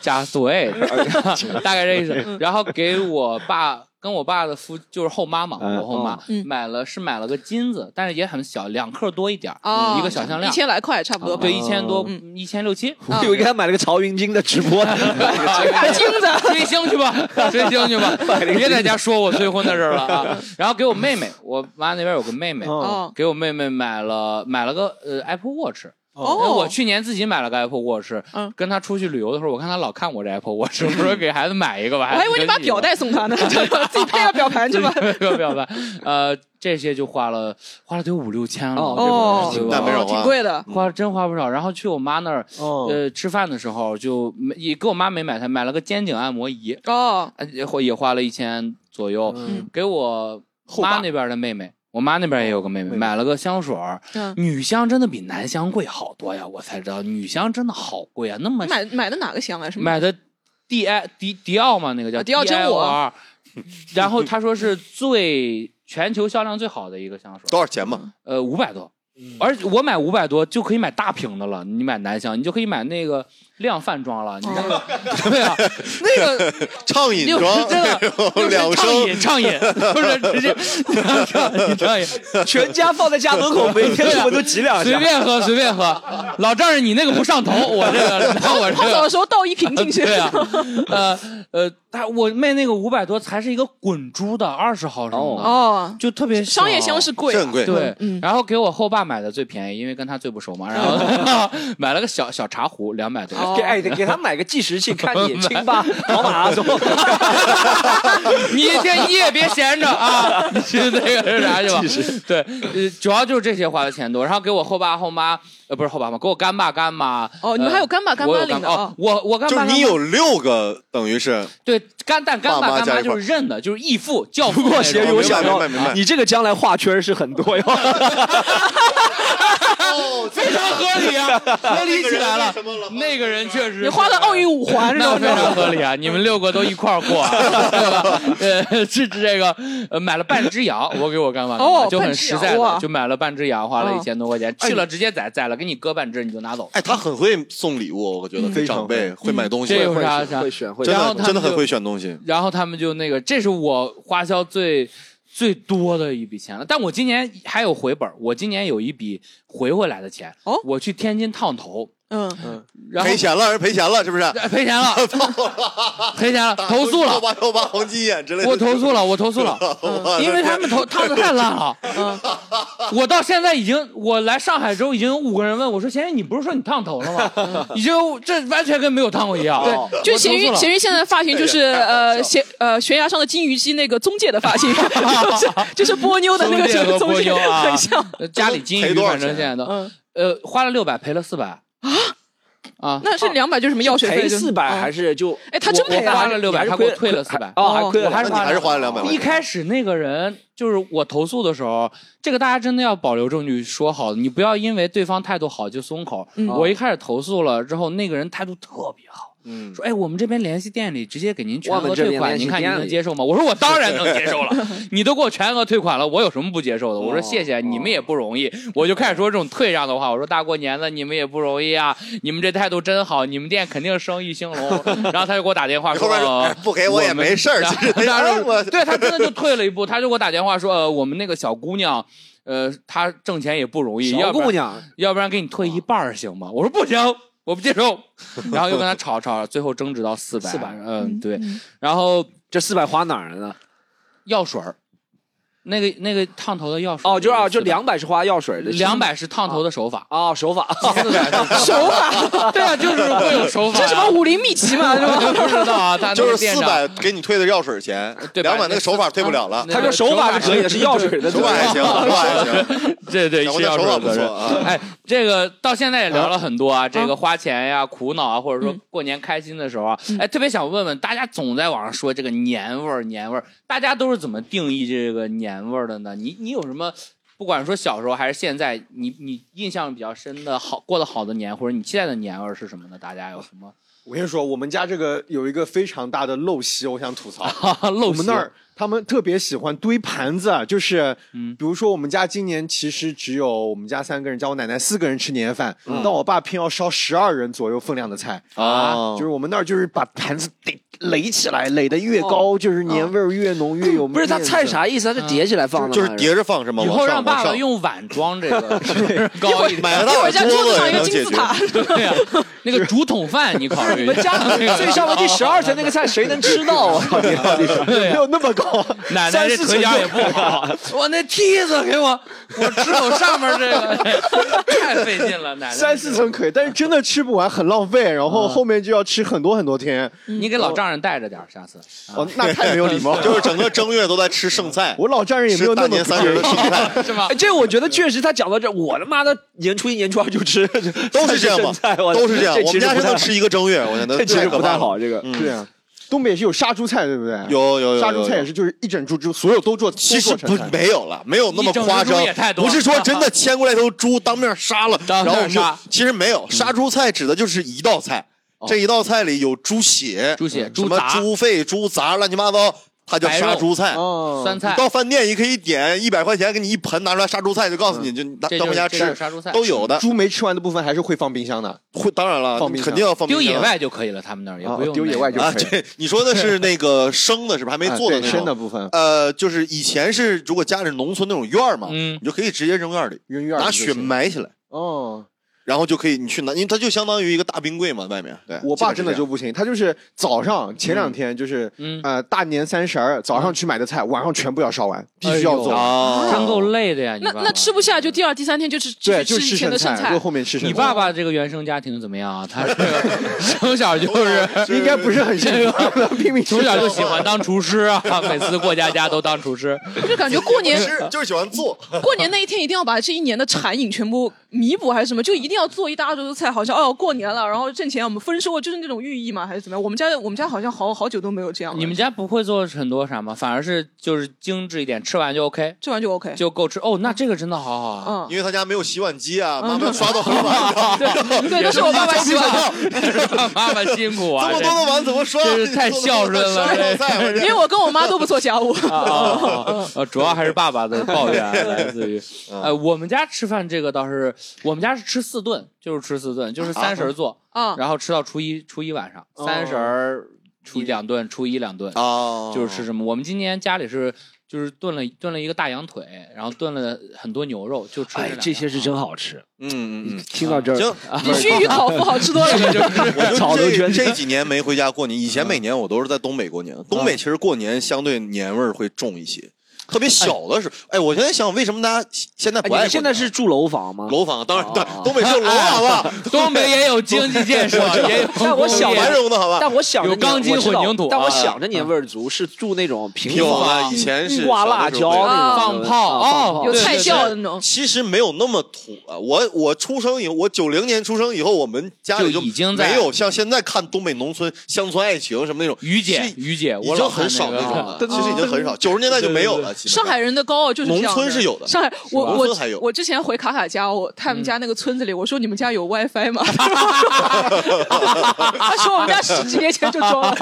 [SPEAKER 1] 假所谓，
[SPEAKER 2] 哎
[SPEAKER 1] 大概这意
[SPEAKER 2] 嗯
[SPEAKER 1] 思。然后给我爸跟我爸的夫就是后妈嘛，
[SPEAKER 4] 嗯
[SPEAKER 1] 我后妈
[SPEAKER 2] 嗯
[SPEAKER 1] 买了是买了个金子，但是也很小，两克多一点儿，
[SPEAKER 2] 哦，
[SPEAKER 1] 一个小项
[SPEAKER 2] 一
[SPEAKER 1] 链。
[SPEAKER 2] 千来块差不多吧。
[SPEAKER 1] 对，一千多
[SPEAKER 2] 嗯，
[SPEAKER 1] 一千六七，
[SPEAKER 2] 啊
[SPEAKER 3] 我以为给他买了个曹云金的直 播，
[SPEAKER 2] 大金子，
[SPEAKER 1] 追星 去吧，追星去吧，别在家说我催婚的事儿了 啊！然后给我妹妹，我妈那边有个妹妹，
[SPEAKER 2] 哦
[SPEAKER 1] 给我妹妹买了买了个呃 Apple Watch，因为
[SPEAKER 2] 哦，
[SPEAKER 1] 哎我去年自己买了个 Apple Watch，
[SPEAKER 2] 嗯
[SPEAKER 1] 跟他出去旅游的时候，我看他老看我这 Apple Watch，我 说给孩子买一个吧。
[SPEAKER 2] 我还以为你把
[SPEAKER 1] 跟一个
[SPEAKER 2] 表带送他呢， 自己配个表盘去吧。
[SPEAKER 1] 没有没有没有，呃，这些就花了花了得有五六千了，
[SPEAKER 3] 哦
[SPEAKER 2] 哦，
[SPEAKER 1] 这个
[SPEAKER 5] 那没
[SPEAKER 1] 对吧
[SPEAKER 5] 有
[SPEAKER 2] 哦
[SPEAKER 5] 啊
[SPEAKER 2] 挺贵的。
[SPEAKER 1] 花真花不少。然后去我妈那儿，
[SPEAKER 4] 哦
[SPEAKER 1] 呃，吃饭的时候就没也给我妈没买，她买了个肩颈按摩仪，
[SPEAKER 2] 哦，
[SPEAKER 1] 呃也花也花了一千左右。
[SPEAKER 2] 嗯
[SPEAKER 1] 给我
[SPEAKER 4] 后
[SPEAKER 1] 妈
[SPEAKER 4] 爸
[SPEAKER 1] 那边的妹妹，我妈那边也有个妹妹，
[SPEAKER 4] 妹妹
[SPEAKER 1] 买了个香水儿
[SPEAKER 2] 嗯
[SPEAKER 1] 女香真的比男香贵好多呀，我才知道女香真的好贵啊，那么
[SPEAKER 2] 买买的哪个香啊？什么？
[SPEAKER 1] 买的 D I 迪迪奥嘛，那个叫
[SPEAKER 2] 啊迪奥真我
[SPEAKER 1] DIOR，然后他说是最全球销量最好的一个香水，
[SPEAKER 5] 多少钱嘛？
[SPEAKER 1] 呃，五百多。
[SPEAKER 2] 嗯
[SPEAKER 1] 而我买五百多就可以买大瓶的了，你买男香，你就可以买那个量贩装了。你、
[SPEAKER 2] 哦
[SPEAKER 1] 对啊，那个
[SPEAKER 5] 畅饮
[SPEAKER 1] 六
[SPEAKER 5] 装，
[SPEAKER 1] 真 的六
[SPEAKER 5] 两
[SPEAKER 1] 畅
[SPEAKER 5] 升
[SPEAKER 1] 饮畅饮，不是直 接畅饮畅饮，
[SPEAKER 3] 全家放在家门口，每天我都挤两
[SPEAKER 1] 随
[SPEAKER 3] 下。
[SPEAKER 1] 便喝随便喝。老丈人你那个不上头，我这个拿我这
[SPEAKER 2] 泡
[SPEAKER 1] 个
[SPEAKER 2] 澡的时候倒一瓶进 去。
[SPEAKER 1] 对 啊，呃呃，他我妹那个五百多才是一个滚珠的二十毫升的，
[SPEAKER 2] 哦，
[SPEAKER 1] 就特别小
[SPEAKER 2] 商业香是。贵
[SPEAKER 5] 这
[SPEAKER 2] 啊，
[SPEAKER 5] 哦很贵。
[SPEAKER 1] 对，
[SPEAKER 2] 嗯
[SPEAKER 1] 然后给我后爸买的最便宜，因为跟他最不熟嘛，然后 买了个小小茶壶，两百多。
[SPEAKER 3] 给
[SPEAKER 2] 嗯哦
[SPEAKER 3] 哎，给他买个计时器，看你亲 爸跑马拉松。
[SPEAKER 1] 你一天一夜别闲着 啊，你去那个是啥去吧？对，呃，主要就是这些花的钱多，然后给我后爸后妈，呃，不是后爸后妈，给我干爸干妈。
[SPEAKER 2] 哦，你们
[SPEAKER 1] 呃
[SPEAKER 2] 还有干爸干
[SPEAKER 1] 我
[SPEAKER 2] 妈
[SPEAKER 1] 有
[SPEAKER 2] 领
[SPEAKER 1] 干
[SPEAKER 2] 的
[SPEAKER 1] 哦
[SPEAKER 2] 啊，？
[SPEAKER 1] 我我干
[SPEAKER 5] 就
[SPEAKER 1] 爸
[SPEAKER 5] 是
[SPEAKER 1] 干妈
[SPEAKER 5] 你有六个，等 于是
[SPEAKER 1] 对干但干
[SPEAKER 5] 爸
[SPEAKER 1] 爸
[SPEAKER 5] 妈
[SPEAKER 1] 干
[SPEAKER 5] 加
[SPEAKER 1] 妈
[SPEAKER 5] 一块
[SPEAKER 1] 就
[SPEAKER 5] 儿
[SPEAKER 1] 是认的，就是义父教父那种。
[SPEAKER 3] 过咸鱼，我想到
[SPEAKER 5] 明白明白明白
[SPEAKER 3] 你这个将来画圈是很多哟。
[SPEAKER 1] 非常合理 啊，合理起来了
[SPEAKER 5] 那个人为什么老。
[SPEAKER 1] 那个人确实，
[SPEAKER 2] 你花个奥运五环是
[SPEAKER 1] 那
[SPEAKER 2] 吧？
[SPEAKER 1] 非常合理啊！你们六个都一块 儿过、啊，对吧？呃，是这个，呃，买了半只羊，我给我干妈干妈
[SPEAKER 2] 哦
[SPEAKER 1] 就很
[SPEAKER 2] 半只
[SPEAKER 1] 实
[SPEAKER 2] 羊
[SPEAKER 1] 在的，
[SPEAKER 2] 哇
[SPEAKER 1] 就买了半只羊，花了
[SPEAKER 2] 哦
[SPEAKER 1] 一千多块钱，去了直接宰宰了，给你割半只你就拿走。
[SPEAKER 5] 哎，他很会送礼物，我觉得
[SPEAKER 4] 嗯
[SPEAKER 5] 长辈会买东西，
[SPEAKER 1] 这有啥啥
[SPEAKER 3] 会？选会
[SPEAKER 5] 真
[SPEAKER 1] 然后
[SPEAKER 5] 的
[SPEAKER 1] 他们
[SPEAKER 5] 真的很
[SPEAKER 1] 就
[SPEAKER 5] 会选东西。
[SPEAKER 1] 然后他们就那个，这是我花销最最多的一笔钱了。但我今年还有回本儿，我今年有一笔回回来的钱。
[SPEAKER 2] 哦
[SPEAKER 1] 我去天津烫头，
[SPEAKER 2] 嗯，
[SPEAKER 1] 然后
[SPEAKER 5] 赔钱了，人赔钱了，是不是？
[SPEAKER 1] 赔钱 了，赔钱了，投诉了
[SPEAKER 5] 幺。八幺八黄金眼之类的。
[SPEAKER 1] 我投诉了，我投诉了，嗯
[SPEAKER 5] 我的
[SPEAKER 1] 因为他
[SPEAKER 5] 天
[SPEAKER 1] 们投烫的太烂了。
[SPEAKER 2] 嗯
[SPEAKER 1] 我到现在已经，我来上海之后已经有五个人问我说：“贤贤，你不是说你烫头了吗？” 已经这完全跟没有烫过一样。
[SPEAKER 2] 对，哦就咸鱼，咸
[SPEAKER 1] 鱼
[SPEAKER 2] 鱼现在的发型就是呃悬呃悬崖上的金鱼姬那个中介的发型， 就是就是波妞的那个
[SPEAKER 1] 中介和
[SPEAKER 2] 中
[SPEAKER 1] 波
[SPEAKER 2] 介
[SPEAKER 1] 妞啊
[SPEAKER 2] 很像。
[SPEAKER 1] 家里金鱼，
[SPEAKER 5] 赔多少
[SPEAKER 1] 反正
[SPEAKER 5] 钱啊
[SPEAKER 1] 现在都
[SPEAKER 2] 嗯，
[SPEAKER 1] 呃花了六百，赔了四百啊啊！
[SPEAKER 2] 那是两百就是什么药水费？
[SPEAKER 3] 哦赔
[SPEAKER 2] 就是
[SPEAKER 3] 四百还是就？
[SPEAKER 2] 哎他真
[SPEAKER 3] 我
[SPEAKER 2] 赔
[SPEAKER 1] 我
[SPEAKER 2] 啊
[SPEAKER 1] 花了六
[SPEAKER 3] 你还
[SPEAKER 1] 百，
[SPEAKER 3] 是
[SPEAKER 1] 他给我
[SPEAKER 3] 亏
[SPEAKER 1] 退了四百。
[SPEAKER 3] 哦，还亏了，
[SPEAKER 1] 我还是
[SPEAKER 5] 那你还是花了
[SPEAKER 3] 200
[SPEAKER 5] 200
[SPEAKER 1] 一开始那个人就是我投诉的时候，这个大家真的要保留证据说好，你不要因为对方态度好就松口。
[SPEAKER 2] 嗯
[SPEAKER 1] 我一开始投诉了之后，那个人态度特别好，
[SPEAKER 5] 嗯，
[SPEAKER 1] 说哎，我们这边联系店里，直接给您全
[SPEAKER 3] 我
[SPEAKER 1] 额
[SPEAKER 3] 们这边
[SPEAKER 1] 退款，
[SPEAKER 3] 联系
[SPEAKER 1] 您看您
[SPEAKER 3] 店里
[SPEAKER 1] 能接受吗？我说我当然能接受了， 你都给我全额退款了，我有什么不接受的？
[SPEAKER 3] 哦
[SPEAKER 1] 我说谢谢，你们也不容易，我就开始说这种退让的话，我说大过年的你们也不容易啊，你们这态度真好，你们店肯定生意兴隆。然后他就给我打电话
[SPEAKER 5] 你
[SPEAKER 1] 说
[SPEAKER 5] 后面说、哎
[SPEAKER 1] 呃。
[SPEAKER 5] 不给我也 没事儿，
[SPEAKER 1] 然
[SPEAKER 5] 其
[SPEAKER 1] 后
[SPEAKER 5] 实哎
[SPEAKER 1] 然后
[SPEAKER 5] 我
[SPEAKER 1] 对他真的就退了一步，他就给我打电话说，呃，我们那个小姑娘，呃，她挣钱也不容易，
[SPEAKER 3] 小
[SPEAKER 1] 要不然
[SPEAKER 3] 姑娘，
[SPEAKER 1] 要不然给你退一半儿行吗？我说不行，我不接受。然后又跟他吵吵，最后争执到四百。
[SPEAKER 3] 400
[SPEAKER 1] 嗯，对。
[SPEAKER 2] 嗯
[SPEAKER 1] 然后
[SPEAKER 3] 这四百花哪儿了呢？
[SPEAKER 1] 药水儿，那个那个烫头的药水儿
[SPEAKER 3] 哦，就是啊，就
[SPEAKER 1] 400
[SPEAKER 3] 两百是花药水的，
[SPEAKER 1] 两百是烫头的手法，
[SPEAKER 3] 啊，手 法
[SPEAKER 1] 四百 是
[SPEAKER 2] 手法
[SPEAKER 1] 对啊，就是会有手法呀。啊
[SPEAKER 2] 这什么武林秘籍嘛，对吧？
[SPEAKER 1] 我不知道啊，他那
[SPEAKER 5] 就是
[SPEAKER 1] 个店
[SPEAKER 5] 四
[SPEAKER 1] 上
[SPEAKER 5] 百给你退的药水钱，
[SPEAKER 1] 对
[SPEAKER 5] 两
[SPEAKER 1] 把
[SPEAKER 5] 百那个手法退不了了，
[SPEAKER 1] 那
[SPEAKER 3] 他说手法是可以的，是药水的，
[SPEAKER 5] 手法还行，手法还行，
[SPEAKER 1] 对对，
[SPEAKER 5] 小
[SPEAKER 1] 是
[SPEAKER 5] 姑娘
[SPEAKER 1] 药
[SPEAKER 5] 手
[SPEAKER 1] 水
[SPEAKER 5] 法
[SPEAKER 1] 儿
[SPEAKER 5] 不
[SPEAKER 1] 的
[SPEAKER 5] 错
[SPEAKER 1] 人。
[SPEAKER 5] 啊。
[SPEAKER 1] 哎，这个到现在也聊了很多啊，这
[SPEAKER 2] 啊
[SPEAKER 1] 个花钱呀、苦恼啊，或者说
[SPEAKER 2] 嗯
[SPEAKER 1] 过年开心的时候啊，
[SPEAKER 2] 嗯
[SPEAKER 1] 哎，特别想问问大家，总在网上说这个年味儿，年味儿，大家都是怎么定义这个年味儿的呢？你你有什么？不管说小时候还是现在，你你印象比较深的好过得好的年，或者你期待的年味儿是什么呢？大家有什 么
[SPEAKER 4] 我跟你说，我们家这个有一个非常大的陋习，我想吐槽。
[SPEAKER 1] 陋
[SPEAKER 4] 我
[SPEAKER 1] 习？
[SPEAKER 4] 们那儿他们特别喜欢堆盘子，啊就是，
[SPEAKER 1] 嗯
[SPEAKER 4] 比如说我们家今年其实只有我们家三个人，加我奶奶四个人吃年夜饭，
[SPEAKER 3] 嗯
[SPEAKER 4] 但我爸偏要烧十二人左右分量的菜，
[SPEAKER 5] 哦
[SPEAKER 4] 就是我们那儿就是把盘子得垒起来，垒得越高，就是年味儿越浓越有。
[SPEAKER 3] 不是他菜？啥意思？他是叠起来放的吗，
[SPEAKER 5] 就是叠着放是吗？
[SPEAKER 1] 以后
[SPEAKER 5] 往上
[SPEAKER 1] 让爸
[SPEAKER 5] 往
[SPEAKER 1] 爸
[SPEAKER 5] 上
[SPEAKER 1] 用碗装这个，是不是高一点？
[SPEAKER 5] 买个大
[SPEAKER 2] 一会儿
[SPEAKER 5] 碗
[SPEAKER 2] 家
[SPEAKER 5] 桌
[SPEAKER 2] 桌子
[SPEAKER 5] 子
[SPEAKER 2] 上一
[SPEAKER 5] 也
[SPEAKER 2] 个
[SPEAKER 5] 能
[SPEAKER 2] 金
[SPEAKER 5] 解
[SPEAKER 2] 字
[SPEAKER 5] 决。
[SPEAKER 2] 塔，
[SPEAKER 1] 对呀、那个竹筒饭你考虑
[SPEAKER 3] 你
[SPEAKER 1] 一下。
[SPEAKER 3] 们家 最上
[SPEAKER 5] 啊
[SPEAKER 3] 面第十二层那个菜谁能吃到啊？
[SPEAKER 1] 对
[SPEAKER 4] 没
[SPEAKER 1] 呀
[SPEAKER 4] 有那么高，
[SPEAKER 1] 奶奶这腿脚也不好， 我那梯子给我，我只有上面这 个，太费劲了，奶奶。
[SPEAKER 4] 三四，层可以，但是真的吃不完，很浪费，然
[SPEAKER 5] 嗯
[SPEAKER 4] 后后面就要吃很多很多
[SPEAKER 5] 啊
[SPEAKER 4] 天。
[SPEAKER 1] 你给老丈人带着点儿，下次。
[SPEAKER 4] 哦，那太没有礼貌 了。
[SPEAKER 5] 就是整个正月都在吃剩菜，
[SPEAKER 4] 我老丈人也没
[SPEAKER 5] 吃
[SPEAKER 4] 有
[SPEAKER 5] 大
[SPEAKER 4] 那么啊
[SPEAKER 5] 年三十的剩菜，
[SPEAKER 1] 是吗
[SPEAKER 3] 哎？这我觉得确实，他讲到这，我他妈的年初一、年初二就吃，
[SPEAKER 5] 都是这样吧
[SPEAKER 3] 剩 菜我
[SPEAKER 5] 都是这样。我
[SPEAKER 3] 其实
[SPEAKER 5] 们家
[SPEAKER 3] 不
[SPEAKER 5] 是
[SPEAKER 3] 太
[SPEAKER 5] 能吃一个正月，我觉 得
[SPEAKER 3] 这其实
[SPEAKER 5] 可
[SPEAKER 3] 不
[SPEAKER 5] 怕
[SPEAKER 3] 太
[SPEAKER 5] 了。
[SPEAKER 3] 好，这个
[SPEAKER 5] 嗯
[SPEAKER 4] 对啊，东北是有杀猪菜，对不对？
[SPEAKER 5] 有有有
[SPEAKER 4] 杀猪菜也
[SPEAKER 5] 是。
[SPEAKER 4] 是，就是一整株株，所有都做，
[SPEAKER 5] 其实
[SPEAKER 4] 都做
[SPEAKER 5] 不
[SPEAKER 4] 成菜
[SPEAKER 5] 没有了，没有那么夸
[SPEAKER 1] 一整只猪
[SPEAKER 5] 张
[SPEAKER 1] 也太，多了啊
[SPEAKER 5] 不是说真的牵过来头猪当面杀了，
[SPEAKER 1] 当
[SPEAKER 5] 然
[SPEAKER 1] 面
[SPEAKER 5] 后我们就
[SPEAKER 1] 杀嗯哦
[SPEAKER 5] 其实没有杀猪菜指的就是一道菜，这一道菜里有猪血、
[SPEAKER 1] 猪血
[SPEAKER 5] 嗯什
[SPEAKER 1] 猪
[SPEAKER 5] 么
[SPEAKER 1] 杂
[SPEAKER 5] 猪肺、猪杂，乱七八糟，它叫
[SPEAKER 1] 白肉
[SPEAKER 5] 杀猪菜。
[SPEAKER 4] 哦
[SPEAKER 1] 酸
[SPEAKER 5] 你
[SPEAKER 1] 菜，
[SPEAKER 5] 到饭店也可以点一百块钱，给你一盆拿出来杀猪菜，就告诉你就拿
[SPEAKER 1] 嗯这就
[SPEAKER 5] 当回家
[SPEAKER 1] 是这就是
[SPEAKER 5] 吃，
[SPEAKER 1] 杀猪菜，
[SPEAKER 5] 都有的。
[SPEAKER 4] 猪没吃完的部分还是会放冰箱的。
[SPEAKER 5] 会当然了，
[SPEAKER 4] 放冰箱
[SPEAKER 5] 肯定要放冰
[SPEAKER 1] 丢
[SPEAKER 5] 箱
[SPEAKER 1] 野外就可以了，他们那儿也不用
[SPEAKER 4] 哦丢野外就
[SPEAKER 5] 啊。
[SPEAKER 4] 可以
[SPEAKER 5] 这你说的是那个生的是吧？
[SPEAKER 1] 啊
[SPEAKER 5] 还没做的
[SPEAKER 4] 哎对
[SPEAKER 5] 那
[SPEAKER 4] 生
[SPEAKER 5] 种
[SPEAKER 4] 的。部分
[SPEAKER 5] 呃，就是以前是如果家里是农村那种院儿嘛，
[SPEAKER 1] 嗯
[SPEAKER 5] 你就可以直接扔院儿里，
[SPEAKER 4] 扔院儿里
[SPEAKER 5] 拿
[SPEAKER 4] 就
[SPEAKER 5] 雪
[SPEAKER 4] 行
[SPEAKER 5] 埋起来。
[SPEAKER 4] 哦，
[SPEAKER 5] 然后就可以你去拿，因为它就相当于一个大冰柜嘛，外面。对，
[SPEAKER 4] 我爸真的
[SPEAKER 5] 基
[SPEAKER 4] 就不行，他就是早上前两天就是
[SPEAKER 1] 嗯
[SPEAKER 4] 呃大年三十儿早上去买的菜，晚上全部要烧完，必须要
[SPEAKER 5] 本是这样
[SPEAKER 4] 做。
[SPEAKER 5] 啊，
[SPEAKER 1] 真够累的呀！你
[SPEAKER 2] 那
[SPEAKER 1] 爸爸
[SPEAKER 2] 那吃不下就第二、第三天就吃，
[SPEAKER 4] 对，
[SPEAKER 2] 继续
[SPEAKER 4] 就
[SPEAKER 2] 吃
[SPEAKER 4] 吃
[SPEAKER 2] 以前
[SPEAKER 4] 剩
[SPEAKER 2] 的剩
[SPEAKER 4] 菜，
[SPEAKER 2] 菜
[SPEAKER 4] 就。后面吃剩菜。
[SPEAKER 1] 你爸爸这个原生家庭怎么样啊？他 这个从小就是。
[SPEAKER 4] 应该不是很幸 福的，拼命吃
[SPEAKER 1] 从小就喜欢当厨师啊，每次过家家都当厨师。
[SPEAKER 2] 就感觉过年
[SPEAKER 5] 吃，就是喜欢做。
[SPEAKER 2] 过年那一天一定要把这一年的馋瘾全部弥补，还是什么？就一定要做一大桌子菜，好像哦过年了，然后挣钱，我们丰收，就是那种寓意嘛，还是怎么样？我们家我们家好像好好久都没有这样了。
[SPEAKER 1] 你们家不会做很多啥吗？反而是就是精致一点，吃完就 OK，
[SPEAKER 2] 这完就 OK，
[SPEAKER 1] 就够吃。哦，那这个真的好好啊。
[SPEAKER 2] 嗯，
[SPEAKER 5] 因为他家没有洗碗机啊，妈妈刷到很晚，
[SPEAKER 3] 哦
[SPEAKER 2] 对，都是我爸爸喜欢。
[SPEAKER 1] 妈妈辛苦
[SPEAKER 5] 这
[SPEAKER 1] 啊，
[SPEAKER 5] 么多的碗怎么刷？
[SPEAKER 1] 真是太孝顺了
[SPEAKER 5] 这么多的菜我
[SPEAKER 2] 因为我跟我妈都不做家务，
[SPEAKER 1] 啊 啊！呃，主要还是爸爸的抱怨啊来自于，呃，我们家吃饭这个倒是，我们家是吃四顿，就是吃四顿，就是三十儿做，
[SPEAKER 2] 啊，
[SPEAKER 1] 然后吃到初一，初一晚上，
[SPEAKER 3] 哦
[SPEAKER 1] 三十儿初一两顿，初一两顿，
[SPEAKER 5] 啊，
[SPEAKER 1] 哦就是吃什么？我们今年家里是就是炖了炖了一个大羊腿，然后炖了很多牛肉，就吃两
[SPEAKER 3] 哎，
[SPEAKER 1] 样
[SPEAKER 3] 这些是真好吃。
[SPEAKER 5] 嗯嗯
[SPEAKER 3] 听到这儿
[SPEAKER 5] 嗯，，行，
[SPEAKER 2] 比熏鱼烤麸好吃多 了。
[SPEAKER 3] 草
[SPEAKER 5] 我
[SPEAKER 3] 都
[SPEAKER 5] 就这
[SPEAKER 3] 卷起来
[SPEAKER 5] 这几年没回家过年，以前每年我都是在东北过年。东北其实过年相对年味儿会重一些，特别小的时候。哎，我现在想，为什么大家现在
[SPEAKER 3] 哎
[SPEAKER 5] 不
[SPEAKER 3] 你
[SPEAKER 5] 爱过年？
[SPEAKER 3] 们现在是住楼房吗？
[SPEAKER 5] 楼房，当然对
[SPEAKER 3] 哦，
[SPEAKER 5] 东北是有楼好不 好？
[SPEAKER 1] 东北也有经济建设，也有
[SPEAKER 3] 但 我小
[SPEAKER 1] 工业
[SPEAKER 5] 繁荣的好吧？
[SPEAKER 3] 但我想着
[SPEAKER 1] 有钢筋
[SPEAKER 3] 我知道
[SPEAKER 1] 混凝土
[SPEAKER 3] 但我
[SPEAKER 1] 啊
[SPEAKER 3] 想着年味儿足是住那种平
[SPEAKER 5] 有
[SPEAKER 3] 房，
[SPEAKER 5] 啊，以前是
[SPEAKER 3] 挂
[SPEAKER 5] 小的
[SPEAKER 3] 辣
[SPEAKER 5] 时候
[SPEAKER 3] 椒
[SPEAKER 5] 会
[SPEAKER 2] 啊
[SPEAKER 3] 那
[SPEAKER 1] 放
[SPEAKER 3] 种，
[SPEAKER 1] 炮
[SPEAKER 3] 啊
[SPEAKER 1] 哦
[SPEAKER 3] 放炮
[SPEAKER 2] 有菜
[SPEAKER 1] 对
[SPEAKER 2] 窖的那种，
[SPEAKER 5] 其实没有那么土啊。我我出生以后，我九零年出生以后，我们家里
[SPEAKER 1] 就已经在
[SPEAKER 5] 没有像现在看东北农村乡村爱情什么那种，
[SPEAKER 1] 于
[SPEAKER 5] 是
[SPEAKER 1] 姐，于姐，
[SPEAKER 5] 已
[SPEAKER 1] 我
[SPEAKER 5] 经
[SPEAKER 1] 老看
[SPEAKER 5] 很少
[SPEAKER 1] 那
[SPEAKER 5] 那
[SPEAKER 1] 个
[SPEAKER 5] 种
[SPEAKER 1] 了。
[SPEAKER 5] 了。其实已经很少，九十年代就没有了。气。
[SPEAKER 2] 上海人的高傲就是这样的
[SPEAKER 5] 农村是有的
[SPEAKER 2] 上海，我
[SPEAKER 5] 吧农
[SPEAKER 2] 我
[SPEAKER 5] 村还有嗯
[SPEAKER 2] 我之前回卡卡家，我他们家那个村子里，我说你们家有 WiFi 吗？ 他说我们家十几年前就装了。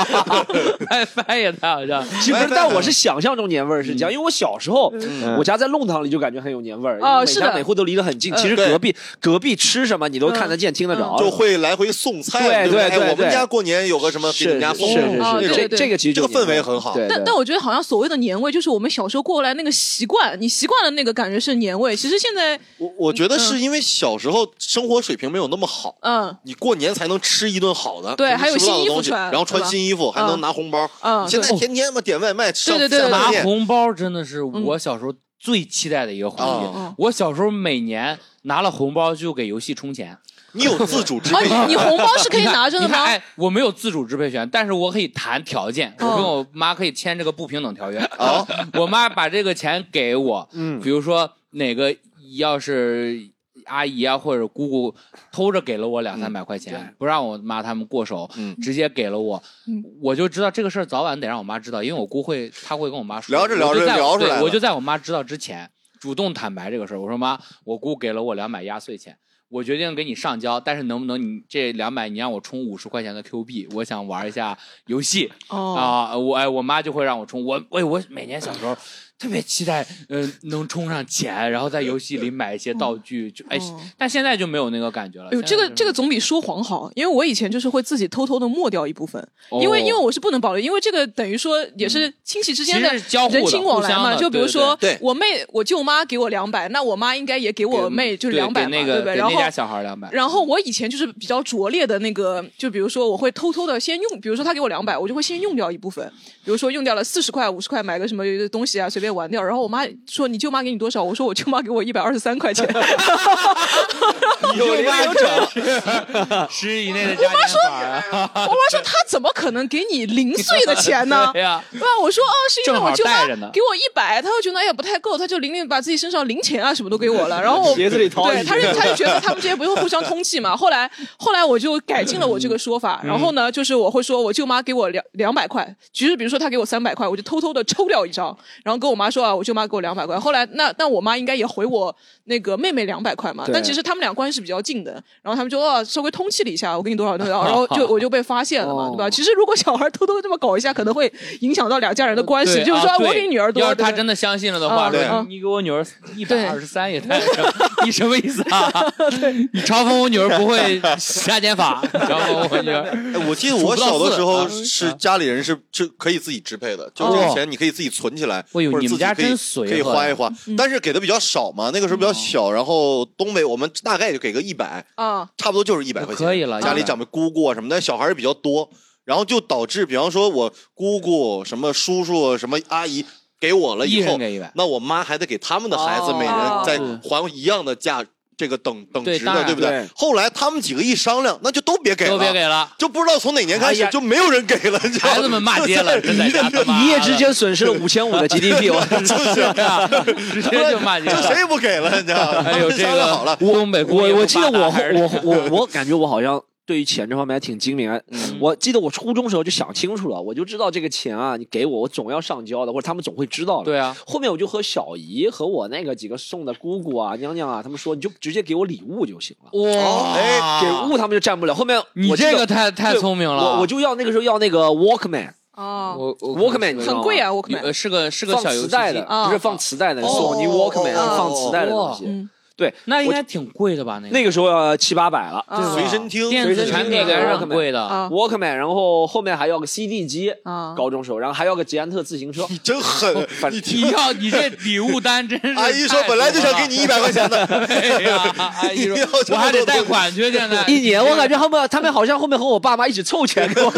[SPEAKER 2] 哎
[SPEAKER 1] WiFi 也太好笑了。
[SPEAKER 3] 其实，但我是想象中年味儿是这
[SPEAKER 5] 嗯
[SPEAKER 3] 样，因为我小时候，
[SPEAKER 1] 嗯
[SPEAKER 3] 我家在弄堂里就感觉很有年味儿，
[SPEAKER 2] 哦
[SPEAKER 3] 因为每
[SPEAKER 2] 是
[SPEAKER 3] 家
[SPEAKER 2] 的
[SPEAKER 3] 每户都离得很近。其实
[SPEAKER 5] 对
[SPEAKER 3] 隔壁隔壁吃什么你都看
[SPEAKER 1] 嗯
[SPEAKER 3] 得见、听得着，
[SPEAKER 5] 就会来回送菜，
[SPEAKER 3] 对
[SPEAKER 5] 不
[SPEAKER 3] 对对
[SPEAKER 5] 哎我
[SPEAKER 3] 对
[SPEAKER 5] 们家过年有个什么
[SPEAKER 3] 是
[SPEAKER 5] 给你们家
[SPEAKER 3] 是
[SPEAKER 5] 送
[SPEAKER 3] 是是
[SPEAKER 2] 哦
[SPEAKER 3] 是，
[SPEAKER 5] 那种
[SPEAKER 2] 对
[SPEAKER 3] 这
[SPEAKER 2] 对
[SPEAKER 3] 这个其实
[SPEAKER 5] 这个
[SPEAKER 3] 就有
[SPEAKER 5] 氛围
[SPEAKER 3] 年味儿
[SPEAKER 5] 很好
[SPEAKER 3] 对，
[SPEAKER 2] 但
[SPEAKER 3] 对
[SPEAKER 2] 但我觉得好像所谓的年味，就是我们小时候过来那个习惯，你习惯了那个感觉是年味。其实现在，
[SPEAKER 5] 我我觉得
[SPEAKER 2] 嗯
[SPEAKER 5] 是因为小时候生活水平没有那么好，
[SPEAKER 2] 嗯
[SPEAKER 5] 你过年才能吃一顿好的，
[SPEAKER 2] 对
[SPEAKER 5] 平时
[SPEAKER 2] 还有
[SPEAKER 5] 吃不到的
[SPEAKER 2] 新衣服
[SPEAKER 5] 东西
[SPEAKER 2] 穿
[SPEAKER 5] 然后穿
[SPEAKER 2] 对吧
[SPEAKER 5] 新衣服，还能
[SPEAKER 2] 嗯
[SPEAKER 5] 拿红包。
[SPEAKER 2] 嗯，
[SPEAKER 5] 现在
[SPEAKER 2] 对
[SPEAKER 5] 天天嘛点外卖，上
[SPEAKER 2] 对对对
[SPEAKER 5] 上
[SPEAKER 1] 拿
[SPEAKER 5] 饭店
[SPEAKER 1] 红包真的是
[SPEAKER 5] 嗯
[SPEAKER 1] 我小时候最期待的一个回
[SPEAKER 5] 哦
[SPEAKER 1] 忆。
[SPEAKER 2] 嗯
[SPEAKER 1] 我小时候每年拿了红包就给游戏充钱。
[SPEAKER 5] 你有自主支
[SPEAKER 2] 哦，
[SPEAKER 5] 配
[SPEAKER 2] 你你
[SPEAKER 5] 权。
[SPEAKER 2] 红包是可以拿着 的
[SPEAKER 1] 你看，
[SPEAKER 2] 吗？
[SPEAKER 1] 哎，我没有自主支配权，但是我可以谈条件，我
[SPEAKER 2] 哦
[SPEAKER 1] 跟我妈可以签这个不平等条约。
[SPEAKER 5] 哦，
[SPEAKER 1] 我妈把这个钱给我，
[SPEAKER 4] 嗯
[SPEAKER 1] 比如说哪个要是。阿姨啊，或者姑姑偷着给了我两三百块钱，不让我妈他们过手，
[SPEAKER 5] 嗯
[SPEAKER 1] 直接给了我，
[SPEAKER 2] 嗯
[SPEAKER 1] 我就知道这个事儿早晚得让我妈知道，因为我姑会，她会跟我妈说。
[SPEAKER 5] 聊着聊着
[SPEAKER 1] 我就在
[SPEAKER 5] 聊出
[SPEAKER 1] 对
[SPEAKER 5] 来了
[SPEAKER 1] 我就在我妈知道之前主动坦白这个事儿。我说妈，我姑给了我两百压岁钱，我决定给你上交，但是能不能你这两百你让我充五十块钱的 Q 币，我想玩一下游戏
[SPEAKER 2] 哦，
[SPEAKER 1] 啊、我哎我妈就会让我充，我我我每年小时候特别期待，嗯、能充上钱，然后在游戏里买一些道具，就哎
[SPEAKER 2] 哦，
[SPEAKER 1] 但现在就没有那个感觉了。
[SPEAKER 2] 哎呦，这个这个总比说谎好，因为我以前就是会自己偷偷的抹掉一部分，因
[SPEAKER 1] 哦
[SPEAKER 2] 为因为我是不能保留，因为这个等于说也是亲戚之间
[SPEAKER 1] 其
[SPEAKER 2] 的
[SPEAKER 1] 实是交互的
[SPEAKER 2] 人情往来
[SPEAKER 1] 互相
[SPEAKER 2] 嘛。
[SPEAKER 1] 的
[SPEAKER 2] 就比如说
[SPEAKER 5] 对对对
[SPEAKER 2] 我妹，我舅妈给我两百，那我妈应该也给我妹就是两百嘛，
[SPEAKER 1] 那
[SPEAKER 2] 对
[SPEAKER 1] 个
[SPEAKER 2] 不对？
[SPEAKER 1] 给
[SPEAKER 2] 然
[SPEAKER 1] 那
[SPEAKER 2] 后
[SPEAKER 1] 家小孩两百，
[SPEAKER 2] 然后我以前就是比较拙劣的那个，就比如说我会偷偷的先用，比如说他给我两百，我就会先用掉一部分，比如说用掉了四十块、五十块买个什么东西啊，随便玩掉。然后我妈说你舅妈给你多少？我说我舅妈给我一百二十三块钱。
[SPEAKER 3] 有 年有整。
[SPEAKER 1] 十以内的家庭法啊，
[SPEAKER 2] 我妈说她怎么可能给你零碎的钱呢？
[SPEAKER 1] 对哎呀，
[SPEAKER 2] 对吧？我说哦，是因为
[SPEAKER 1] 正好
[SPEAKER 2] 我舅
[SPEAKER 1] 带
[SPEAKER 2] 妈
[SPEAKER 1] 着呢
[SPEAKER 2] 给我一百，她就觉得哎呀不太够，她就零零把自己身上零钱啊什么都给我了，然后我
[SPEAKER 3] 鞋子里掏
[SPEAKER 2] 对，
[SPEAKER 3] 一
[SPEAKER 2] 她就她就觉得他们之间不是互相通气嘛。后来后来我就改进了我这个说法，然后
[SPEAKER 3] 嗯
[SPEAKER 2] 呢，就是我会说我舅妈给我两两百块，其实比如说她给我三百块，我就偷偷的抽掉一张，然后跟我妈说啊，我舅妈给我两百块。后来那那我妈应该也回我那个妹妹两百块嘛，
[SPEAKER 3] 对
[SPEAKER 2] 但其实他们俩关系是比较近的，然后他们就哦稍微通气了一下，我给你多少多少，然后 就我就被发现了嘛，对吧？其实如果小孩偷偷这么搞一下，可能会影响到两家人的关系，
[SPEAKER 1] 对
[SPEAKER 2] 就是说、
[SPEAKER 1] 啊
[SPEAKER 2] 我
[SPEAKER 1] 对
[SPEAKER 2] 给女儿多，
[SPEAKER 1] 要是
[SPEAKER 2] 对
[SPEAKER 1] 他
[SPEAKER 2] 吧
[SPEAKER 1] 真的相信了的话，
[SPEAKER 2] 啊
[SPEAKER 1] 说
[SPEAKER 5] 对
[SPEAKER 1] 你你给我女 儿一百二十三也太什么，你什么意思啊？ 你嘲讽我女儿不 会加减法，你嘲讽我女 儿
[SPEAKER 5] 哎我记得我小的时候是家里人是是可以自己支配的，就这个钱你可以自己存起来，
[SPEAKER 1] 哎呦
[SPEAKER 5] 或者
[SPEAKER 1] 你们
[SPEAKER 5] 自己
[SPEAKER 1] 家
[SPEAKER 5] 可以
[SPEAKER 1] 真随和
[SPEAKER 5] 可以花一花，但是给的比较少嘛，那个时候比较小，然后东北我们大概就给个一百，
[SPEAKER 2] 啊，
[SPEAKER 5] 差不多就是一百块钱，
[SPEAKER 1] 可以了
[SPEAKER 5] 家里
[SPEAKER 1] 100
[SPEAKER 5] 长辈姑姑啊什么的，小孩儿比较多，然后就导致，比方说我姑姑、什么叔叔、什么阿姨给我了
[SPEAKER 1] 一
[SPEAKER 5] 以后
[SPEAKER 1] 人，给一百。
[SPEAKER 5] 那我妈还得给他们的孩子
[SPEAKER 2] 哦
[SPEAKER 5] 每人再还一样的价，这个等等
[SPEAKER 1] 对
[SPEAKER 5] 值
[SPEAKER 1] 当
[SPEAKER 5] 的，
[SPEAKER 1] 然
[SPEAKER 5] 对不对
[SPEAKER 3] 对？
[SPEAKER 5] 后来他们几个一商量，那就都别给了，
[SPEAKER 1] 都别给了，
[SPEAKER 5] 就不知道从哪年开始
[SPEAKER 3] 哎呀
[SPEAKER 5] 就没有人给了，你知道吗
[SPEAKER 1] 孩子们骂街 了，真在家他妈的
[SPEAKER 3] 一夜之间损失了五千五的 GDP，我
[SPEAKER 5] 就是
[SPEAKER 1] 啊，直接就骂街
[SPEAKER 5] 就
[SPEAKER 1] 了。
[SPEAKER 5] 谁也不给了，你知道吗？
[SPEAKER 1] 哎呦，这
[SPEAKER 5] 商量好
[SPEAKER 1] 个
[SPEAKER 5] 了，
[SPEAKER 1] 东北姑
[SPEAKER 3] 我
[SPEAKER 1] 娘
[SPEAKER 3] 我
[SPEAKER 1] 不
[SPEAKER 3] 记得
[SPEAKER 1] 发达
[SPEAKER 3] 我
[SPEAKER 1] 还是
[SPEAKER 3] 我我我感觉我好像对于钱这方面还挺精明。哎
[SPEAKER 5] 嗯
[SPEAKER 3] 我记得我初中时候就想清楚了，我就知道这个钱啊，你给我，我总要上交的，或者他们总会知道的。
[SPEAKER 1] 对啊，
[SPEAKER 3] 后面我就和小姨和我那个几个送的姑姑啊、娘娘啊，他们说你就直接给我礼物就行了。
[SPEAKER 1] 哇，
[SPEAKER 5] 哎
[SPEAKER 3] 给物他们就占不了。后面
[SPEAKER 1] 你
[SPEAKER 3] 我记得
[SPEAKER 1] 这个太太
[SPEAKER 3] 对
[SPEAKER 1] 聪明了，
[SPEAKER 3] 我我就要那个时候要那个 Walkman，Walkman
[SPEAKER 2] 啊，
[SPEAKER 1] 我
[SPEAKER 3] 你知道吗
[SPEAKER 2] 很贵啊，我可能
[SPEAKER 1] 呃，是个是个
[SPEAKER 3] 放
[SPEAKER 1] 小游
[SPEAKER 3] 磁
[SPEAKER 1] 戏
[SPEAKER 3] 带
[SPEAKER 1] 机
[SPEAKER 3] 的，，
[SPEAKER 2] 啊
[SPEAKER 3] 不是放磁带的，
[SPEAKER 5] 哦
[SPEAKER 3] 索尼 Walkman
[SPEAKER 5] 哦哦
[SPEAKER 3] 放磁带的东
[SPEAKER 1] 哇
[SPEAKER 3] 西。
[SPEAKER 2] 嗯，
[SPEAKER 3] 对，
[SPEAKER 1] 那应
[SPEAKER 3] 我
[SPEAKER 1] 该挺贵的吧？那个
[SPEAKER 3] 那个时候要七八百了。
[SPEAKER 2] 啊
[SPEAKER 5] 随身听，
[SPEAKER 1] 电子产品应该是很贵的。
[SPEAKER 2] 啊
[SPEAKER 3] Walkman，然后后面还要个 CD 机，
[SPEAKER 2] 啊，
[SPEAKER 3] 高中时候，然后还要个捷安特自行 车，
[SPEAKER 5] 你真狠，你
[SPEAKER 1] 你要你这礼物单真是
[SPEAKER 5] 阿姨说本来就想给你一百块钱的，
[SPEAKER 1] 哎呀，阿姨说我还得贷款去，现在
[SPEAKER 3] 一年我感觉他们他们好像后面和我爸妈一起凑 钱给我，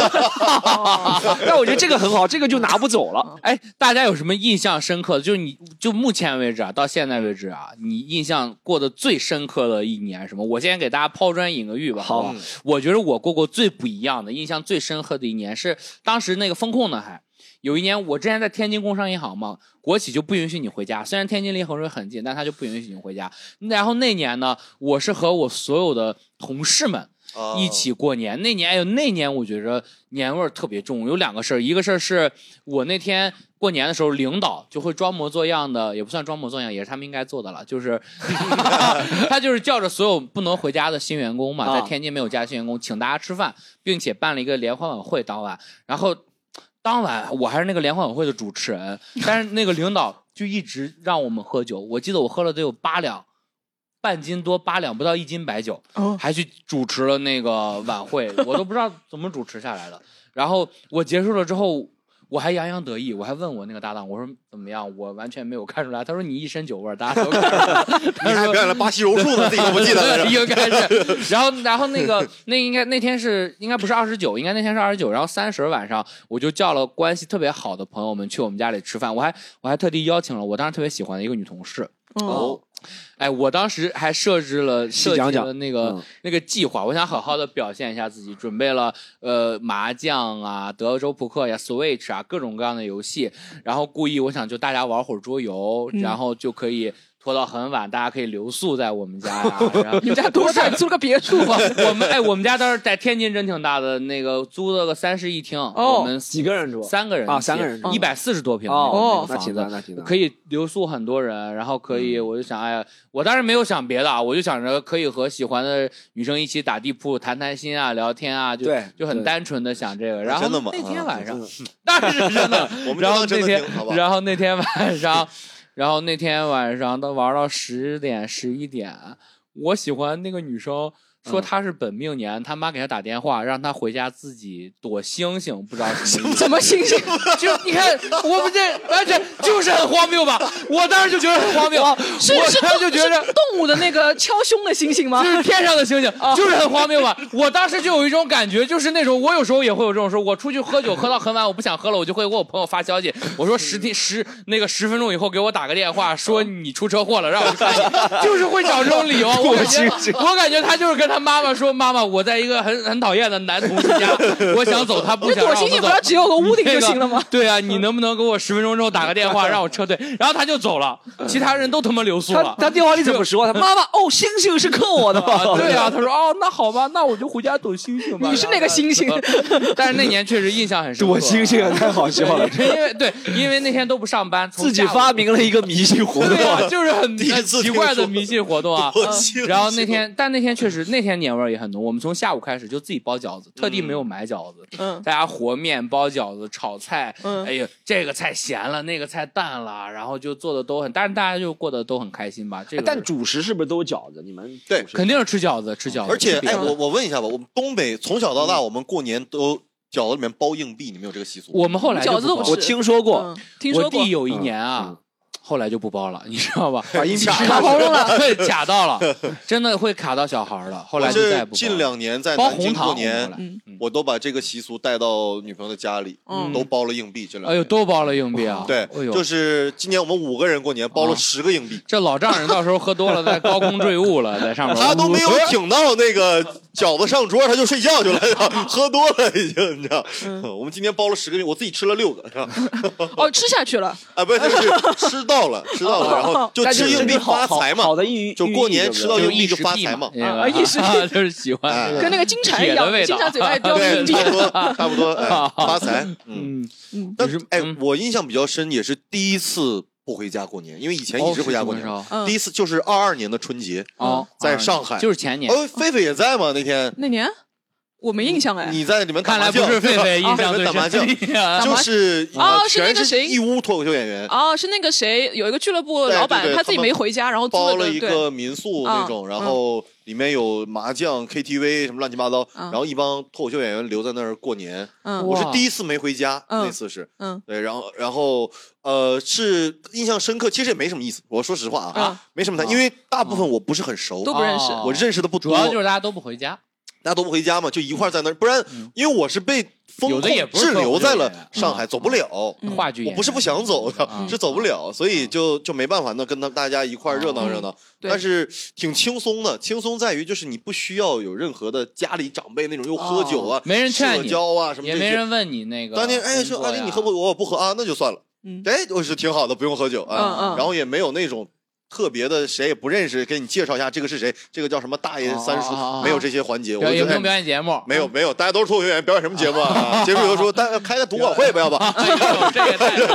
[SPEAKER 3] 但我觉得这个很好，这个就拿不走
[SPEAKER 2] 哦
[SPEAKER 3] 了。
[SPEAKER 1] 哎，大家有什么印象深刻的？就是你就目前为止啊，到现在为止啊，你印象过得最深刻的一年是什么？我先给大家抛砖引个玉吧，好
[SPEAKER 3] 好
[SPEAKER 1] 吧？我觉得我过过最不一样的、印象最深刻的一年是当时那个风控呢，还有一年我之前在天津工商银行嘛，国企就不允许你回家，虽然天津离衡水很近，但他就不允许你回家。然后那年呢，我是和我所有的同事们。
[SPEAKER 5] 啊
[SPEAKER 1] 一起过年。那年哎呦，那年我觉着年味儿特别重，有两个事儿，一个事儿是我那天。过年的时候，领导就会装模作样的，也不算装模作样，也是他们应该做的了。就是他就是叫着所有不能回家的新员工嘛，
[SPEAKER 3] 啊
[SPEAKER 1] 在天津没有家的新员工，请大家吃饭，并且办了一个联欢晚会当晚，然后当晚我还是那个联欢晚会的主持人，但是那个领导就一直让我们喝酒，我记得我喝了得有八两，半斤多八两不到一斤白酒，
[SPEAKER 2] 哦
[SPEAKER 1] 还去主持了那个晚会，我都不知道怎么主持下来的。然后我结束了之后，我还洋洋得意，我还问我那个搭档，我说怎么样？我完全没有看出来。他说你一身酒味儿，大家都看出来了。
[SPEAKER 5] 你还表演了巴西柔术呢，自己都不记得了是 吧。
[SPEAKER 1] 应该是。然后，然后那个那应该那天是应该不是二十九，应该那天是二十九。然后三十晚上，我就叫了关系特别好的朋友们去我们家里吃饭，我还我还特地邀请了我当时特别喜欢的一个女同事。
[SPEAKER 2] 哦，
[SPEAKER 1] 哎，我当时还设置了
[SPEAKER 3] 细
[SPEAKER 1] 设计
[SPEAKER 3] 讲讲
[SPEAKER 1] 了那个、
[SPEAKER 3] 嗯
[SPEAKER 1] 那个计划，我想好好的表现一下自己，准备了呃麻将啊、德州扑克呀、Switch 啊各种各样的游戏，然后故意我想就大家玩会儿桌游，
[SPEAKER 2] 嗯
[SPEAKER 1] 然后就可以拖到很晚，大家可以留宿在我们家 呀、然后
[SPEAKER 2] 你们家多大？租了个别墅 吧？
[SPEAKER 1] 我们哎，我们家当时在天津真挺大的，那个租了个三室一厅，
[SPEAKER 2] 哦
[SPEAKER 1] 我们
[SPEAKER 3] 几个人住？
[SPEAKER 1] 三个人
[SPEAKER 3] 啊三个人住
[SPEAKER 1] 一百四十多平那
[SPEAKER 3] 哦，那
[SPEAKER 1] 个房
[SPEAKER 3] 挺
[SPEAKER 1] 子
[SPEAKER 3] 大，那挺大。
[SPEAKER 1] 可以留宿很多人，然后可
[SPEAKER 3] 嗯
[SPEAKER 1] 以，我就想，哎呀，我当时没有想别的啊，我就想着可以和喜欢的女生一起打地铺、谈谈心啊、聊天啊，就
[SPEAKER 3] 对
[SPEAKER 1] 就很
[SPEAKER 3] 对
[SPEAKER 1] 单纯的想这个。然后
[SPEAKER 5] 哎真的吗
[SPEAKER 1] 那天晚上
[SPEAKER 3] 嗯，
[SPEAKER 1] 当然是真的
[SPEAKER 5] 我们就
[SPEAKER 1] 然后
[SPEAKER 5] 当真
[SPEAKER 1] 那
[SPEAKER 5] 的
[SPEAKER 1] 天
[SPEAKER 5] 听，好不，好？
[SPEAKER 1] 然后那天晚上，然后那天晚上都玩到十点十一点，我喜欢那个女生。
[SPEAKER 3] 嗯
[SPEAKER 1] 说她是本命年，她妈给她打电话，让她回家自己躲星星，不知道什 么意思。
[SPEAKER 2] 什么星星？
[SPEAKER 1] 就你看， 我们这完全就是很荒谬吧？我当时就觉得很荒谬，
[SPEAKER 2] 哦是
[SPEAKER 1] 我
[SPEAKER 2] 是哦
[SPEAKER 1] 当时就
[SPEAKER 2] 动
[SPEAKER 1] 觉得
[SPEAKER 2] 是动物的那个敲胸的星星吗
[SPEAKER 1] 就？是天上的星星，
[SPEAKER 2] 哦
[SPEAKER 1] 就是很荒谬吧？我当时就有一种感觉，就是那种我有时候也会有这种说，我出去喝酒喝到很晚，我不想喝了，我就会给我朋友发消息，我说十天十那个十分钟以后给我打个电话，说你出车祸了，让我去看你，就是会找这种理由。我感觉我感觉他就是跟他妈妈说，妈妈，我在一个很很讨厌的男同事家，我想走，他不
[SPEAKER 2] 你
[SPEAKER 1] 想
[SPEAKER 2] 躲
[SPEAKER 1] 让我
[SPEAKER 2] 星星不
[SPEAKER 1] 走
[SPEAKER 2] 要。只有个屋顶
[SPEAKER 1] 那
[SPEAKER 2] 就
[SPEAKER 1] 个
[SPEAKER 2] 行了吗？
[SPEAKER 1] 对啊，你能不能给我十分钟之后打个电话让我撤退？然后他就走了，其他人都他妈留宿
[SPEAKER 3] 他
[SPEAKER 1] 了。啊
[SPEAKER 3] 他电话里怎么说？他妈妈哦，星星是克我的吧？
[SPEAKER 1] 对啊，他说哦，那好吧，那我就回家躲星星吧。
[SPEAKER 2] 你是那个星星
[SPEAKER 1] 然后他？但是那年确实印象很深刻。
[SPEAKER 3] 躲星星太好笑了，
[SPEAKER 1] 对，因为对，因为那天都不上班，从
[SPEAKER 3] 自己
[SPEAKER 1] 下午
[SPEAKER 3] 发。明了一个迷信活动
[SPEAKER 1] 对。 啊，就是很
[SPEAKER 5] 第一
[SPEAKER 1] 很
[SPEAKER 5] 次
[SPEAKER 1] 奇
[SPEAKER 5] 听
[SPEAKER 1] 怪的
[SPEAKER 5] 说
[SPEAKER 1] 迷信活动 啊。
[SPEAKER 5] 我信
[SPEAKER 1] 然后那天，但那天确实那天年味儿也很浓。我们从下午开始就自己包饺子，特地没有买饺子，
[SPEAKER 2] 嗯
[SPEAKER 1] 大家和面、包饺子、炒菜，
[SPEAKER 2] 嗯
[SPEAKER 1] 哎呀，这个菜咸了，那个菜淡了，然后就做的都很，但是大家就过得都很开心吧。这个
[SPEAKER 3] 哎但主食是不是都有饺子？你们
[SPEAKER 5] 对
[SPEAKER 3] 主食
[SPEAKER 1] 肯定是吃饺子，吃饺子。
[SPEAKER 5] 而且
[SPEAKER 1] 吃，饼
[SPEAKER 5] 哎，
[SPEAKER 1] 子
[SPEAKER 5] 我我问一下吧，我们东北从小到大，我们过年都饺子里面包硬币，你们有这个习俗吗？
[SPEAKER 1] 我们后来就
[SPEAKER 2] 饺子都不
[SPEAKER 1] 包
[SPEAKER 2] 吃
[SPEAKER 3] 我听说过，
[SPEAKER 2] 嗯，听 说
[SPEAKER 1] 我
[SPEAKER 2] 过
[SPEAKER 1] 弟。有一年啊，
[SPEAKER 5] 嗯
[SPEAKER 1] 后来就不包了，你知 道吧？
[SPEAKER 4] 把硬币
[SPEAKER 1] 卡包了，对，卡到了，真的会卡到小孩儿的。后来
[SPEAKER 5] 我
[SPEAKER 1] 就再也
[SPEAKER 5] 是
[SPEAKER 1] 不包
[SPEAKER 5] 近
[SPEAKER 1] 了
[SPEAKER 5] 两年在
[SPEAKER 1] 包
[SPEAKER 5] 南
[SPEAKER 1] 红
[SPEAKER 5] 京
[SPEAKER 1] 糖
[SPEAKER 5] 过
[SPEAKER 1] 我们
[SPEAKER 5] 年
[SPEAKER 1] 后，来，
[SPEAKER 2] 嗯
[SPEAKER 1] 嗯
[SPEAKER 5] 我都把这个习俗带到女朋友的家里，
[SPEAKER 2] 嗯
[SPEAKER 5] 都包了硬币。这两
[SPEAKER 1] 哎呦，
[SPEAKER 5] 年
[SPEAKER 1] 都包了硬币啊！
[SPEAKER 5] 对
[SPEAKER 1] 哎，呦，啊
[SPEAKER 5] 就是今年我们五个人过年包了十个硬币，
[SPEAKER 1] 这老丈人到时候喝多了，在高空坠物了，在上面。
[SPEAKER 5] 他都没有挺到那个饺子上桌，他就睡 觉去了，喝多了已经，你知道？
[SPEAKER 1] 嗯
[SPEAKER 5] 我们今天包了十个，我自己吃了六个，是吧？
[SPEAKER 2] 哦，吃下去了，
[SPEAKER 5] 啊，不是，就是吃到了，吃到了，然后就
[SPEAKER 3] 但
[SPEAKER 5] 吃
[SPEAKER 3] 是
[SPEAKER 5] 硬币发财
[SPEAKER 3] 好
[SPEAKER 5] 嘛，
[SPEAKER 3] 的寓
[SPEAKER 5] 就过年吃到
[SPEAKER 1] 就
[SPEAKER 5] 硬
[SPEAKER 1] 一
[SPEAKER 5] 币
[SPEAKER 1] 时
[SPEAKER 5] 就发
[SPEAKER 1] 屁
[SPEAKER 5] 财嘛。
[SPEAKER 1] 那个
[SPEAKER 2] 啊一时屁
[SPEAKER 1] 啊 就是喜欢
[SPEAKER 5] 哎
[SPEAKER 1] 这个
[SPEAKER 2] 跟那个金蝉一
[SPEAKER 1] 铁的
[SPEAKER 2] 样
[SPEAKER 1] 味，道
[SPEAKER 2] 金蝉嘴巴里叼
[SPEAKER 5] 对，
[SPEAKER 2] 硬币。
[SPEAKER 5] 差 不多，差不多，哎，发财。嗯，
[SPEAKER 1] 嗯，
[SPEAKER 5] 但
[SPEAKER 1] 你
[SPEAKER 5] 是
[SPEAKER 1] 是
[SPEAKER 5] 哎
[SPEAKER 1] 嗯，
[SPEAKER 5] 我印象比较深，也是第一次不回家过年，因为以前一直回家过年。
[SPEAKER 1] 哦
[SPEAKER 2] 嗯
[SPEAKER 5] 第一次就是二二年的春节，
[SPEAKER 1] 哦，
[SPEAKER 5] 在上海
[SPEAKER 1] 就是前年。
[SPEAKER 5] 哦，狒狒也在吗？那天
[SPEAKER 2] 那年我没印象哎，
[SPEAKER 5] 你在里面打
[SPEAKER 1] 看来
[SPEAKER 5] 麻
[SPEAKER 1] 不
[SPEAKER 5] 将，哦
[SPEAKER 1] 是狒狒 印象
[SPEAKER 5] 你们打麻将
[SPEAKER 1] 最深啊。
[SPEAKER 5] 就是
[SPEAKER 2] 啊
[SPEAKER 5] 呃
[SPEAKER 2] 是那个
[SPEAKER 5] 全是
[SPEAKER 2] 谁
[SPEAKER 5] 义乌脱口秀演员，
[SPEAKER 2] 哦，是那个谁，有一个俱乐部老板
[SPEAKER 5] 对对对
[SPEAKER 2] 他自己没回家，然后租
[SPEAKER 5] 包
[SPEAKER 2] 个
[SPEAKER 5] 了一
[SPEAKER 2] 对
[SPEAKER 5] 个民宿那种，
[SPEAKER 2] 啊
[SPEAKER 5] 然后里面有麻将、KTV 什么乱七八糟，
[SPEAKER 2] 啊
[SPEAKER 5] 然后一帮脱口秀演员留在那儿过年。
[SPEAKER 2] 嗯
[SPEAKER 5] 我是
[SPEAKER 1] 哇
[SPEAKER 5] 第一次没回家，
[SPEAKER 2] 嗯
[SPEAKER 5] 那次是
[SPEAKER 2] 嗯
[SPEAKER 5] 对，然后然后呃是印象深刻，其实也没什么意思。我说实话啊
[SPEAKER 2] 啊，
[SPEAKER 5] 没什么太，因为大部分我不是很熟，
[SPEAKER 2] 都不认识
[SPEAKER 1] 嗯哦
[SPEAKER 5] 我认识的不多，
[SPEAKER 1] 主要就是大家都不回家。
[SPEAKER 5] 大家都不回家嘛，就一块儿在那儿，不然因为我是被
[SPEAKER 1] 嗯
[SPEAKER 5] 封
[SPEAKER 1] 有
[SPEAKER 5] 控
[SPEAKER 1] 的也不是
[SPEAKER 5] 滞留在
[SPEAKER 1] 特别远
[SPEAKER 5] 了上海，走不了。
[SPEAKER 2] 嗯
[SPEAKER 1] 话剧演
[SPEAKER 5] 我
[SPEAKER 1] 员，
[SPEAKER 5] 不是不想走的，
[SPEAKER 1] 嗯
[SPEAKER 5] 是走不了，所以就就没办法，那跟他大家一块儿热闹
[SPEAKER 2] 嗯
[SPEAKER 5] 热闹，
[SPEAKER 2] 对
[SPEAKER 5] 但是挺轻松的。轻松在于就是你不需要有任何的家里长辈那种又喝酒啊、
[SPEAKER 1] 哦没人劝你
[SPEAKER 5] 社交啊什么
[SPEAKER 1] 也
[SPEAKER 5] 这
[SPEAKER 1] 没
[SPEAKER 5] 些。
[SPEAKER 1] 人问你那个工
[SPEAKER 5] 当
[SPEAKER 1] 作呀。
[SPEAKER 5] 年哎说阿林你喝不喝？我不喝啊，那就算了。
[SPEAKER 2] 嗯
[SPEAKER 5] 哎，我是挺好的，不用喝酒啊。
[SPEAKER 2] 嗯嗯
[SPEAKER 5] 然后也没有那种特别的谁也不认识，给你介绍一下这个是谁，这个叫什么大爷三叔，
[SPEAKER 1] 哦
[SPEAKER 5] 没有这些环节。我
[SPEAKER 1] 表演
[SPEAKER 5] 觉
[SPEAKER 1] 有没
[SPEAKER 5] 得
[SPEAKER 1] 有表演节目？
[SPEAKER 5] 没有没有，大家都是脱口秀演员，表演什么节目啊？结束以后说，大家开个读稿会吧， 要不
[SPEAKER 1] 哎呦这也太太热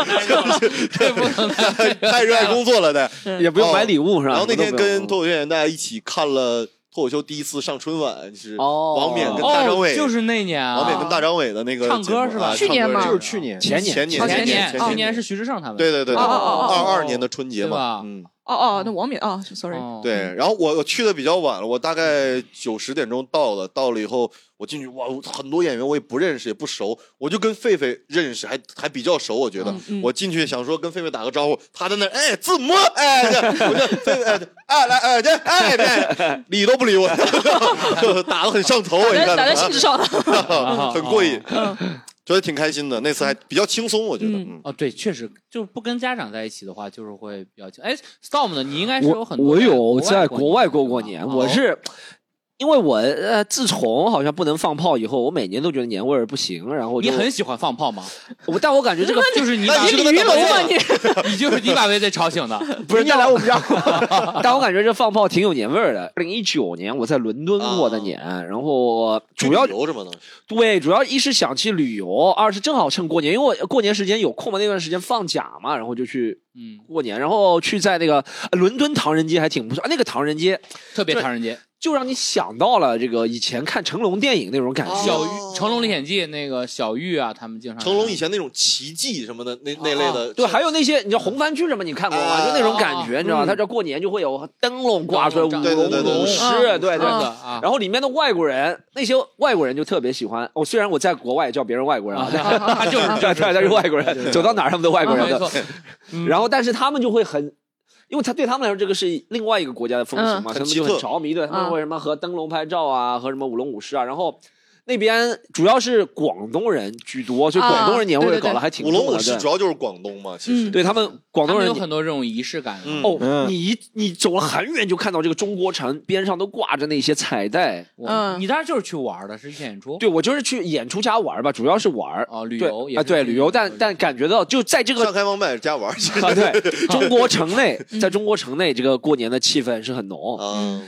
[SPEAKER 1] 了，这不能太 热了
[SPEAKER 5] 太热爱工作了 得。
[SPEAKER 3] 也不用买礼物是吧？
[SPEAKER 5] 哦然后那天
[SPEAKER 3] 什么都不用
[SPEAKER 5] 跟脱口秀演员大家一起看了脱口秀第一次上春晚，就是
[SPEAKER 3] 哦
[SPEAKER 5] 王冕跟大张
[SPEAKER 1] 哦，
[SPEAKER 5] 伟，
[SPEAKER 1] 就是那年啊，
[SPEAKER 5] 王冕跟大张伟的那个
[SPEAKER 1] 唱歌
[SPEAKER 5] 节目
[SPEAKER 1] 是吧
[SPEAKER 5] 啊
[SPEAKER 2] 去年
[SPEAKER 5] 唱歌
[SPEAKER 2] 嘛
[SPEAKER 5] 这
[SPEAKER 4] 就
[SPEAKER 5] 个
[SPEAKER 4] 是去年，
[SPEAKER 3] 前年
[SPEAKER 5] 前年
[SPEAKER 1] 前
[SPEAKER 5] 前
[SPEAKER 1] 年，
[SPEAKER 5] 前
[SPEAKER 1] 去是徐志胜他们，
[SPEAKER 5] 对对对，
[SPEAKER 2] 哦哦哦
[SPEAKER 5] 二
[SPEAKER 2] 哦
[SPEAKER 5] 二年的春节嘛，
[SPEAKER 1] 对
[SPEAKER 5] 嗯，
[SPEAKER 2] 哦哦，那王冕啊，sorry，
[SPEAKER 1] 哦
[SPEAKER 5] 对。然后我我去的比较晚了，我大概九十点钟到的，到了以后我进去，哇，很多演员我也不认识也不熟，我就跟狒狒认识，还还比较熟，我觉得。我进去想说跟狒狒打个招呼，他在那儿哎自摸哎，这我就狒狒哎这哎来哎这哎这理都不理我， 打的很上头，我一
[SPEAKER 2] 打在
[SPEAKER 5] 看
[SPEAKER 2] 打在兴致上了，
[SPEAKER 1] 哦
[SPEAKER 5] 很过瘾， 觉得挺开心的。那次还比较轻松，我觉得。
[SPEAKER 2] 嗯
[SPEAKER 5] 嗯
[SPEAKER 1] 哦，对，确实就不跟家长在一起的话，就是会比较轻。哎，Storm 呢？你应该是有
[SPEAKER 3] 我
[SPEAKER 1] 很多
[SPEAKER 3] 我有
[SPEAKER 1] 在
[SPEAKER 3] 在国外过过
[SPEAKER 1] 过
[SPEAKER 3] 年，
[SPEAKER 1] 吧
[SPEAKER 3] 我是因为我呃，自从好像不能放炮以后，我每年都觉得年味儿不行，然后
[SPEAKER 1] 你
[SPEAKER 3] 就
[SPEAKER 1] 很喜欢放炮吗？
[SPEAKER 3] 我，但我感觉这个
[SPEAKER 1] 就是 你
[SPEAKER 5] 那
[SPEAKER 1] 把
[SPEAKER 5] 你是跟他
[SPEAKER 2] 鱼
[SPEAKER 5] 打麻
[SPEAKER 2] 龙
[SPEAKER 5] 将
[SPEAKER 2] 嘛
[SPEAKER 5] 啊
[SPEAKER 2] 你，
[SPEAKER 1] 你就是你把薇薇吵醒的，
[SPEAKER 3] 不是，但来我们家，但我感觉这放炮挺有年味儿的。二零一九年我在伦敦过的年，然后主要嗯
[SPEAKER 5] 去旅游什么的，
[SPEAKER 3] 对，主要一是想去旅游，二是正好趁过年，因为我过年时间有空嘛，那段时间放假嘛，然后就去
[SPEAKER 1] 嗯，
[SPEAKER 3] 过年，然后去在那个呃伦敦唐人街还挺不错，啊那个唐人街
[SPEAKER 1] 特别唐人街，
[SPEAKER 3] 就让你想到了这个以前看成龙电影那种感觉。
[SPEAKER 1] 小玉《成龙历险记》那个小玉啊，他们经常
[SPEAKER 5] 成龙以前那种奇迹什么的，那那类的，
[SPEAKER 3] 哦对，还有那些你知道红番剧什么，你看过吗？
[SPEAKER 5] 啊
[SPEAKER 3] 就那种感觉，你知道吗？他这过年就会有灯笼挂出来，舞
[SPEAKER 1] 灯笼
[SPEAKER 5] 对对对对
[SPEAKER 3] 龙舞狮，对
[SPEAKER 1] 对
[SPEAKER 3] 对。
[SPEAKER 1] 的啊，
[SPEAKER 3] 然后里面的外国人，那些外国人就特别喜欢。哦我、虽然我在国外也叫别人外国人啊，但
[SPEAKER 1] 他 就是
[SPEAKER 3] 对对，他是外国人，走到哪儿他们都外国 人
[SPEAKER 1] 没
[SPEAKER 3] 的。
[SPEAKER 1] 错，嗯
[SPEAKER 3] 然后，但是他们就会很，因为他对他们来说，这个是另外一个国家的风情嘛，
[SPEAKER 5] 嗯
[SPEAKER 3] 他们就很着迷，对他们会什么和灯笼拍照啊，和什么舞龙舞狮啊。然后那边主要是广东人居多，所以广东人年味
[SPEAKER 2] 啊
[SPEAKER 3] 儿
[SPEAKER 2] 对对对
[SPEAKER 3] 搞得还挺
[SPEAKER 5] 舞
[SPEAKER 3] 重的。
[SPEAKER 5] 龙舞狮主
[SPEAKER 3] 对
[SPEAKER 5] 要就是广东嘛，其实
[SPEAKER 2] 嗯
[SPEAKER 3] 对他们广
[SPEAKER 1] 他
[SPEAKER 3] 东
[SPEAKER 1] 们
[SPEAKER 3] 人
[SPEAKER 1] 有很多这种仪式感，
[SPEAKER 5] 嗯
[SPEAKER 3] 哦，
[SPEAKER 4] 嗯
[SPEAKER 3] 你一你走了很远就看到这个中国城边上都挂着那些彩带。
[SPEAKER 1] 我
[SPEAKER 2] 嗯
[SPEAKER 1] 你当时就是去玩的，是去演出，
[SPEAKER 3] 对我就是去演出家玩儿吧，主要是玩儿
[SPEAKER 1] 哦，旅
[SPEAKER 3] 对
[SPEAKER 1] 游也
[SPEAKER 3] 啊，
[SPEAKER 1] 是嗯
[SPEAKER 3] 对
[SPEAKER 1] 去
[SPEAKER 3] 旅游，但但感觉到就在这个
[SPEAKER 5] 上开放麦加 玩儿去
[SPEAKER 3] 啊，对中国城内，在中国城内，这个过年的气氛是很
[SPEAKER 1] 哦
[SPEAKER 3] 浓啊、
[SPEAKER 5] 啊，
[SPEAKER 1] 嗯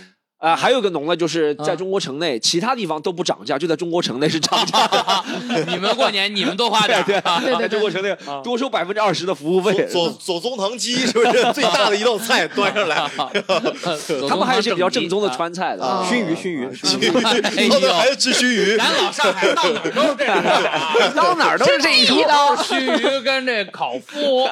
[SPEAKER 3] 还有一个浓呢，就是
[SPEAKER 1] 啊
[SPEAKER 3] 在中国城内，其他地方都不涨价，就在中国城内是涨价 的。
[SPEAKER 1] 你们过年你们多花点 儿，啊
[SPEAKER 2] 对
[SPEAKER 3] 在
[SPEAKER 2] 对
[SPEAKER 3] 中国
[SPEAKER 2] 对，
[SPEAKER 3] 城内多收百分之二十的服务费。
[SPEAKER 5] 左左宗棠鸡是不是最大的一道菜端上 来？哎
[SPEAKER 3] 他们还有一些比较正宗的
[SPEAKER 1] 传。
[SPEAKER 3] 川菜的，
[SPEAKER 2] 啊
[SPEAKER 4] 熏鱼熏鱼，
[SPEAKER 1] 哎呦
[SPEAKER 5] 然后还有吃须鱼，
[SPEAKER 1] 咱老上海到哪儿都是这样 啊，
[SPEAKER 3] 到哪儿都是这一出。
[SPEAKER 1] 须臾跟这烤麸，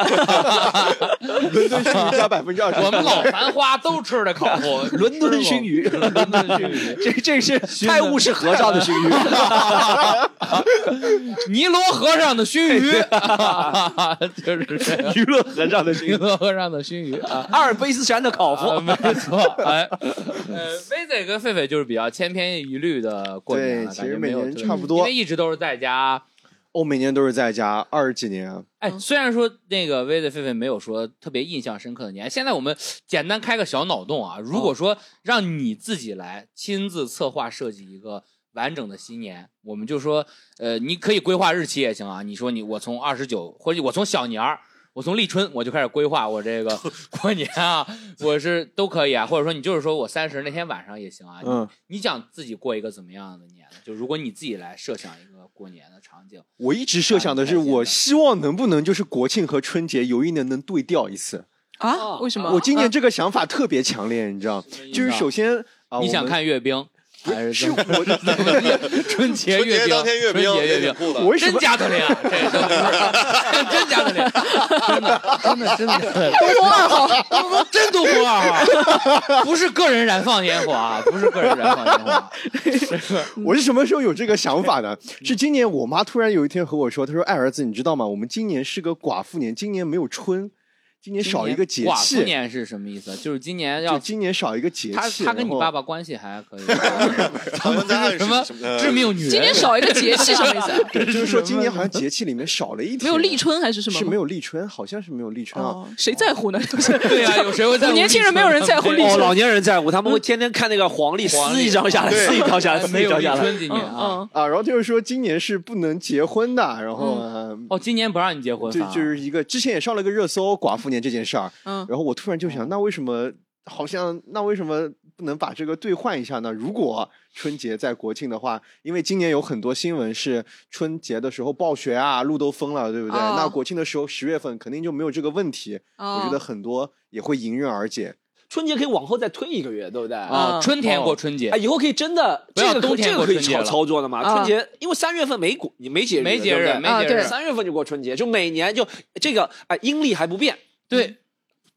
[SPEAKER 4] 伦敦熏 鱼加百分之二十。
[SPEAKER 1] 我们老繁花都吃这烤麸，
[SPEAKER 3] 伦敦熏鱼，
[SPEAKER 1] 伦敦熏鱼，
[SPEAKER 3] 这这是泰晤士河上的熏鱼，
[SPEAKER 1] 尼罗河上的熏 鱼， 就是这个
[SPEAKER 3] 娱乐河上 的熏
[SPEAKER 1] 尼
[SPEAKER 3] 鱼，
[SPEAKER 1] 罗河上的熏鱼啊。
[SPEAKER 3] 阿尔卑斯山的烤
[SPEAKER 1] 啊，
[SPEAKER 3] 麸。
[SPEAKER 1] 没错，哎，呃，薇仔跟狒狒就是比较千篇一律的过年
[SPEAKER 4] 对，
[SPEAKER 1] 了，
[SPEAKER 4] 其
[SPEAKER 1] 感觉
[SPEAKER 4] 实
[SPEAKER 1] 没
[SPEAKER 4] 每
[SPEAKER 1] 有
[SPEAKER 4] 年
[SPEAKER 1] 特别
[SPEAKER 4] 差不
[SPEAKER 1] 因
[SPEAKER 4] 多
[SPEAKER 1] 为，一直都是在家。
[SPEAKER 4] 我每年都是在家二十几年。啊
[SPEAKER 1] 哎，
[SPEAKER 2] 嗯
[SPEAKER 1] 虽然说那个薇薇狒狒没有说特别印象深刻的年，现在我们简单开个小脑洞啊，如果说让你自己来亲自策划设计一个完整的新年，我们就说，呃，你可以规划日期也行啊。你说你我从二十九，或者我从小年儿，我从立春我就开始规划我这个 过年啊，我是都可以啊，或者说你就是说我三十那天晚上也行啊。
[SPEAKER 4] 嗯，
[SPEAKER 1] 你想自己过一个怎么样的年呢？就如果你自己来设想一个过年的场景，
[SPEAKER 4] 我一直设想的是，我希望能不能就是国庆和春节有一年能对调一次。
[SPEAKER 2] 啊，为什么？
[SPEAKER 4] 我今年这个想法特别强烈，你知道，就是首先啊，
[SPEAKER 1] 你
[SPEAKER 4] 我
[SPEAKER 1] 想
[SPEAKER 4] 们
[SPEAKER 1] 看阅兵还是
[SPEAKER 4] 是
[SPEAKER 1] 怎么
[SPEAKER 4] 我的
[SPEAKER 1] 春节
[SPEAKER 5] 春
[SPEAKER 1] 阅
[SPEAKER 5] 节
[SPEAKER 1] 兵？
[SPEAKER 5] 当天阅兵
[SPEAKER 1] 春节
[SPEAKER 5] 也
[SPEAKER 1] 阅兵。
[SPEAKER 5] 挺酷的。
[SPEAKER 4] 我为什
[SPEAKER 1] 真
[SPEAKER 4] 么
[SPEAKER 1] 加特林啊，这真不是， 真加特林，啊真的，真的，真 的，
[SPEAKER 2] 东风二号，
[SPEAKER 1] 东风真东风二号，不是个人燃放烟火啊，不是个人燃放烟火啊，
[SPEAKER 4] 我是什么时候有这个想法的？是今年我妈突然有一天和我说，她说：“哎，儿子，你知道吗？我们今年是个寡妇年，今年没有春，今年 少一个节
[SPEAKER 1] 寡妇
[SPEAKER 4] 气，
[SPEAKER 1] 年是什么意思？就是今年
[SPEAKER 4] 就
[SPEAKER 1] 要
[SPEAKER 4] 今年少一个节气。”
[SPEAKER 1] 他他跟你
[SPEAKER 4] 然后
[SPEAKER 1] 爸爸关系还 可以，
[SPEAKER 5] 咱们在暗示
[SPEAKER 1] 什么
[SPEAKER 5] 呃
[SPEAKER 1] 致命女人？
[SPEAKER 2] 今年少一个节气什么意思啊？
[SPEAKER 4] 对，就是说今年好像节气里面少了一天，
[SPEAKER 2] 没有立春还是什么？
[SPEAKER 4] 是没有立春，好像是没有立春啊。
[SPEAKER 2] 哦，谁在乎呢？就是
[SPEAKER 1] 对呀，有谁会在乎
[SPEAKER 2] 年轻人没有人在乎立
[SPEAKER 3] 哦，
[SPEAKER 2] 春
[SPEAKER 3] 老年人在乎，他们会天天看那个黄历，
[SPEAKER 1] 黄历
[SPEAKER 3] 撕一张下来，
[SPEAKER 5] 对
[SPEAKER 3] 撕一张下来，
[SPEAKER 1] 哎
[SPEAKER 3] 撕
[SPEAKER 1] 没
[SPEAKER 3] 一
[SPEAKER 1] 有
[SPEAKER 3] 张
[SPEAKER 1] 立
[SPEAKER 3] 下来。
[SPEAKER 1] 春今
[SPEAKER 2] 嗯
[SPEAKER 1] 年啊，
[SPEAKER 2] 嗯，
[SPEAKER 4] 啊，然后他又说今年是不能结婚的，然后、呃
[SPEAKER 1] 哦，今年不让你结婚
[SPEAKER 4] 就
[SPEAKER 1] 反而，
[SPEAKER 4] 就是一个之前也上了个热搜，寡妇年这件事儿，
[SPEAKER 2] 嗯
[SPEAKER 4] 然后我突然就想，那为什么好像那为什么不能把这个兑换一下呢？如果春节在国庆的话，因为今年有很多新闻是春节的时候暴雪啊，路都封了，对不对？
[SPEAKER 2] 哦
[SPEAKER 4] 那国庆的时候十月份肯定就没有这个问题，我觉得很多也会迎刃而解。
[SPEAKER 3] 春节可以往后再推一个月，对不对？啊，
[SPEAKER 1] 啊，
[SPEAKER 2] 嗯
[SPEAKER 1] 春天过春节，
[SPEAKER 3] 以后可以真的
[SPEAKER 1] 不要
[SPEAKER 3] 这个可
[SPEAKER 1] 冬天
[SPEAKER 3] 这个
[SPEAKER 1] 过
[SPEAKER 3] 可以
[SPEAKER 1] 春节
[SPEAKER 3] 操
[SPEAKER 1] 了
[SPEAKER 3] 操作的嘛？
[SPEAKER 2] 啊
[SPEAKER 3] 春节因为三月份没股，你没节日的，
[SPEAKER 1] 没节日，
[SPEAKER 3] 对不
[SPEAKER 1] 没
[SPEAKER 3] 对
[SPEAKER 2] 啊
[SPEAKER 1] 节
[SPEAKER 2] 对
[SPEAKER 1] 日，
[SPEAKER 3] 三月份就过春节，就每年就这个啊，阴历还不变，
[SPEAKER 1] 对，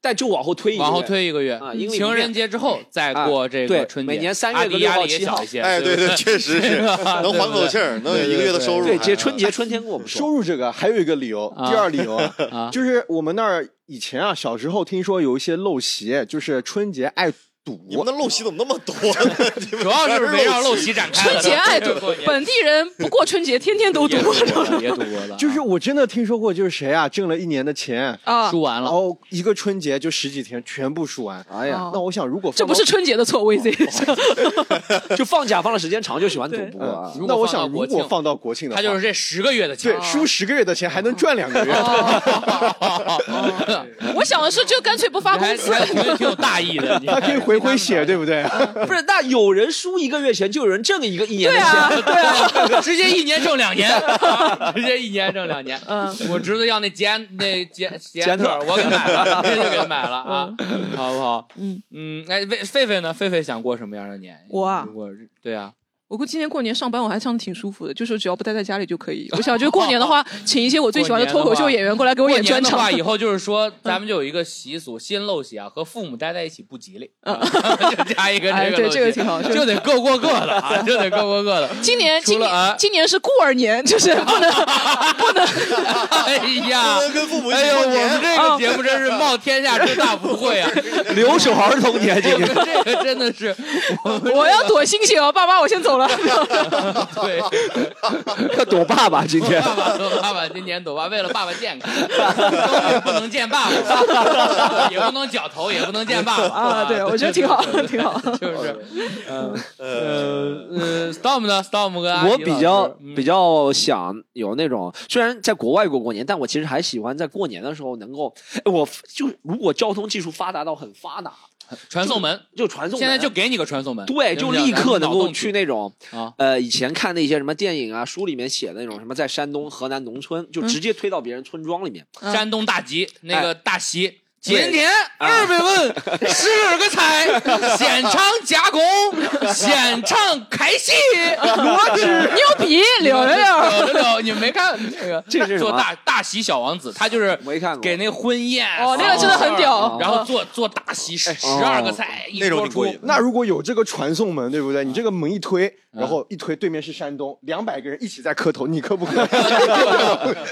[SPEAKER 3] 但就往后推一个月
[SPEAKER 1] 往后推一个月
[SPEAKER 3] 啊，因为
[SPEAKER 1] 情人节之后再过这个
[SPEAKER 3] 啊对
[SPEAKER 1] 春节，
[SPEAKER 3] 每年三月
[SPEAKER 1] 阿
[SPEAKER 3] 的
[SPEAKER 1] 迪
[SPEAKER 3] 六
[SPEAKER 1] 压
[SPEAKER 3] 号
[SPEAKER 1] 力也
[SPEAKER 3] 七号
[SPEAKER 1] 小一些，
[SPEAKER 5] 哎，对
[SPEAKER 1] 对
[SPEAKER 5] 对，，确实是能缓口气儿，能有一个月的收入。
[SPEAKER 3] 对，节
[SPEAKER 5] 哎
[SPEAKER 3] 春节春天跟我们
[SPEAKER 4] 收
[SPEAKER 3] 说，
[SPEAKER 4] 入这个还有一个理由，
[SPEAKER 1] 啊
[SPEAKER 4] 第二理由
[SPEAKER 1] 啊
[SPEAKER 4] 啊，就是我们那儿以前啊，小时候听说有一些陋习，就是春节爱赌
[SPEAKER 5] 哎你。们那陋习怎么那么多 呢？你们
[SPEAKER 1] 主要就是围绕
[SPEAKER 5] 陋
[SPEAKER 1] 陋习展开
[SPEAKER 2] 春
[SPEAKER 1] 的。
[SPEAKER 2] 节爱赌
[SPEAKER 1] 过，年
[SPEAKER 2] 本地人不过春节，天天都赌
[SPEAKER 1] 也。赌博的，也赌博的，
[SPEAKER 4] 就是我真的听说过，就是谁啊挣了一年的钱，
[SPEAKER 2] 啊
[SPEAKER 1] 输，完
[SPEAKER 4] 然
[SPEAKER 1] 了，
[SPEAKER 4] 后一个春节就十几天全部输完。啊
[SPEAKER 3] 哎呀，
[SPEAKER 2] 哦
[SPEAKER 4] 那我想，如果
[SPEAKER 2] 这
[SPEAKER 4] 放到
[SPEAKER 2] 不是春节的错，VZ。
[SPEAKER 3] 就放假放的时间长就喜欢赌博啊。
[SPEAKER 1] 如
[SPEAKER 4] 呃那
[SPEAKER 1] 果放到
[SPEAKER 4] 我想，
[SPEAKER 1] 国
[SPEAKER 4] 如
[SPEAKER 1] 庆
[SPEAKER 4] 果放到国庆的话，
[SPEAKER 1] 他就是这十个月的钱
[SPEAKER 4] 对。输十个月的钱还能赚两个月。
[SPEAKER 1] 哦
[SPEAKER 2] 我想的是，就干脆不发
[SPEAKER 1] 你
[SPEAKER 2] 工
[SPEAKER 1] 哦还
[SPEAKER 2] 资
[SPEAKER 1] 你，还挺挺有大义的，你
[SPEAKER 4] 他可以回回血，对不对？
[SPEAKER 3] 不是，那有人输一个月钱，就有人挣一个一年的
[SPEAKER 2] 对啊
[SPEAKER 3] 钱。，
[SPEAKER 2] 对 啊，
[SPEAKER 1] 直接一年挣两 年，啊直接一年挣两年。
[SPEAKER 2] 嗯，
[SPEAKER 1] 我侄子要那捷安那捷捷
[SPEAKER 3] 捷安特
[SPEAKER 1] 特，我给买 了，这就给买了啊，好不好？嗯嗯，哎，狒狒狒呢？狒狒想过什么样的年？
[SPEAKER 2] 我啊
[SPEAKER 1] 如果是对啊，
[SPEAKER 2] 我估计今年过年上班我还上的挺舒服的，就是只要不待在家里就可以。我想就是过年的话，请一些我最喜欢的脱口秀演员过来给我
[SPEAKER 1] 过
[SPEAKER 2] 演
[SPEAKER 1] 年
[SPEAKER 2] 专
[SPEAKER 1] 的
[SPEAKER 2] 场。
[SPEAKER 1] 话，以后就是说，
[SPEAKER 2] 嗯
[SPEAKER 1] 咱们就有一个习俗，新陋习啊，和父母待在一起不吉利， 就加一个
[SPEAKER 2] 嗯哎，
[SPEAKER 1] 这个陋习，
[SPEAKER 2] 对，这个挺好。就是
[SPEAKER 1] 就得各过各的 啊，就得各过各的。
[SPEAKER 2] 今年，
[SPEAKER 1] 除
[SPEAKER 2] 今
[SPEAKER 1] 了啊
[SPEAKER 2] 年，今年是孤儿年，就是不能不能
[SPEAKER 1] 哎呀
[SPEAKER 5] 不，能跟父母一
[SPEAKER 1] 哎
[SPEAKER 5] 起
[SPEAKER 1] 呦，
[SPEAKER 5] 过
[SPEAKER 1] 我们
[SPEAKER 5] 年。
[SPEAKER 1] 这个节目真 是冒天下之大不讳啊！
[SPEAKER 3] 留守儿童 年
[SPEAKER 1] 我们这个真的是，我们
[SPEAKER 2] 我要躲星星哦，爸妈，我先走了。
[SPEAKER 1] 对
[SPEAKER 3] 要躲爸 爸今天。
[SPEAKER 1] 爸爸说爸爸今年躲爸，为了爸爸健康，终于不能见爸 爸，也不能绞头，也不能见爸爸
[SPEAKER 2] 啊，对，我觉得挺好，挺好。
[SPEAKER 1] 就是
[SPEAKER 5] 呃，
[SPEAKER 1] 呃，Storm 呢？Storm 跟阿
[SPEAKER 3] 我
[SPEAKER 1] 迪
[SPEAKER 3] 比
[SPEAKER 1] 老
[SPEAKER 3] 较
[SPEAKER 1] 师嗯
[SPEAKER 3] 比较想有那种，虽然在国外过过年，但我其实还喜欢在过年的时候能够，哎我就如果交通技术发达到很发达，
[SPEAKER 1] 传送门，
[SPEAKER 3] 就传送
[SPEAKER 1] 现
[SPEAKER 3] 门
[SPEAKER 1] 在就给你个传送门，
[SPEAKER 3] 对，
[SPEAKER 1] 行
[SPEAKER 3] 就
[SPEAKER 1] 不行
[SPEAKER 3] 立刻
[SPEAKER 1] 咱们
[SPEAKER 3] 能
[SPEAKER 1] 脑
[SPEAKER 3] 够
[SPEAKER 1] 洞
[SPEAKER 3] 去那种
[SPEAKER 1] 啊，
[SPEAKER 3] 呃，以前看那些什么电影啊、书里面写的那种什么，在山东、河南农村，
[SPEAKER 1] 嗯
[SPEAKER 3] 就直接推到别人村庄里面。
[SPEAKER 2] 嗯
[SPEAKER 1] 山东大集那
[SPEAKER 3] 哎
[SPEAKER 1] 个大集。
[SPEAKER 3] 对
[SPEAKER 1] 今天二百问，十二个 菜，现场加工，现场开戏，
[SPEAKER 2] 我只 牛逼，柳柳柳。
[SPEAKER 1] 六六六，你们没看那个？
[SPEAKER 3] 这是什
[SPEAKER 1] 做
[SPEAKER 3] 么？
[SPEAKER 1] 大大喜小王子，他就是
[SPEAKER 3] 没看过
[SPEAKER 1] 给那婚宴
[SPEAKER 2] 哦，那个真的很屌。
[SPEAKER 1] 啊
[SPEAKER 2] 啊哦
[SPEAKER 1] 然后 做做大喜
[SPEAKER 3] 哎
[SPEAKER 1] 十十二
[SPEAKER 3] 哦
[SPEAKER 1] 个菜，一
[SPEAKER 5] 那种
[SPEAKER 1] 锅
[SPEAKER 5] 挺过
[SPEAKER 1] 出
[SPEAKER 5] 瘾。
[SPEAKER 4] 那如果有这个传送门，对不对？你这个门一推，
[SPEAKER 1] 嗯
[SPEAKER 4] 然后一推对面是山东，两百个人一起在磕头，你磕不 磕？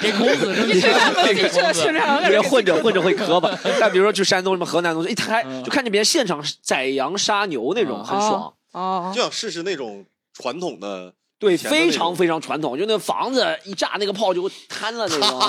[SPEAKER 1] 给孔子扔
[SPEAKER 2] 你去看 门
[SPEAKER 1] 给
[SPEAKER 2] 的
[SPEAKER 1] 孔
[SPEAKER 2] 确
[SPEAKER 1] 子
[SPEAKER 2] 是。两个人
[SPEAKER 3] 别人混着混着会磕巴，但比如说去山东什么河南农村，一开
[SPEAKER 1] 嗯
[SPEAKER 3] 就看见别人现场宰羊杀牛那种，很爽。
[SPEAKER 2] 哦
[SPEAKER 5] 就，想试试那种传统的，
[SPEAKER 3] 对，
[SPEAKER 5] 以前的那
[SPEAKER 3] 非常
[SPEAKER 5] 种
[SPEAKER 3] 非常传统，就那房子一炸，那个炮就瘫了那 种。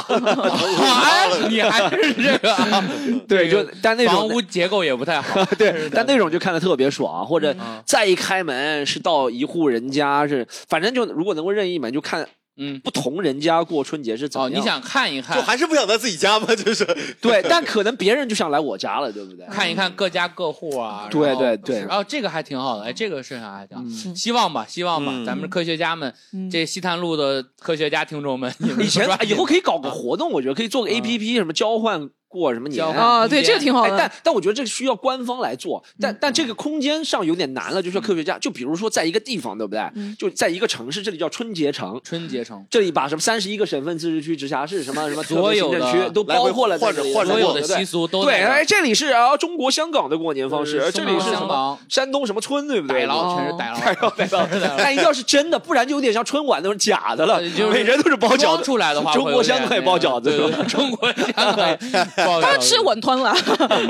[SPEAKER 1] 哎，你还是这个啊，
[SPEAKER 3] 对，就
[SPEAKER 1] 这个
[SPEAKER 3] 但那
[SPEAKER 1] 房
[SPEAKER 3] 种
[SPEAKER 1] 屋结构也不太好。
[SPEAKER 3] 对，但那种就看得特别爽，或者
[SPEAKER 1] 嗯
[SPEAKER 3] 再一开门是到一户人家是，反正就如果能够任意门，就看
[SPEAKER 1] 嗯，
[SPEAKER 3] 不同人家过春节是 怎
[SPEAKER 1] 哦，
[SPEAKER 3] 么
[SPEAKER 1] 你
[SPEAKER 3] 样。
[SPEAKER 1] 想看一
[SPEAKER 5] 就
[SPEAKER 1] 看，
[SPEAKER 5] 还是不想在自己家吗？就是
[SPEAKER 3] 对，但可能别人就想来我家了，对不对？
[SPEAKER 1] 看一看各家各户啊。
[SPEAKER 3] 对
[SPEAKER 1] 然后
[SPEAKER 3] 对对嗯
[SPEAKER 1] 然后这个还挺好的，哎，这个是啥还挺好。希望吧，希望吧，
[SPEAKER 5] 嗯
[SPEAKER 1] 咱们科学家们，
[SPEAKER 2] 嗯
[SPEAKER 1] 这西探路的科学家听众们，你们
[SPEAKER 3] 以前
[SPEAKER 1] 抓
[SPEAKER 3] 哎
[SPEAKER 1] 紧
[SPEAKER 3] 以后可以搞个活动，我觉得可以做
[SPEAKER 1] 嗯
[SPEAKER 3] 个 A P P，什么交换过什么年
[SPEAKER 1] 交。
[SPEAKER 3] 啊
[SPEAKER 1] 换嗯
[SPEAKER 2] 哦，对，这个挺好
[SPEAKER 3] 哎，
[SPEAKER 2] 的
[SPEAKER 3] 但。但我觉得这个需要官方来做，但但这个空间上有点难了，就是要科学家，就比如说在一个地方，对不对？
[SPEAKER 1] 嗯
[SPEAKER 3] 就在一个城市，这里叫春节城，
[SPEAKER 1] 春节城。
[SPEAKER 3] 这里把什么三十一个省份、自治区、直 辖市什么什么特
[SPEAKER 1] 所
[SPEAKER 3] 别
[SPEAKER 1] 有
[SPEAKER 3] 行
[SPEAKER 1] 的
[SPEAKER 3] 政区都
[SPEAKER 5] 来回
[SPEAKER 3] 包括了在
[SPEAKER 5] 换着
[SPEAKER 3] 这里
[SPEAKER 5] 换着
[SPEAKER 1] 所有的
[SPEAKER 3] 对对
[SPEAKER 1] 习俗都
[SPEAKER 3] 对，
[SPEAKER 1] 在那儿
[SPEAKER 3] 哎，这里是啊，中国香港的过年方式，哎这里是
[SPEAKER 1] 香港
[SPEAKER 3] 什么山东什么村，对不对？
[SPEAKER 1] 逮牢，
[SPEAKER 2] 哦
[SPEAKER 1] 全是逮牢，逮牢， 逮牢。
[SPEAKER 3] 但一定要是真的，不然就有点像春晚那种假的了
[SPEAKER 1] 呃就，是
[SPEAKER 3] 每人都是包饺
[SPEAKER 1] 装
[SPEAKER 3] 子。
[SPEAKER 1] 出来的话，
[SPEAKER 3] 中国香港也包饺子
[SPEAKER 1] 对对对中 国香港也包饺子。
[SPEAKER 2] 当然吃稳吞了，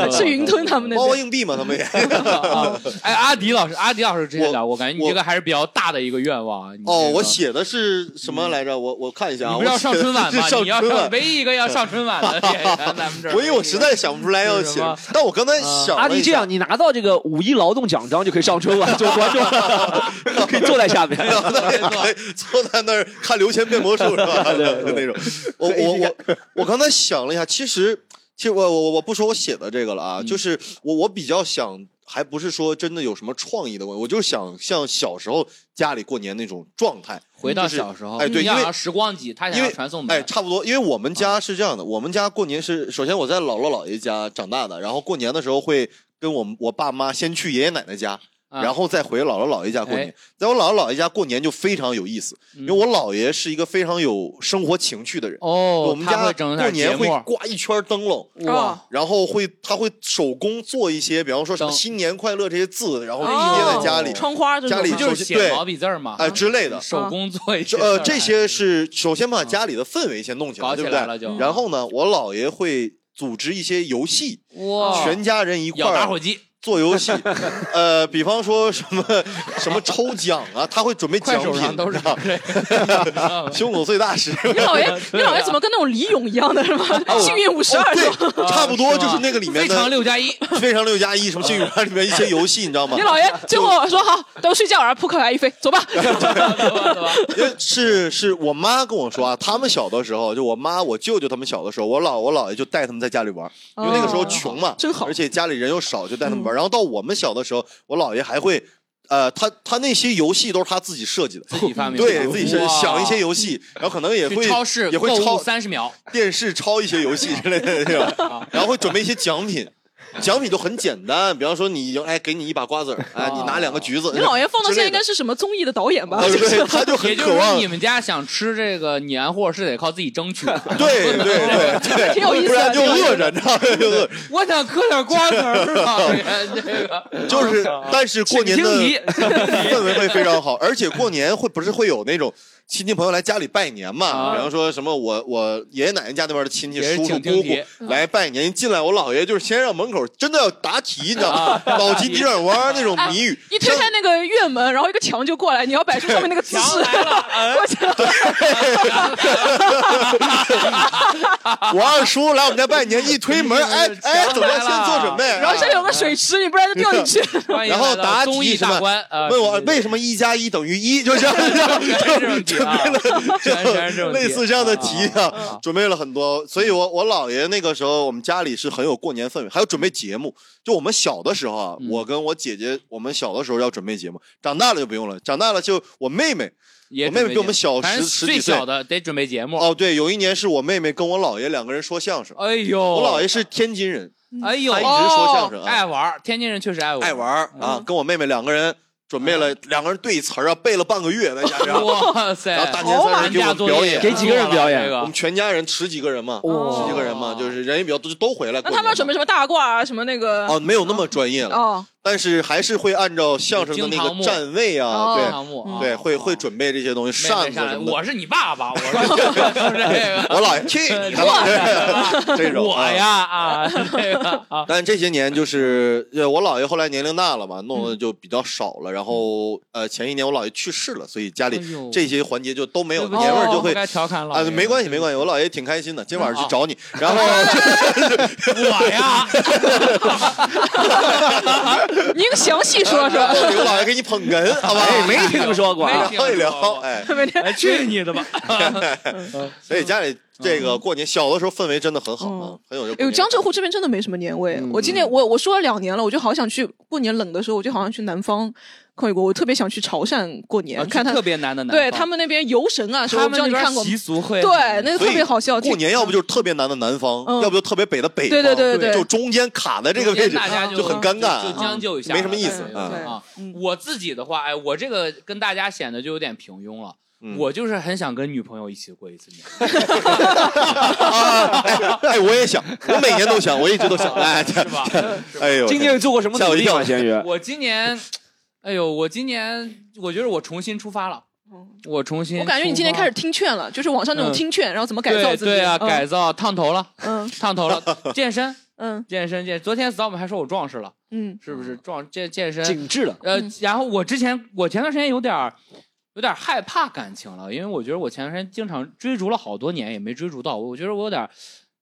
[SPEAKER 2] 吃云吞他们的。
[SPEAKER 5] 猫硬币嘛，他们也。
[SPEAKER 1] 啊哎，阿迪老师，阿迪老师之前
[SPEAKER 5] 我
[SPEAKER 1] 聊过，我感觉你
[SPEAKER 5] 我
[SPEAKER 1] 这个还是比较大的一个愿望啊。你
[SPEAKER 5] 哦，
[SPEAKER 1] 这个
[SPEAKER 5] 我写的是什么来着？我我看一下啊，
[SPEAKER 1] 你不
[SPEAKER 5] 我
[SPEAKER 1] 是要上
[SPEAKER 5] 写的
[SPEAKER 1] 春晚
[SPEAKER 5] 是
[SPEAKER 1] 吗？
[SPEAKER 5] 上
[SPEAKER 1] 你要
[SPEAKER 5] 春晚
[SPEAKER 1] 上，唯一一个要上春晚的 演员，咱们这儿。
[SPEAKER 5] 我因为我实在想不出来要
[SPEAKER 1] 是啊
[SPEAKER 5] 写
[SPEAKER 1] 什么，
[SPEAKER 5] 但我刚才想
[SPEAKER 3] 阿
[SPEAKER 5] 了
[SPEAKER 3] 迪，
[SPEAKER 5] 一
[SPEAKER 3] 这
[SPEAKER 5] 下
[SPEAKER 3] 样，你拿到这个五一劳动奖章就可以上春 晚做观众了， 可以坐在下面。
[SPEAKER 5] 哎
[SPEAKER 1] 哎
[SPEAKER 5] 坐在那儿 看刘谦变魔术是吧？就那种。我我我我刚才想了一下，其实。其实我我我不说我写的这个了啊，
[SPEAKER 1] 嗯
[SPEAKER 5] 就是我我比较想，还不是说真的有什么创意的问题，我就是想像小时候家里过年那种状态，
[SPEAKER 1] 回到
[SPEAKER 5] 就是
[SPEAKER 1] 小时候，
[SPEAKER 5] 哎对
[SPEAKER 1] 你想
[SPEAKER 5] 因为
[SPEAKER 1] 要时光机，他
[SPEAKER 5] 因
[SPEAKER 1] 想要
[SPEAKER 5] 为
[SPEAKER 1] 传送门，
[SPEAKER 5] 哎，差不多，因为我们
[SPEAKER 1] 啊
[SPEAKER 5] 家是这样的，我们家过年是首先我在姥姥姥爷家长大的，然后过年的时候会跟我们我爸妈先去爷爷奶奶家。
[SPEAKER 1] 啊
[SPEAKER 5] 然后再回姥姥姥爷家过年
[SPEAKER 1] 哎，
[SPEAKER 5] 在我姥姥姥爷家过年就非常有意思，因为我姥爷是一个非常有生活情趣的人。
[SPEAKER 1] 哦，
[SPEAKER 5] 我们
[SPEAKER 1] 他
[SPEAKER 5] 家
[SPEAKER 1] 会整
[SPEAKER 5] 过
[SPEAKER 1] 点节
[SPEAKER 5] 年会
[SPEAKER 1] 目，
[SPEAKER 5] 挂一圈灯笼，
[SPEAKER 2] 哦，
[SPEAKER 5] 然后会他会手工做一些，比方说什么
[SPEAKER 1] 灯
[SPEAKER 5] 新年快乐这些字，然后
[SPEAKER 2] 哦
[SPEAKER 5] 拼接在家里，
[SPEAKER 2] 窗花这种
[SPEAKER 5] 家里
[SPEAKER 1] 不
[SPEAKER 2] 吗
[SPEAKER 1] 就
[SPEAKER 5] 就是是
[SPEAKER 1] 写
[SPEAKER 5] 对
[SPEAKER 1] 毛笔字儿嘛，嗯
[SPEAKER 5] 哎之类的。
[SPEAKER 1] 手工做一些
[SPEAKER 5] 这
[SPEAKER 1] 事儿，
[SPEAKER 5] 呃，这些是首先把家里的氛围先弄起
[SPEAKER 1] 搞
[SPEAKER 5] 来，
[SPEAKER 1] 起
[SPEAKER 5] 对不
[SPEAKER 1] 来了
[SPEAKER 5] 对？
[SPEAKER 1] 就
[SPEAKER 5] 然后呢，我姥爷会组织一些游戏，
[SPEAKER 1] 哇，
[SPEAKER 5] 全家人一
[SPEAKER 1] 哦
[SPEAKER 5] 块
[SPEAKER 1] 咬打
[SPEAKER 5] 儿
[SPEAKER 1] 火机，
[SPEAKER 5] 做游 戏。呃，比方说什么什么抽奖 啊，他会准备
[SPEAKER 1] 快
[SPEAKER 5] 奖
[SPEAKER 1] 手上
[SPEAKER 5] 品，
[SPEAKER 1] 都是
[SPEAKER 5] 啊
[SPEAKER 1] 这啊个
[SPEAKER 5] 胸口碎大石。
[SPEAKER 2] 你姥 爷，你姥爷怎么跟那种李咏一样的是吗？幸运五十二是吧？
[SPEAKER 5] 哦对，差不多就是那个里面
[SPEAKER 1] 非常
[SPEAKER 5] 的
[SPEAKER 1] 六 加一，
[SPEAKER 5] 非常六加一什么幸运班里面一些游戏，你知道吗
[SPEAKER 2] 你？姥爷最后说好，都睡觉了，扑克牌一飞，走吧。
[SPEAKER 5] 因为是是我妈跟我说啊，他们小的时候，就我妈、我舅舅他们小的时候，我姥我姥爷就带他们在家里玩，因为那个时候穷嘛，
[SPEAKER 2] 哦真好嗯
[SPEAKER 5] 而且家里人又少，就带他们玩。然后到我们小的时候，我姥爷还会，呃，他他那些游戏都是他自己设计的。
[SPEAKER 1] 自己发明的，
[SPEAKER 5] 对自己是
[SPEAKER 1] 哇
[SPEAKER 5] 想一些游戏，然后可能也
[SPEAKER 1] 去
[SPEAKER 5] 会
[SPEAKER 1] 超市
[SPEAKER 5] 也会
[SPEAKER 1] 购
[SPEAKER 5] 抄
[SPEAKER 1] 物三十秒，
[SPEAKER 5] 电视抄一些游戏之类的 这
[SPEAKER 1] 啊
[SPEAKER 5] 种，然后会准备一些奖品，奖品都很简单，比方说你哎给你一把瓜子儿，哎你拿两个橘子，
[SPEAKER 2] 你姥爷放到现在应该
[SPEAKER 5] 是
[SPEAKER 2] 是什么综艺的导演吧？
[SPEAKER 5] 对，他就
[SPEAKER 1] 也
[SPEAKER 5] 很
[SPEAKER 1] 就是
[SPEAKER 5] 渴
[SPEAKER 1] 说
[SPEAKER 5] 望
[SPEAKER 1] 你们家想吃这个年货是得靠自己争取的，
[SPEAKER 5] 对对对对，
[SPEAKER 2] 挺有意思的
[SPEAKER 5] 不然就饿着，你知道吗？就饿
[SPEAKER 1] 我想嗑点瓜子儿 啊，这个
[SPEAKER 5] 就是， 但是过年的
[SPEAKER 1] 请听题
[SPEAKER 5] 氛围会非常好，而且过年会不是会有那种。亲戚朋友来家里拜年嘛，
[SPEAKER 1] 啊
[SPEAKER 5] 比方说什么我我爷爷奶奶家那边的亲戚
[SPEAKER 1] 也是
[SPEAKER 5] 叔叔
[SPEAKER 1] 请听
[SPEAKER 5] 姑姑
[SPEAKER 1] 题
[SPEAKER 5] 来拜年，一进来我姥爷就是先让门口真的要答题，你知道吗？脑筋急转弯那种谜语，
[SPEAKER 2] 一推开那个院门，然后一个墙就过来，你要摆出上面那个姿势。过去了，
[SPEAKER 5] 我二叔来我们家拜年，一推门，哎哎，怎么样先做准备？
[SPEAKER 2] 然后这里有
[SPEAKER 1] 啊
[SPEAKER 2] 个水池，你不然就掉进去。
[SPEAKER 1] 欢迎
[SPEAKER 5] 然后
[SPEAKER 1] 来到
[SPEAKER 5] 答
[SPEAKER 1] 综艺
[SPEAKER 5] 题什
[SPEAKER 1] 大
[SPEAKER 5] 么
[SPEAKER 1] 观啊，
[SPEAKER 5] 问我
[SPEAKER 1] 对
[SPEAKER 5] 为什么一加一等于一，就这 样，这样
[SPEAKER 1] 全是这种题 啊，全全是这种题嗯
[SPEAKER 5] 类似这样的题啊，准备了很多。所以我我姥爷那个时候，我们家里是很有过年氛围，还有准备节目。就我们小的时候啊，
[SPEAKER 1] 嗯
[SPEAKER 5] 我跟我姐姐，我们小的时候要准备节目，长大了就不用了。长大了就我妹妹，
[SPEAKER 1] 也
[SPEAKER 5] 我妹妹
[SPEAKER 1] 准备
[SPEAKER 5] 比我们小
[SPEAKER 1] 节目反正
[SPEAKER 5] 十十
[SPEAKER 1] 最
[SPEAKER 5] 几岁
[SPEAKER 1] 小的得准备节目。
[SPEAKER 5] 哦，对，有一年是我妹妹跟我姥爷两个人说相声。
[SPEAKER 1] 哎呦，
[SPEAKER 5] 我姥爷是天津人，
[SPEAKER 1] 哎呦，
[SPEAKER 5] 他一直说相声啊
[SPEAKER 1] 爱玩嗯儿，天津人确实爱玩
[SPEAKER 5] 爱玩儿啊，跟我妹妹两个人准备
[SPEAKER 1] 嗯
[SPEAKER 5] 了，两个人对词儿啊，背了半个月在家 里啊。
[SPEAKER 1] 哇塞，
[SPEAKER 5] 然后大年三十给我们表演，
[SPEAKER 3] 给几个人表演
[SPEAKER 1] 这
[SPEAKER 5] 我
[SPEAKER 1] 个
[SPEAKER 5] 们全家人十几个人嘛，
[SPEAKER 3] 哦
[SPEAKER 5] 十几个人嘛，就是人也比较多，就都回来
[SPEAKER 2] 那
[SPEAKER 5] 过年嘛。
[SPEAKER 2] 他们要准备什么大褂啊，什么那个？
[SPEAKER 5] 哦，没有那么专业了，
[SPEAKER 2] 哦，
[SPEAKER 5] 但是还是会按照相声的
[SPEAKER 1] 经
[SPEAKER 5] 那
[SPEAKER 1] 堂
[SPEAKER 5] 个
[SPEAKER 1] 木
[SPEAKER 5] 站位
[SPEAKER 2] 哦
[SPEAKER 5] 啊，
[SPEAKER 1] 项目
[SPEAKER 5] 对
[SPEAKER 1] 啊
[SPEAKER 5] 对，会会准备这些东西，
[SPEAKER 1] 妹妹
[SPEAKER 5] 扇子
[SPEAKER 1] 上来
[SPEAKER 5] 什么的。
[SPEAKER 1] 我是你爸爸，我 是这个
[SPEAKER 5] 我姥 爷去你他妈的 这种
[SPEAKER 1] 我
[SPEAKER 5] 啊。
[SPEAKER 1] 呀啊，这个啊，
[SPEAKER 5] 但这些年就是，呃，我姥爷后来年龄大了嘛，弄
[SPEAKER 1] 嗯
[SPEAKER 5] 得就比较少了。然后，呃，前一年我姥爷去世了，所以家里
[SPEAKER 1] 哎呦
[SPEAKER 5] 这些环节就都没有，
[SPEAKER 1] 对不起
[SPEAKER 5] 年味儿就
[SPEAKER 1] 我哦不
[SPEAKER 5] 会
[SPEAKER 1] 该调侃老嗯啊
[SPEAKER 5] 啊，没关系，没关系，我姥爷挺开心的，今晚上去找你。 然后
[SPEAKER 1] 系，我呀，
[SPEAKER 2] 您详细说
[SPEAKER 5] 然后
[SPEAKER 2] 说。
[SPEAKER 5] 给我姥爷给你捧哏，好吧？
[SPEAKER 3] 哎，没听说过
[SPEAKER 1] 没
[SPEAKER 3] 啊
[SPEAKER 1] 听。
[SPEAKER 5] 聊一
[SPEAKER 1] 说
[SPEAKER 5] 聊，
[SPEAKER 1] 过
[SPEAKER 5] 哎，
[SPEAKER 2] 每天
[SPEAKER 1] 哎去你的 吧！
[SPEAKER 5] 所以家里这个过年小的时候氛围真的很好啊
[SPEAKER 2] 嗯，
[SPEAKER 5] 很有这过
[SPEAKER 2] 哎呦，
[SPEAKER 5] 年
[SPEAKER 2] 江浙沪这边真的没什么年味。我今年我我说了两年了，我就好想去过年冷的时候，我就好想去南方看一过。我特别想去潮汕过年，
[SPEAKER 1] 啊
[SPEAKER 2] 看他
[SPEAKER 1] 特别难的南
[SPEAKER 2] 对
[SPEAKER 1] 方
[SPEAKER 2] 他们那边游神啊，什么
[SPEAKER 1] 他
[SPEAKER 2] 我不
[SPEAKER 1] 们
[SPEAKER 2] 知道
[SPEAKER 1] 那
[SPEAKER 2] 你看
[SPEAKER 1] 边
[SPEAKER 2] 过吗
[SPEAKER 1] 习？俗会
[SPEAKER 2] 对，那个特别好笑。
[SPEAKER 5] 过年要不就是特别南的南方，
[SPEAKER 2] 嗯
[SPEAKER 5] 要不就特别北的北方，
[SPEAKER 2] 对对对对对
[SPEAKER 5] 就中间卡在这个位
[SPEAKER 1] 中
[SPEAKER 5] 置
[SPEAKER 1] 间大家就
[SPEAKER 5] 很尴尬
[SPEAKER 1] 就就
[SPEAKER 5] 啊，
[SPEAKER 1] 将就一下，
[SPEAKER 5] 没什么意思
[SPEAKER 1] 对
[SPEAKER 5] 啊
[SPEAKER 1] 对
[SPEAKER 2] 嗯
[SPEAKER 1] 啊
[SPEAKER 2] 嗯。
[SPEAKER 1] 我自己的话，哎，我这个跟大家显得就有点平庸了。
[SPEAKER 5] 嗯
[SPEAKER 1] 我就是很想跟女朋友一起过一次 年，
[SPEAKER 5] 啊哎哎，我也想，我每年都想，我一直都想，哎，
[SPEAKER 1] 是吧？是吧
[SPEAKER 5] 哎呦，
[SPEAKER 3] 今天做过什么努力
[SPEAKER 5] 吓我
[SPEAKER 3] 吗？
[SPEAKER 5] 一跳
[SPEAKER 3] 咸鱼，
[SPEAKER 1] 啊我今年，哎呦，我今年我觉得我重新出发了，我重新出
[SPEAKER 2] 嗯我
[SPEAKER 1] 发，
[SPEAKER 2] 感觉你今天开始听劝了，就是网上那种
[SPEAKER 1] 嗯
[SPEAKER 2] 听劝，然后怎么改造自己。
[SPEAKER 1] 对对啊，
[SPEAKER 2] 嗯
[SPEAKER 1] 改造烫头了，
[SPEAKER 2] 嗯
[SPEAKER 1] 烫头了， 健身，
[SPEAKER 2] 嗯
[SPEAKER 1] 健身，健。昨天早们还说我壮实了，
[SPEAKER 2] 嗯
[SPEAKER 1] 是不是壮健健身？
[SPEAKER 3] 哎紧致了。
[SPEAKER 1] 呃
[SPEAKER 2] 嗯，
[SPEAKER 1] 然后我之前我前段时间有点儿有点儿害怕感情了，因为我觉得我前段时间经常追逐了好多年也没追逐到，我我觉得我有点儿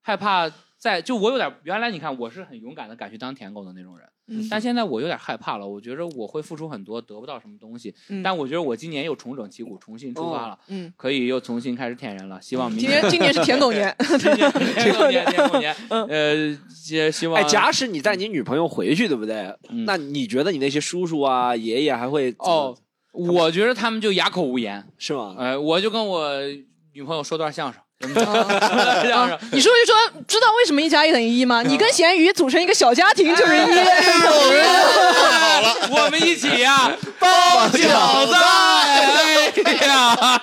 [SPEAKER 1] 害怕在就我有点原来你看我是很勇敢的敢去当舔狗的那种人，
[SPEAKER 2] 嗯
[SPEAKER 1] 但现在我有点害怕了，我觉着我会付出很多得不到什么东西，
[SPEAKER 2] 嗯
[SPEAKER 1] 但我觉得我今年又重整旗鼓，重新出发了，
[SPEAKER 2] 嗯，
[SPEAKER 1] 可以又重新开始舔人了，希望明
[SPEAKER 2] 今
[SPEAKER 1] 年
[SPEAKER 2] 年今年是舔狗年，
[SPEAKER 1] 今年舔狗年舔狗 年，呃，也希望
[SPEAKER 3] 哎，假使你带你女朋友回去，对不对？
[SPEAKER 1] 嗯
[SPEAKER 3] 那你觉得你那些叔叔啊、爷爷还会怎
[SPEAKER 1] 哦，，
[SPEAKER 3] 么
[SPEAKER 1] 我觉得他们就哑口无言，
[SPEAKER 3] 是吗？
[SPEAKER 1] 呃，我就跟我女朋友说段 相声，
[SPEAKER 2] 啊
[SPEAKER 1] 相声
[SPEAKER 2] 啊。你说就说，知道为什么一加一等于一吗？你跟咸鱼组成一个小家庭就是一。
[SPEAKER 1] 好了，我们一起呀、 包饺子！哎呀，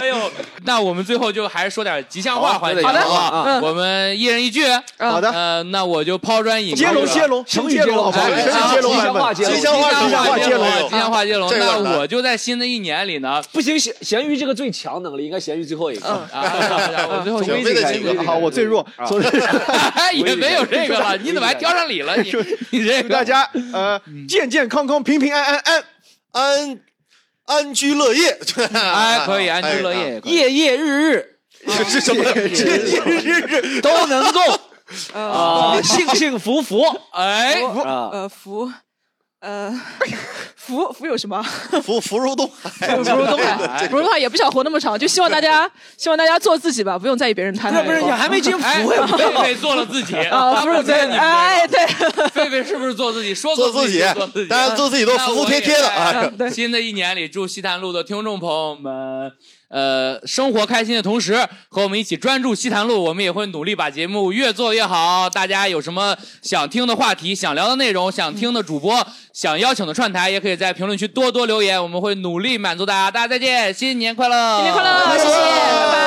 [SPEAKER 1] 哎呦，那我们最后就还是说啊点吉祥话环节
[SPEAKER 3] 好的
[SPEAKER 1] 不
[SPEAKER 3] 好
[SPEAKER 2] 的嗯
[SPEAKER 1] 我们一人一句。
[SPEAKER 4] 好的，
[SPEAKER 1] 呃，那我就抛砖引玉
[SPEAKER 4] 接
[SPEAKER 1] 了。
[SPEAKER 4] 龙接龙，成接龙好不好？
[SPEAKER 1] 哎
[SPEAKER 4] 全
[SPEAKER 1] 哎
[SPEAKER 4] 是接龙
[SPEAKER 3] 吉祥
[SPEAKER 4] 版
[SPEAKER 3] 话
[SPEAKER 4] 本
[SPEAKER 3] 接，龙
[SPEAKER 5] 吉祥话
[SPEAKER 1] 吉祥
[SPEAKER 5] 吉祥
[SPEAKER 1] 话
[SPEAKER 5] 话
[SPEAKER 1] 接
[SPEAKER 5] 接
[SPEAKER 1] 龙啊
[SPEAKER 5] 龙，
[SPEAKER 1] 吉祥话接龙。
[SPEAKER 5] 这个
[SPEAKER 1] 那
[SPEAKER 5] 有点难
[SPEAKER 1] 我就在新的一年里 呢，
[SPEAKER 3] 不行，咸咸鱼这个最强能力应该咸鱼最后一个。
[SPEAKER 1] 啊，我最后
[SPEAKER 5] 总
[SPEAKER 1] 一
[SPEAKER 5] 归
[SPEAKER 1] 个
[SPEAKER 5] 得几个
[SPEAKER 4] 好，我最弱，
[SPEAKER 1] 啊
[SPEAKER 4] 从
[SPEAKER 1] 哎 也没有这个了，你怎么还挑上理 了？你你这
[SPEAKER 4] 祝
[SPEAKER 1] 个
[SPEAKER 4] 大家呃
[SPEAKER 1] 嗯
[SPEAKER 4] 健健康康、平平安安、安
[SPEAKER 5] 安安居乐业，
[SPEAKER 1] 哎可以安居乐业，也可以。
[SPEAKER 3] 夜夜日日
[SPEAKER 5] 这哎 是什么？这
[SPEAKER 3] 都能够
[SPEAKER 2] 呃
[SPEAKER 3] 啊，幸幸福福
[SPEAKER 1] 哎，
[SPEAKER 3] 啊。
[SPEAKER 2] 呃福，呃福福有什么？
[SPEAKER 5] 福福如东海，
[SPEAKER 2] 不如东 海，不如东海也不想活那么长，就希望大家希望大家做自己吧，不用在意别人
[SPEAKER 3] 不
[SPEAKER 2] 贪
[SPEAKER 3] 是
[SPEAKER 2] 婪。
[SPEAKER 3] 不是，你还没进福
[SPEAKER 1] 哎，
[SPEAKER 3] 呀？
[SPEAKER 1] 狒狒做了自己，
[SPEAKER 2] 啊，不是
[SPEAKER 1] 在你
[SPEAKER 2] 哎，对，
[SPEAKER 1] 狒狒是不是做自己？说
[SPEAKER 5] 做
[SPEAKER 1] 自
[SPEAKER 5] 自己
[SPEAKER 1] 做自己，，
[SPEAKER 5] 大家做自己都服服帖帖的啊！
[SPEAKER 1] 啊！新的一年里，祝西坛路的听众朋友们，呃，生活开心的同时，和我们一起专注西坛路。我们也会努力把节目越做越好。大家有什么想听的话题、想聊的内容、想听的主播、想邀请的串台，也可以在评论区多多留言，我们会努力满足大家。大家再见，新年快乐！
[SPEAKER 2] 新年快乐，谢谢，拜拜。